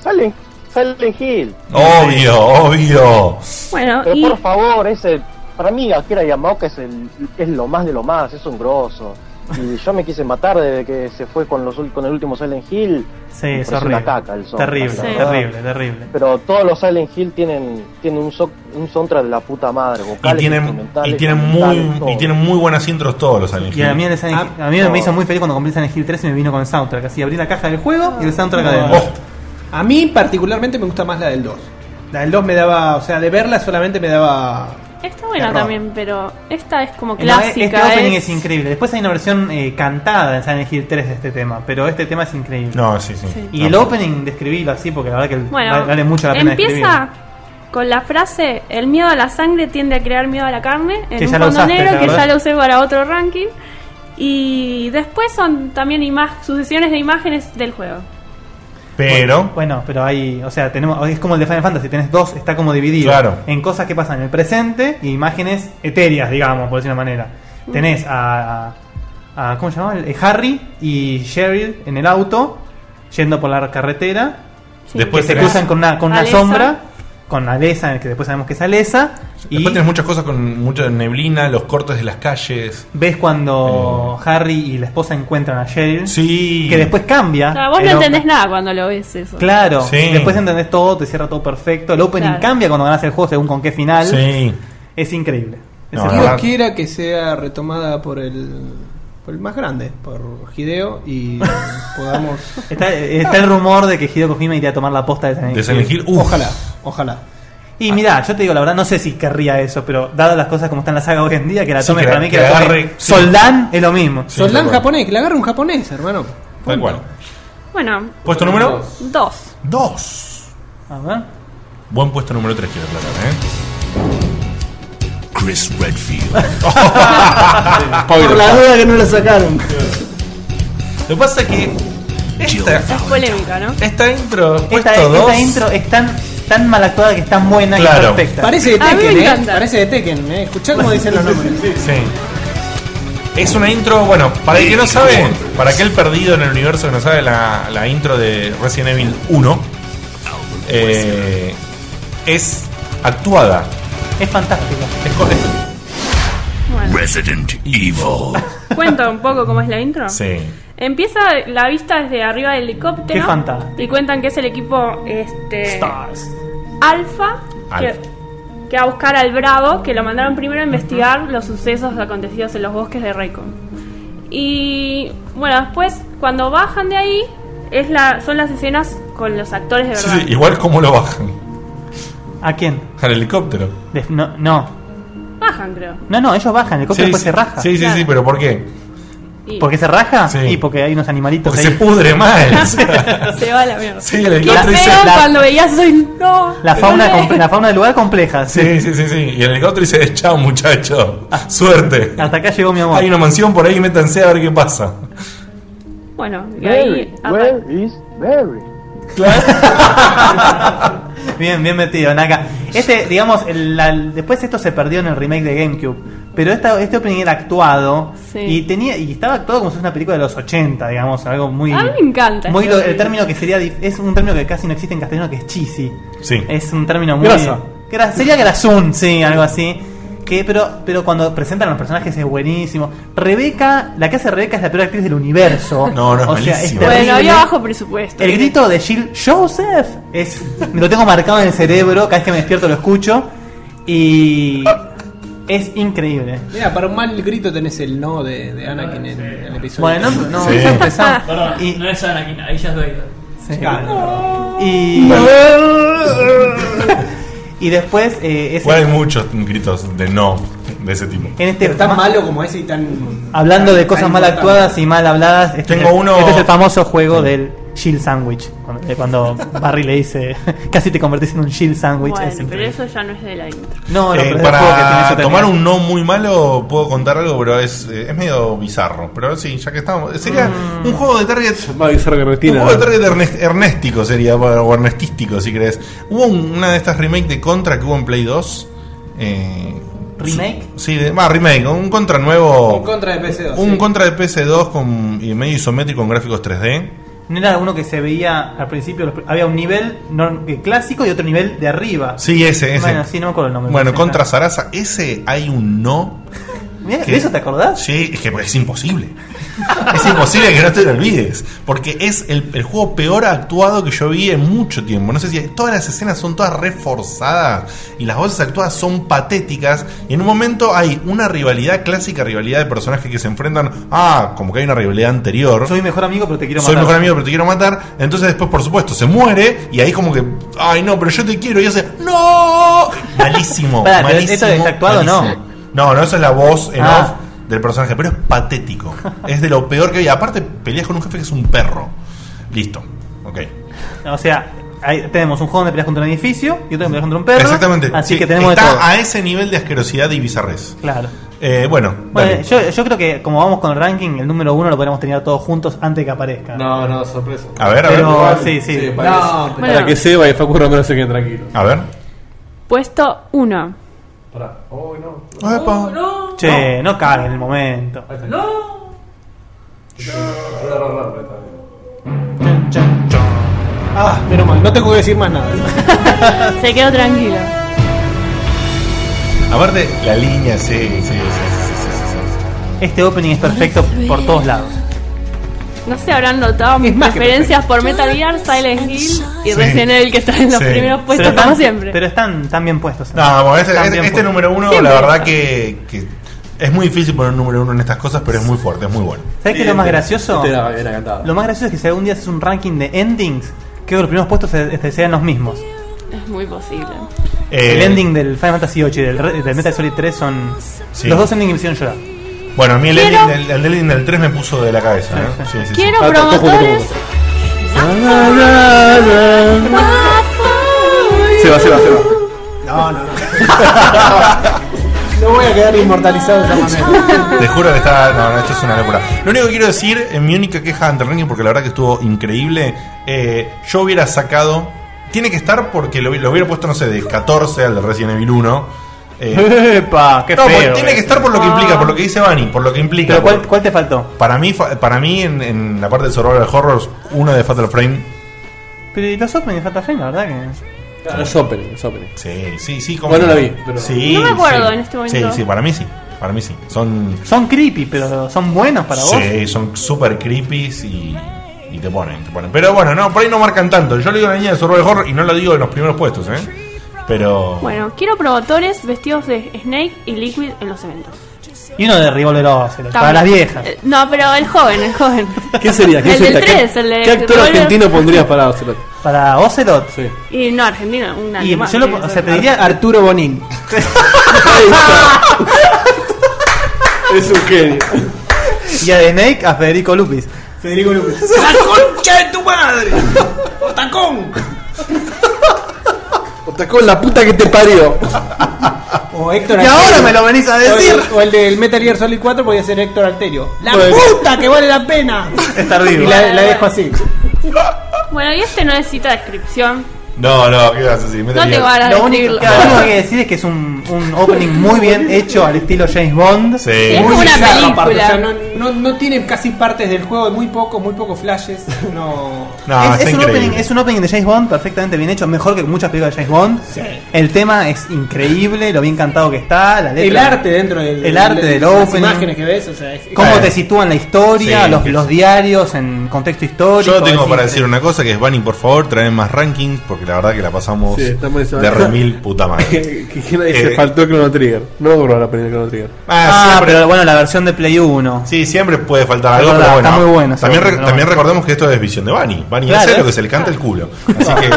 Speaker 8: Salen, salen Hill.
Speaker 3: Obvio, obvio.
Speaker 6: Bueno,
Speaker 8: Pero
Speaker 6: y-
Speaker 8: por favor, ese. Para mí, Akira Yamaoka es, el, es lo más de lo más, es un grosso. Y yo me quise matar desde que se fue con, los, ul- con el último Silent Hill.
Speaker 4: Sí,
Speaker 8: Me
Speaker 4: es
Speaker 8: parece
Speaker 4: horrible.
Speaker 8: una caca el soundtrack,
Speaker 4: terrible,
Speaker 8: la verdad.
Speaker 4: terrible, terrible.
Speaker 8: Pero todos los Silent Hill tienen, tienen un, so- un soundtrack de la puta madre,
Speaker 3: Y
Speaker 8: vocales,
Speaker 3: tienen,
Speaker 8: instrumentales,
Speaker 3: y tienen
Speaker 8: musicales,
Speaker 3: muy y
Speaker 8: todo.
Speaker 3: tienen muy buenas intros todos los Silent
Speaker 4: Y a mí,
Speaker 3: Hill.
Speaker 4: el Silent Hill- a mí me hizo muy feliz cuando compré el Silent Hill 3 y me vino con el soundtrack. Así abrí la caja del juego y el soundtrack
Speaker 5: No.
Speaker 3: Oh.
Speaker 4: adentro.
Speaker 5: A mí particularmente me gusta más la del 2. La del 2 me daba, o sea, de verla solamente me daba...
Speaker 6: está buena
Speaker 5: Terror.
Speaker 6: también, pero esta es como
Speaker 4: No, e-
Speaker 6: clásica.
Speaker 4: este opening
Speaker 6: es-
Speaker 4: es... increíble. Después hay una versión eh, cantada en Silent Hill 3 de este tema, pero este tema es increíble.
Speaker 3: No, sí, sí.
Speaker 6: Sí.
Speaker 4: Y el opening, describilo así porque la verdad que el-
Speaker 6: Bueno,
Speaker 4: vale, vale mucho la pena
Speaker 6: empieza
Speaker 4: describirlo.
Speaker 6: con la frase: el miedo a la sangre tiende a crear miedo a la carne. En
Speaker 4: Que
Speaker 6: un
Speaker 4: ya la
Speaker 6: fondo
Speaker 4: usaste,
Speaker 6: negro
Speaker 4: la
Speaker 6: que
Speaker 4: verdad.
Speaker 6: ya lo usé para otro ranking. Y después son también ima- sucesiones de imágenes del juego.
Speaker 3: Pero.
Speaker 4: Bueno, bueno, pero hay. O sea, tenemos es como el de Final Fantasy, tenés dos, está como dividido.
Speaker 3: Claro.
Speaker 4: En cosas que pasan en el presente y imágenes etéreas, digamos, por decir una manera.
Speaker 6: Mm.
Speaker 4: Tenés a. a- a- ¿Cómo se llama? El- eh, Harry y Cheryl en el auto, yendo por la carretera.
Speaker 3: Después
Speaker 4: que se
Speaker 3: tenés-
Speaker 4: cruzan con una, con una
Speaker 3: Alessa.
Speaker 4: sombra, con Alesa, que después sabemos que es Alesa. Y
Speaker 3: Después tenés muchas cosas con mucha neblina, los cortes de las calles. Eh.
Speaker 4: ves cuando Harry y la esposa encuentran a Cheryl. Que después cambia.
Speaker 6: O sea, Ah, vos
Speaker 4: el
Speaker 6: no
Speaker 4: opening.
Speaker 6: entendés nada cuando lo ves eso.
Speaker 4: Ah, Claro,
Speaker 3: Sí.
Speaker 4: después entendés todo, te cierra todo perfecto. El opening
Speaker 6: Claro.
Speaker 4: cambia cuando ganas el juego según con qué final.
Speaker 3: Sí.
Speaker 4: Es increíble. Es el-
Speaker 5: Dios quiera que sea retomada por el, por el más grande, por Hideo, y podamos...
Speaker 4: Está, está el rumor de que Hideo Kojima iría a tomar la posta de Silent
Speaker 3: De Silent Hill, uf.
Speaker 4: Ojalá,
Speaker 5: ojalá.
Speaker 4: Y mirá, yo te digo la verdad, no sé si querría eso, pero dadas las cosas como están la saga hoy en día, que la
Speaker 3: Sí,
Speaker 4: tome
Speaker 3: que la-
Speaker 4: para mí, que,
Speaker 3: que
Speaker 4: la tome
Speaker 3: agarre- sí.
Speaker 4: Soldán es lo mismo.
Speaker 5: Soldán japonés, que le agarre un japonés, hermano.
Speaker 3: Tal cual.
Speaker 6: Bueno.
Speaker 3: ¿Puesto número?
Speaker 6: Dos.
Speaker 3: Dos.
Speaker 4: A ver.
Speaker 3: Buen puesto número 3 quiero aclarar, ¿eh? Chris Redfield.
Speaker 14: Por la duda que no lo sacaron.
Speaker 3: Lo que pasa es que esta,
Speaker 6: Es polémica, ¿no?
Speaker 3: esta intro,
Speaker 4: Esta,
Speaker 3: puesto
Speaker 4: esta
Speaker 3: dos,
Speaker 4: intro es tan, tan mal actuada que es tan buena
Speaker 3: Claro.
Speaker 4: y perfecta.
Speaker 5: Parece de Tekken, ¿eh? Parece de Tekken, ¿eh? Escuchá cómo dicen los nombres.
Speaker 3: Sí. Es una intro, bueno, para el que no sabe, para aquel perdido en el universo que no sabe la, la intro de Resident Evil 1, eh, es actuada.
Speaker 4: Es fantástica.
Speaker 3: Es co- es-
Speaker 7: Resident Evil.
Speaker 6: Cuento un poco cómo es la intro.
Speaker 3: Sí.
Speaker 6: Empieza la vista desde arriba del helicóptero.
Speaker 4: Qué fantástico.
Speaker 6: Y cuentan que es el equipo este
Speaker 4: Stars.
Speaker 6: Alfa que,
Speaker 4: Alpha.
Speaker 6: que va a buscar al Bravo, que lo mandaron primero a investigar los sucesos acontecidos en los bosques de Raycon. Y bueno, después cuando bajan de ahí es la son las escenas con los actores de
Speaker 3: sí,
Speaker 6: verdad.
Speaker 3: sí, igual como lo bajan.
Speaker 4: ¿A quién?
Speaker 3: Al helicóptero.
Speaker 4: Des- no, no.
Speaker 6: Bajan, creo.
Speaker 4: No, no, ellos bajan, el
Speaker 3: Sí,
Speaker 4: helicóptero después
Speaker 3: sí.
Speaker 4: se raja.
Speaker 3: Sí, sí, sí, pero ¿por qué?
Speaker 6: Y
Speaker 4: ¿Porque se raja? Y porque hay unos animalitos
Speaker 3: Porque
Speaker 4: ahí.
Speaker 3: se pudre mal. o sea.
Speaker 6: se va a la mierda.
Speaker 3: Sí, el
Speaker 6: Qué
Speaker 3: helicóptero dice-
Speaker 6: feo
Speaker 3: La-
Speaker 6: cuando veías soy no.
Speaker 4: La fauna,
Speaker 6: volvé.
Speaker 4: com- la fauna del lugar compleja.
Speaker 3: Sí, sí, sí, sí. Y el helicóptero dice, chao muchacho, suerte.
Speaker 4: Ah. Hasta acá llegó mi amor.
Speaker 3: Hay una mansión por ahí, métanse a ver qué pasa.
Speaker 6: Bueno, y
Speaker 8: Mary,
Speaker 6: ahí
Speaker 8: where is Mary?
Speaker 4: Bien, bien metido, Naka. Este, digamos, el- la- después esto se perdió en el remake de GameCube. Pero esta, este opening era actuado.
Speaker 6: Sí.
Speaker 4: Y tenía y estaba actuado como si fuera una película de los 80, digamos. Algo muy.
Speaker 6: a mí me encanta.
Speaker 4: muy
Speaker 6: este
Speaker 4: lo- el
Speaker 6: opening.
Speaker 4: término que sería. dif- Es un término que casi no existe en castellano, que es cheesy.
Speaker 3: Sí.
Speaker 4: Es un término muy.
Speaker 5: Grasa.
Speaker 4: Gra- sería Grasun, sí, algo así. Que, pero, pero cuando presentan a los personajes es buenísimo. Rebeca, la que hace Rebeca es la peor actriz del universo.
Speaker 3: No, no, es
Speaker 4: o sea, es
Speaker 3: malísimo.
Speaker 6: Bueno,
Speaker 4: terrible.
Speaker 6: había bajo presupuesto.
Speaker 4: El grito de Jill Joseph es. Me lo tengo marcado en el cerebro, cada vez que me despierto lo escucho. Y. Es increíble.
Speaker 5: Mira, para un mal grito tenés el no de, de Anakin en, en el episodio.
Speaker 4: Bueno, no, no, ya empezamos.
Speaker 2: Perdón, no es Anakin, ahí ya es Vader.
Speaker 4: Sí. Y. y después. eh, es-
Speaker 3: Igual hay muchos gritos de no de ese tipo.
Speaker 4: en este.
Speaker 5: Pero tan malo como ese y tan.
Speaker 4: Hablando de cosas
Speaker 5: tan
Speaker 4: mal
Speaker 5: importante.
Speaker 4: actuadas y mal habladas, este,
Speaker 3: Tengo
Speaker 4: es,
Speaker 3: uno-
Speaker 4: este es el famoso juego del Shield Sandwich. Cuando, eh, cuando Barry le dice, casi te convertís en un Shield Sandwich.
Speaker 6: Bueno,
Speaker 4: es
Speaker 6: pero
Speaker 4: increíble.
Speaker 6: eso ya no es de la intro.
Speaker 4: No, no,
Speaker 3: Eh,
Speaker 4: pero es el juego que tiene
Speaker 3: para
Speaker 4: eso también.
Speaker 3: tomar un no muy malo puedo contar algo, pero es, eh, es medio bizarro. Pero sí, ya que estamos... Sería un juego de target...
Speaker 1: Mm. Va a avisar que
Speaker 3: Un
Speaker 1: Ernestina.
Speaker 3: juego de target ernest- ernestístico sería, o ernestístico si crees. Hubo un- una de estas remake de Contra que hubo en Play 2. eh,
Speaker 4: ¿Remake?
Speaker 3: sí, de, va, remake, un Contra nuevo...
Speaker 5: Un contra de PC2.
Speaker 3: Un
Speaker 5: sí.
Speaker 3: contra de PS2 con y medio isométrico con gráficos 3D.
Speaker 4: ¿No era uno que se veía al principio? los- Había un nivel no- eh, clásico y otro nivel de arriba.
Speaker 3: Sí, ese, ese.
Speaker 4: Bueno, sí, no me acuerdo el nombre.
Speaker 3: Bueno,
Speaker 4: Sí,
Speaker 3: contra
Speaker 4: está.
Speaker 3: Sarasa, ese hay un no.
Speaker 4: Mirá,
Speaker 3: que-
Speaker 4: ¿De eso te acordás?
Speaker 3: Sí, es que es imposible. es imposible que no te lo olvides. Porque es el, el juego peor actuado que yo vi en mucho tiempo. No sé si todas las escenas son todas reforzadas y las voces actuadas son patéticas. Y en un momento hay una rivalidad, clásica rivalidad de personajes que se enfrentan. Ah, como que hay una rivalidad anterior.
Speaker 4: Soy mejor amigo, pero te quiero matar.
Speaker 3: Soy mejor amigo, pero te quiero matar. Entonces, después, por supuesto, se muere. Y ahí, como que, ay, no, pero yo te quiero. Y hace, no, malísimo.
Speaker 4: Pará, pero
Speaker 3: malísimo
Speaker 4: ¿esto está actuado o no?
Speaker 3: malísimo. No, no, esa es la voz en
Speaker 4: Ah.
Speaker 3: off del personaje. Pero es patético. Es de lo peor que hay. Aparte, peleas con un jefe que es un perro. Listo. Ok.
Speaker 4: O sea, ahí tenemos un juego donde peleas contra un edificio y otro donde peleas contra un perro.
Speaker 3: Exactamente.
Speaker 4: Así
Speaker 3: Sí,
Speaker 4: que tenemos
Speaker 3: está
Speaker 4: de todo.
Speaker 3: a ese nivel de asquerosidad y bizarrés.
Speaker 4: Claro.
Speaker 3: Eh, bueno,
Speaker 4: Bueno,
Speaker 3: dale.
Speaker 4: yo, yo creo que como vamos con el ranking, el número uno lo podemos tener todos juntos antes que aparezca.
Speaker 1: No, no, sorpresa.
Speaker 3: a ver, a ver.
Speaker 4: Pero-
Speaker 1: Igual,
Speaker 4: sí, sí.
Speaker 1: parece.
Speaker 5: No,
Speaker 1: Para
Speaker 6: pero-
Speaker 1: que Seba y Facu Romero se queden tranquilos.
Speaker 3: A ver.
Speaker 6: Puesto 1.
Speaker 1: Pará. Oh, no.
Speaker 3: Epa.
Speaker 4: Che, no, caguen en el momento. Chan, chan, chan.
Speaker 5: Ah, menos mal, no tengo que decir más nada.
Speaker 6: Se quedó tranquilo.
Speaker 3: Aparte, la línea, sí, sí, sí, sí, sí, sí, sí.
Speaker 4: Este opening es perfecto por todos lados.
Speaker 6: No se habrán notado mis
Speaker 5: más que
Speaker 6: preferencias por Metal Gear, Silent Hill y
Speaker 3: Sí.
Speaker 6: Resident Evil que están en los
Speaker 3: Sí.
Speaker 6: primeros puestos
Speaker 4: están-
Speaker 6: como siempre.
Speaker 4: pero están tan bien puestos.
Speaker 3: No, bueno, este,
Speaker 4: Están
Speaker 3: este-
Speaker 4: bien
Speaker 3: este
Speaker 4: puestos.
Speaker 3: número uno,
Speaker 6: Siempre.
Speaker 3: la verdad que, que es muy difícil poner un número uno en estas cosas, pero es muy fuerte, es muy bueno.
Speaker 4: ¿Sabes qué es lo más gracioso?
Speaker 1: Este era, era cantado.
Speaker 4: Lo más gracioso es que si algún día haces un ranking de endings, creo que los primeros puestos se- este, sean los mismos.
Speaker 6: Es muy posible.
Speaker 3: Eh,
Speaker 4: El ending del Final Fantasy VIII y del, re- del Metal Solid 3 son.
Speaker 3: Sí.
Speaker 4: Los dos endings que me hicieron llorar.
Speaker 3: Bueno, a mí el
Speaker 6: Quiero-
Speaker 3: ending, del, el ending del 3 me puso de la cabeza. ¿eh? Sí, sí, sí.
Speaker 6: Quiero
Speaker 1: Ah, to- todo junto, todo
Speaker 6: promotores
Speaker 1: junto. Se va, se va, se va.
Speaker 14: No, no, no. No voy a quedar inmortalizado de esa manera.
Speaker 3: Te juro que está. No, no, esto es una locura. Lo único que quiero decir, en mi única queja ante el ranking, porque la verdad que estuvo increíble, eh, yo hubiera sacado. Tiene que estar porque lo, hubi- lo hubiera puesto, no sé, de 14 al de Resident Evil 1. eh.
Speaker 4: ¡Epa! ¡Qué
Speaker 3: No,
Speaker 4: feo! Ah.
Speaker 3: porque tiene que estar por lo que implica, por lo que dice Vani, por lo que implica.
Speaker 4: Pero ¿cuál,
Speaker 3: por-
Speaker 4: cuál te faltó?
Speaker 3: para mí, fa- para mí en, en la parte de Survival Horrors, uno de Fatal Frame.
Speaker 4: Pero ¿y los openings de Fatal Frame, la verdad que.
Speaker 1: Es opening, es opening.
Speaker 3: Sí, sí, sí. como
Speaker 1: Bueno, la vi, pero-
Speaker 3: Sí,
Speaker 4: No me acuerdo
Speaker 3: sí.
Speaker 4: en este momento.
Speaker 3: Sí, sí, para mí sí. Para mí sí. Son
Speaker 4: Son creepy, pero son buenos para vos.
Speaker 3: Sí, son super creepy y, y te ponen, te ponen. Pero bueno, no, por ahí no marcan tanto. Yo le digo a la niña de Survival Horror y no lo digo en los primeros puestos, ¿eh? Pero.
Speaker 6: Bueno, quiero promotores vestidos de Snake y Liquid en los eventos.
Speaker 4: Y uno de Revolver Ocelot, para las viejas.
Speaker 6: Eh, No, pero el joven, el joven.
Speaker 1: ¿Qué sería? ¿Qué
Speaker 6: El del
Speaker 1: sería? ¿Qué-
Speaker 6: 3, el de-
Speaker 1: ¿Qué actor
Speaker 6: Revolver-
Speaker 1: argentino pondrías para Ocelot?
Speaker 4: ¿Para Ocelot?
Speaker 1: Sí.
Speaker 6: Y no, Argentina, un
Speaker 4: Y
Speaker 6: alemán,
Speaker 4: yo lo,
Speaker 6: tiene que
Speaker 4: o sea,
Speaker 6: ser.
Speaker 4: te diría Arturo Bonín.
Speaker 1: es un genio.
Speaker 4: Y a The Snake a Federico Lupis.
Speaker 14: Federico López.
Speaker 5: ¡La concha de tu madre! ¡Otacón!
Speaker 1: Otacón, la puta que te parió.
Speaker 5: O Héctor
Speaker 14: Y ahora me lo venís a decir.
Speaker 5: O el, o el del Metal Gear Solid 4 podía ser Héctor Arterio. ¡La
Speaker 14: Bueno.
Speaker 5: puta que vale la pena!
Speaker 4: Estar
Speaker 5: vivo.
Speaker 14: Y la, la dejo
Speaker 5: así.
Speaker 6: Bueno, y este no necesita descripción.
Speaker 3: No, no, ¿qué vas a decir? Metal
Speaker 6: No te
Speaker 3: Gear.
Speaker 6: van a
Speaker 4: Lo único
Speaker 6: describirlo.
Speaker 4: que, lo único que decir es que es un, un opening muy bien hecho al estilo James Bond.
Speaker 3: Sí.
Speaker 6: Es como una
Speaker 5: Bizarro, aparte,
Speaker 6: película.
Speaker 5: o sea, no, no, no tiene casi partes del juego, muy poco, muy pocos flashes. No.
Speaker 3: No,
Speaker 4: es,
Speaker 3: está
Speaker 4: es un
Speaker 3: increíble.
Speaker 4: opening, es un opening de James Bond perfectamente bien hecho, mejor que muchas películas de James Bond. El tema es increíble, lo bien cantado que está, la
Speaker 5: El
Speaker 4: letra.
Speaker 5: arte dentro del.
Speaker 4: El arte
Speaker 5: de
Speaker 4: del
Speaker 5: las
Speaker 4: opening.
Speaker 5: imágenes que ves, o sea, es-
Speaker 4: Cómo
Speaker 3: Claro.
Speaker 4: te sitúan la historia,
Speaker 3: Sí,
Speaker 4: los,
Speaker 3: que-
Speaker 4: los diarios en contexto histórico.
Speaker 3: Yo tengo
Speaker 4: es
Speaker 3: para
Speaker 4: increíble.
Speaker 3: decir una cosa que es Bunny, por favor, traen más rankings porque la verdad que la pasamos
Speaker 1: Sí, estamos
Speaker 3: de remil puta madre.
Speaker 1: Que- que nadie se
Speaker 3: Eh,
Speaker 1: faltó el Chrono Trigger. No me acuerdo la película de Chrono Trigger.
Speaker 4: Ah,
Speaker 3: siempre-
Speaker 4: pero bueno, la versión de Play 1.
Speaker 3: Sí, siempre puede faltar
Speaker 4: Es
Speaker 3: algo,
Speaker 4: verdad,
Speaker 3: pero bueno.
Speaker 4: está muy bueno, está
Speaker 3: también,
Speaker 4: muy
Speaker 3: re-
Speaker 4: bueno.
Speaker 3: también recordemos que esto es visión de Bunny. Bunny
Speaker 4: Claro,
Speaker 3: hace lo
Speaker 4: ¿eh?
Speaker 3: que se le canta el culo. Así que.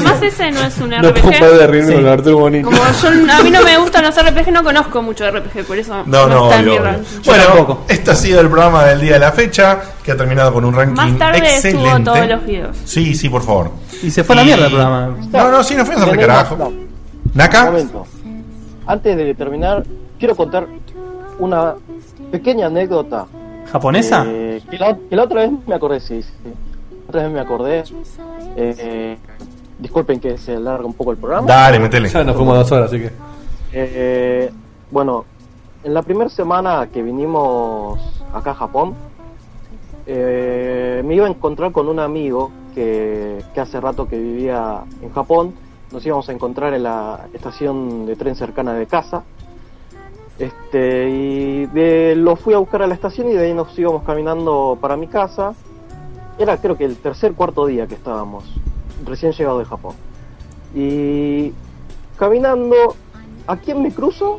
Speaker 6: Además, ese no es un
Speaker 1: No puedo parar de
Speaker 6: RPG.
Speaker 1: reírme
Speaker 4: Sí.
Speaker 1: con Arturo Bonito.
Speaker 6: Como yo, a mí no me gustan los RPG, no conozco mucho de RPG, por eso
Speaker 3: No, no,
Speaker 6: está en
Speaker 3: obvio,
Speaker 6: mi
Speaker 3: obvio.
Speaker 6: ranking.
Speaker 3: Bueno,
Speaker 4: tampoco.
Speaker 3: este ha sido el programa del día de la fecha, que ha terminado con un ranking
Speaker 6: Más tarde
Speaker 3: excelente.
Speaker 6: subo todos los videos.
Speaker 3: Sí, sí, por favor.
Speaker 4: Y se fue a la
Speaker 3: Y-
Speaker 4: mierda el programa.
Speaker 3: No, no, sí, nos fuimos al
Speaker 8: Tenemos-
Speaker 3: carajo.
Speaker 8: no,
Speaker 3: ¿Naka?
Speaker 8: momento. Antes de terminar, quiero contar una pequeña anécdota.
Speaker 4: ¿Japonesa?
Speaker 3: Uh,
Speaker 8: Eh, que, la, que la otra vez me acordé, sí, sí. Otra vez me acordé. Eh, disculpen que se alarga un poco el programa.
Speaker 3: Dale, metele.
Speaker 1: Ya nos fuimos dos horas, así que.
Speaker 8: Eh, bueno, en la primera semana que vinimos acá a Japón, eh, me iba a encontrar con un amigo que, que hace rato que vivía en Japón. Nos íbamos a encontrar en la estación de tren cercana de casa. Este, y de- lo fui a buscar a la estación y de ahí nos íbamos caminando para mi casa. Era creo que el tercer cuarto día que estábamos, recién llegado de Japón. Y caminando, ¿a quién me cruzo?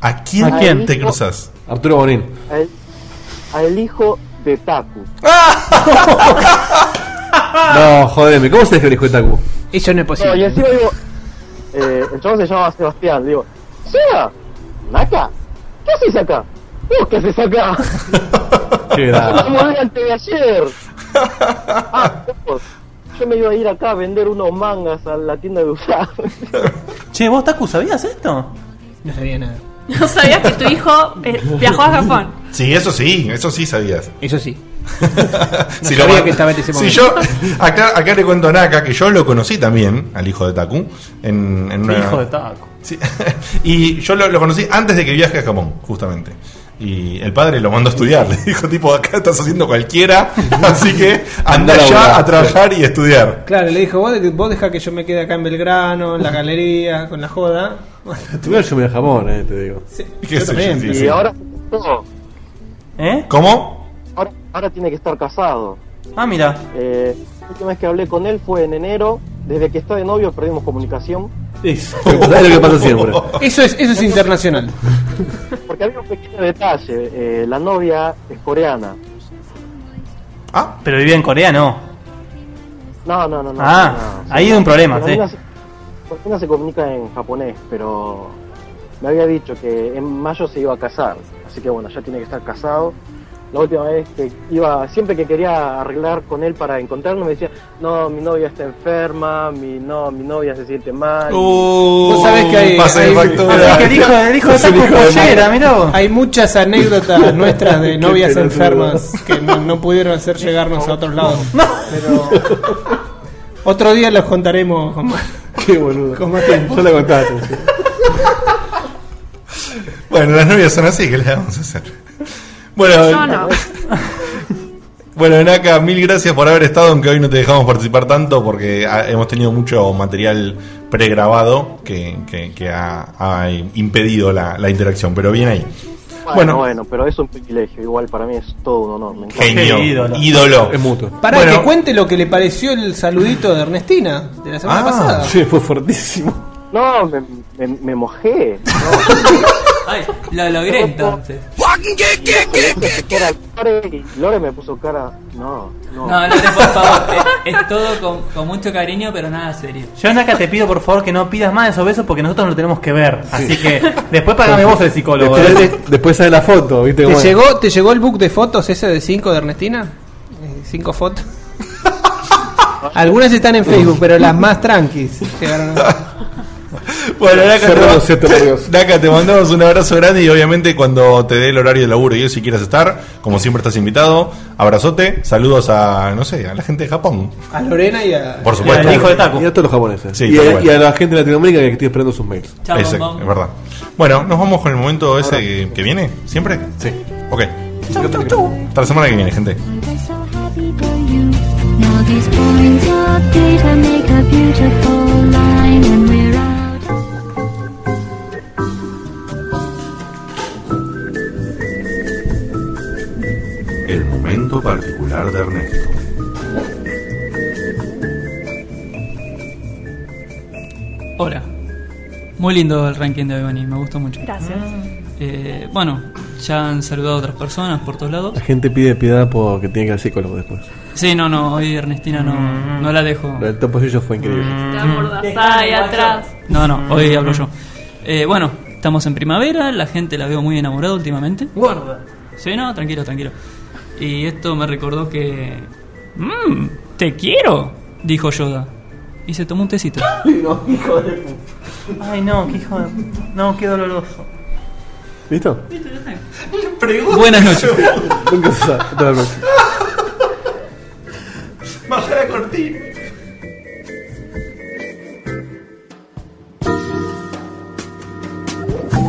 Speaker 3: ¿A quién,
Speaker 8: ¿A quién?
Speaker 3: te cruzas?
Speaker 1: Arturo Bonín.
Speaker 8: Al, al hijo de Taku.
Speaker 1: No, jodeme. ¿Cómo se describe el hijo de Taku?
Speaker 5: Eso no es posible.
Speaker 8: No, y encima digo, eh, el chabón se llama Sebastián, digo, ¡Seba! ¿Naka? ¿Qué haces acá? ¿Vos qué haces acá?
Speaker 1: Qué grave.
Speaker 8: Vamos a ver antes de ayer. Ah, vos, yo me iba a ir acá a vender unos mangas a la tienda de usar.
Speaker 4: Che, ¿vos, Taku, sabías esto?
Speaker 5: No sabía nada.
Speaker 6: No sabías que tu hijo eh, viajó a Japón.
Speaker 3: Sí, eso sí, eso sí sabías.
Speaker 5: Eso sí.
Speaker 3: si
Speaker 5: sabía
Speaker 3: man-
Speaker 5: que estaba en ese
Speaker 3: si
Speaker 5: momento.
Speaker 3: yo, acá, acá le cuento a Naka que yo lo conocí también, al hijo de Taku, en, en una-
Speaker 4: Hijo de Taku.
Speaker 3: Sí. y yo lo, lo conocí antes de que viaje a Japón, justamente. Y el padre lo mandó a estudiar. Le dijo, tipo, acá estás haciendo cualquiera, así que anda
Speaker 1: Andá a
Speaker 3: ya
Speaker 1: laburar.
Speaker 3: a trabajar y estudiar.
Speaker 5: Claro, le dijo, vos, vos deja que yo me quede acá en Belgrano, en la galería, con la joda.
Speaker 1: Primero yo me voy a Japón, eh, te digo.
Speaker 5: Sí,
Speaker 3: ¿Qué
Speaker 5: yo
Speaker 3: sé yo?
Speaker 5: también.
Speaker 3: Sí,
Speaker 8: y
Speaker 3: sí.
Speaker 8: ahora, no,
Speaker 4: ¿Eh?
Speaker 3: ¿Cómo?
Speaker 8: ahora, ahora tiene que estar casado.
Speaker 4: Ah, mira.
Speaker 8: Eh, la última vez que hablé con él fue en enero. Desde que está de novio perdimos comunicación.
Speaker 1: ¿Sabes lo que pasa siempre?
Speaker 5: Eso es, eso es internacional.
Speaker 8: Porque había un pequeño detalle. eh, la novia es coreana.
Speaker 3: Ah,
Speaker 4: Pero vivía en Corea, no.
Speaker 8: No, no, no. no
Speaker 4: Ah,
Speaker 8: no.
Speaker 4: ahí hay un problema,
Speaker 8: Con la
Speaker 4: sí.
Speaker 8: mina se- con la mina se comunica en japonés, pero me había dicho que en mayo se iba a casar. Así que bueno, ya tiene que estar casado. La última vez que iba, siempre que quería arreglar con él para encontrarnos, me decía, no, mi novia está enferma, mi, no, mi novia se siente mal.
Speaker 5: Vos sabés que hay,
Speaker 8: Uh, Pasa de
Speaker 5: hay-
Speaker 8: factura.
Speaker 5: ¿Vos sabés que
Speaker 8: Es el hijo de madre.
Speaker 5: Hay muchas anécdotas nuestras de
Speaker 8: Qué
Speaker 5: novias
Speaker 8: pelotudo.
Speaker 5: enfermas que no, no pudieron hacer llegarnos a otros lados. Pero otro día las contaremos con más,
Speaker 1: Qué boludo.
Speaker 5: con más tiempo.
Speaker 1: Yo la contaba.
Speaker 3: Bueno, las novias son así, ¿qué le vamos a hacer? Bueno,
Speaker 6: Yo no.
Speaker 3: Bueno, Naka, mil gracias por haber estado, aunque hoy no te dejamos participar tanto porque ah, hemos tenido mucho material pregrabado que, que- que ha, ha impedido la, la interacción, pero bien ahí.
Speaker 8: Bueno,
Speaker 3: Bueno.
Speaker 8: bueno, pero es un privilegio. Igual para mí es todo un honor. me encanta.
Speaker 3: Genio, ídolo. Es mutuo.
Speaker 5: Para que cuente lo que le pareció el saludito de Ernestina de la
Speaker 8: Ah,
Speaker 5: semana pasada.
Speaker 1: Sí, fue fuertísimo.
Speaker 8: No, me, me, me mojé.
Speaker 2: Lo logré entonces.
Speaker 8: Era Lore y Lore me puso cara. No, no.
Speaker 2: No, no, te- por favor. Es, es todo con, con mucho cariño, pero nada serio.
Speaker 4: Yo, Naka, te pido por favor que no pidas más de esos besos porque nosotros lo tenemos que ver. Así que después pagame vos el psicólogo. ¿eh?
Speaker 1: Después, después sale la foto, ¿viste?
Speaker 5: ¿Te
Speaker 1: cómo es?
Speaker 5: llegó, ¿Te llegó el book de fotos ese de 5 de Ernestina? 5 fotos. Algunas están en Facebook, pero las más tranquis llegaron a...
Speaker 3: Bueno, Naka,
Speaker 5: Cerramos
Speaker 3: te, Naka, te mandamos un abrazo grande y obviamente cuando te dé el horario de laburo y eso, si quieras estar, como siempre estás invitado, abrazote, saludos a, no sé, a la gente de Japón.
Speaker 5: a Lorena y a...
Speaker 3: Por supuesto.
Speaker 1: Y a todos los japoneses.
Speaker 3: Sí,
Speaker 1: y,
Speaker 3: tal
Speaker 1: a,
Speaker 3: cual.
Speaker 1: y a la gente de Latinoamérica que estoy esperando sus mails.
Speaker 3: Chao, Exacto, Bombón. es verdad. Bueno, nos vamos con el momento ese que, que viene, siempre. Sí. Ok. Hasta la semana que viene, gente.
Speaker 16: Now these points of data make a beautiful line when we're out.
Speaker 17: El momento particular de Ernesto.
Speaker 2: Hola. Muy lindo el ranking de hoy, Bani, me gustó mucho.
Speaker 6: Gracias.
Speaker 2: Eh, bueno, ya han saludado a otras personas por todos lados.
Speaker 1: La gente pide piedad porque tiene que ir al psicólogo después.
Speaker 2: Sí, no, no, hoy Ernestina no, no la dejo.
Speaker 1: Lo del toposillo fue increíble.
Speaker 6: Mordazá ahí atrás.
Speaker 2: No, no, hoy hablo yo. Eh, bueno, estamos en primavera, la gente la veo muy enamorada últimamente. Guarda. Sí, no, tranquilo, tranquilo. Y esto me recordó que... Mmm, te quiero, dijo Yoda. Y se tomó un tecito.
Speaker 4: No, hijo de Ay, no, qué hijo de No, qué doloroso.
Speaker 1: ¿Listo?
Speaker 2: Buenas noches.
Speaker 1: Nunca se sabe. Hasta la próxima.
Speaker 3: Baja la cortina.
Speaker 16: Thank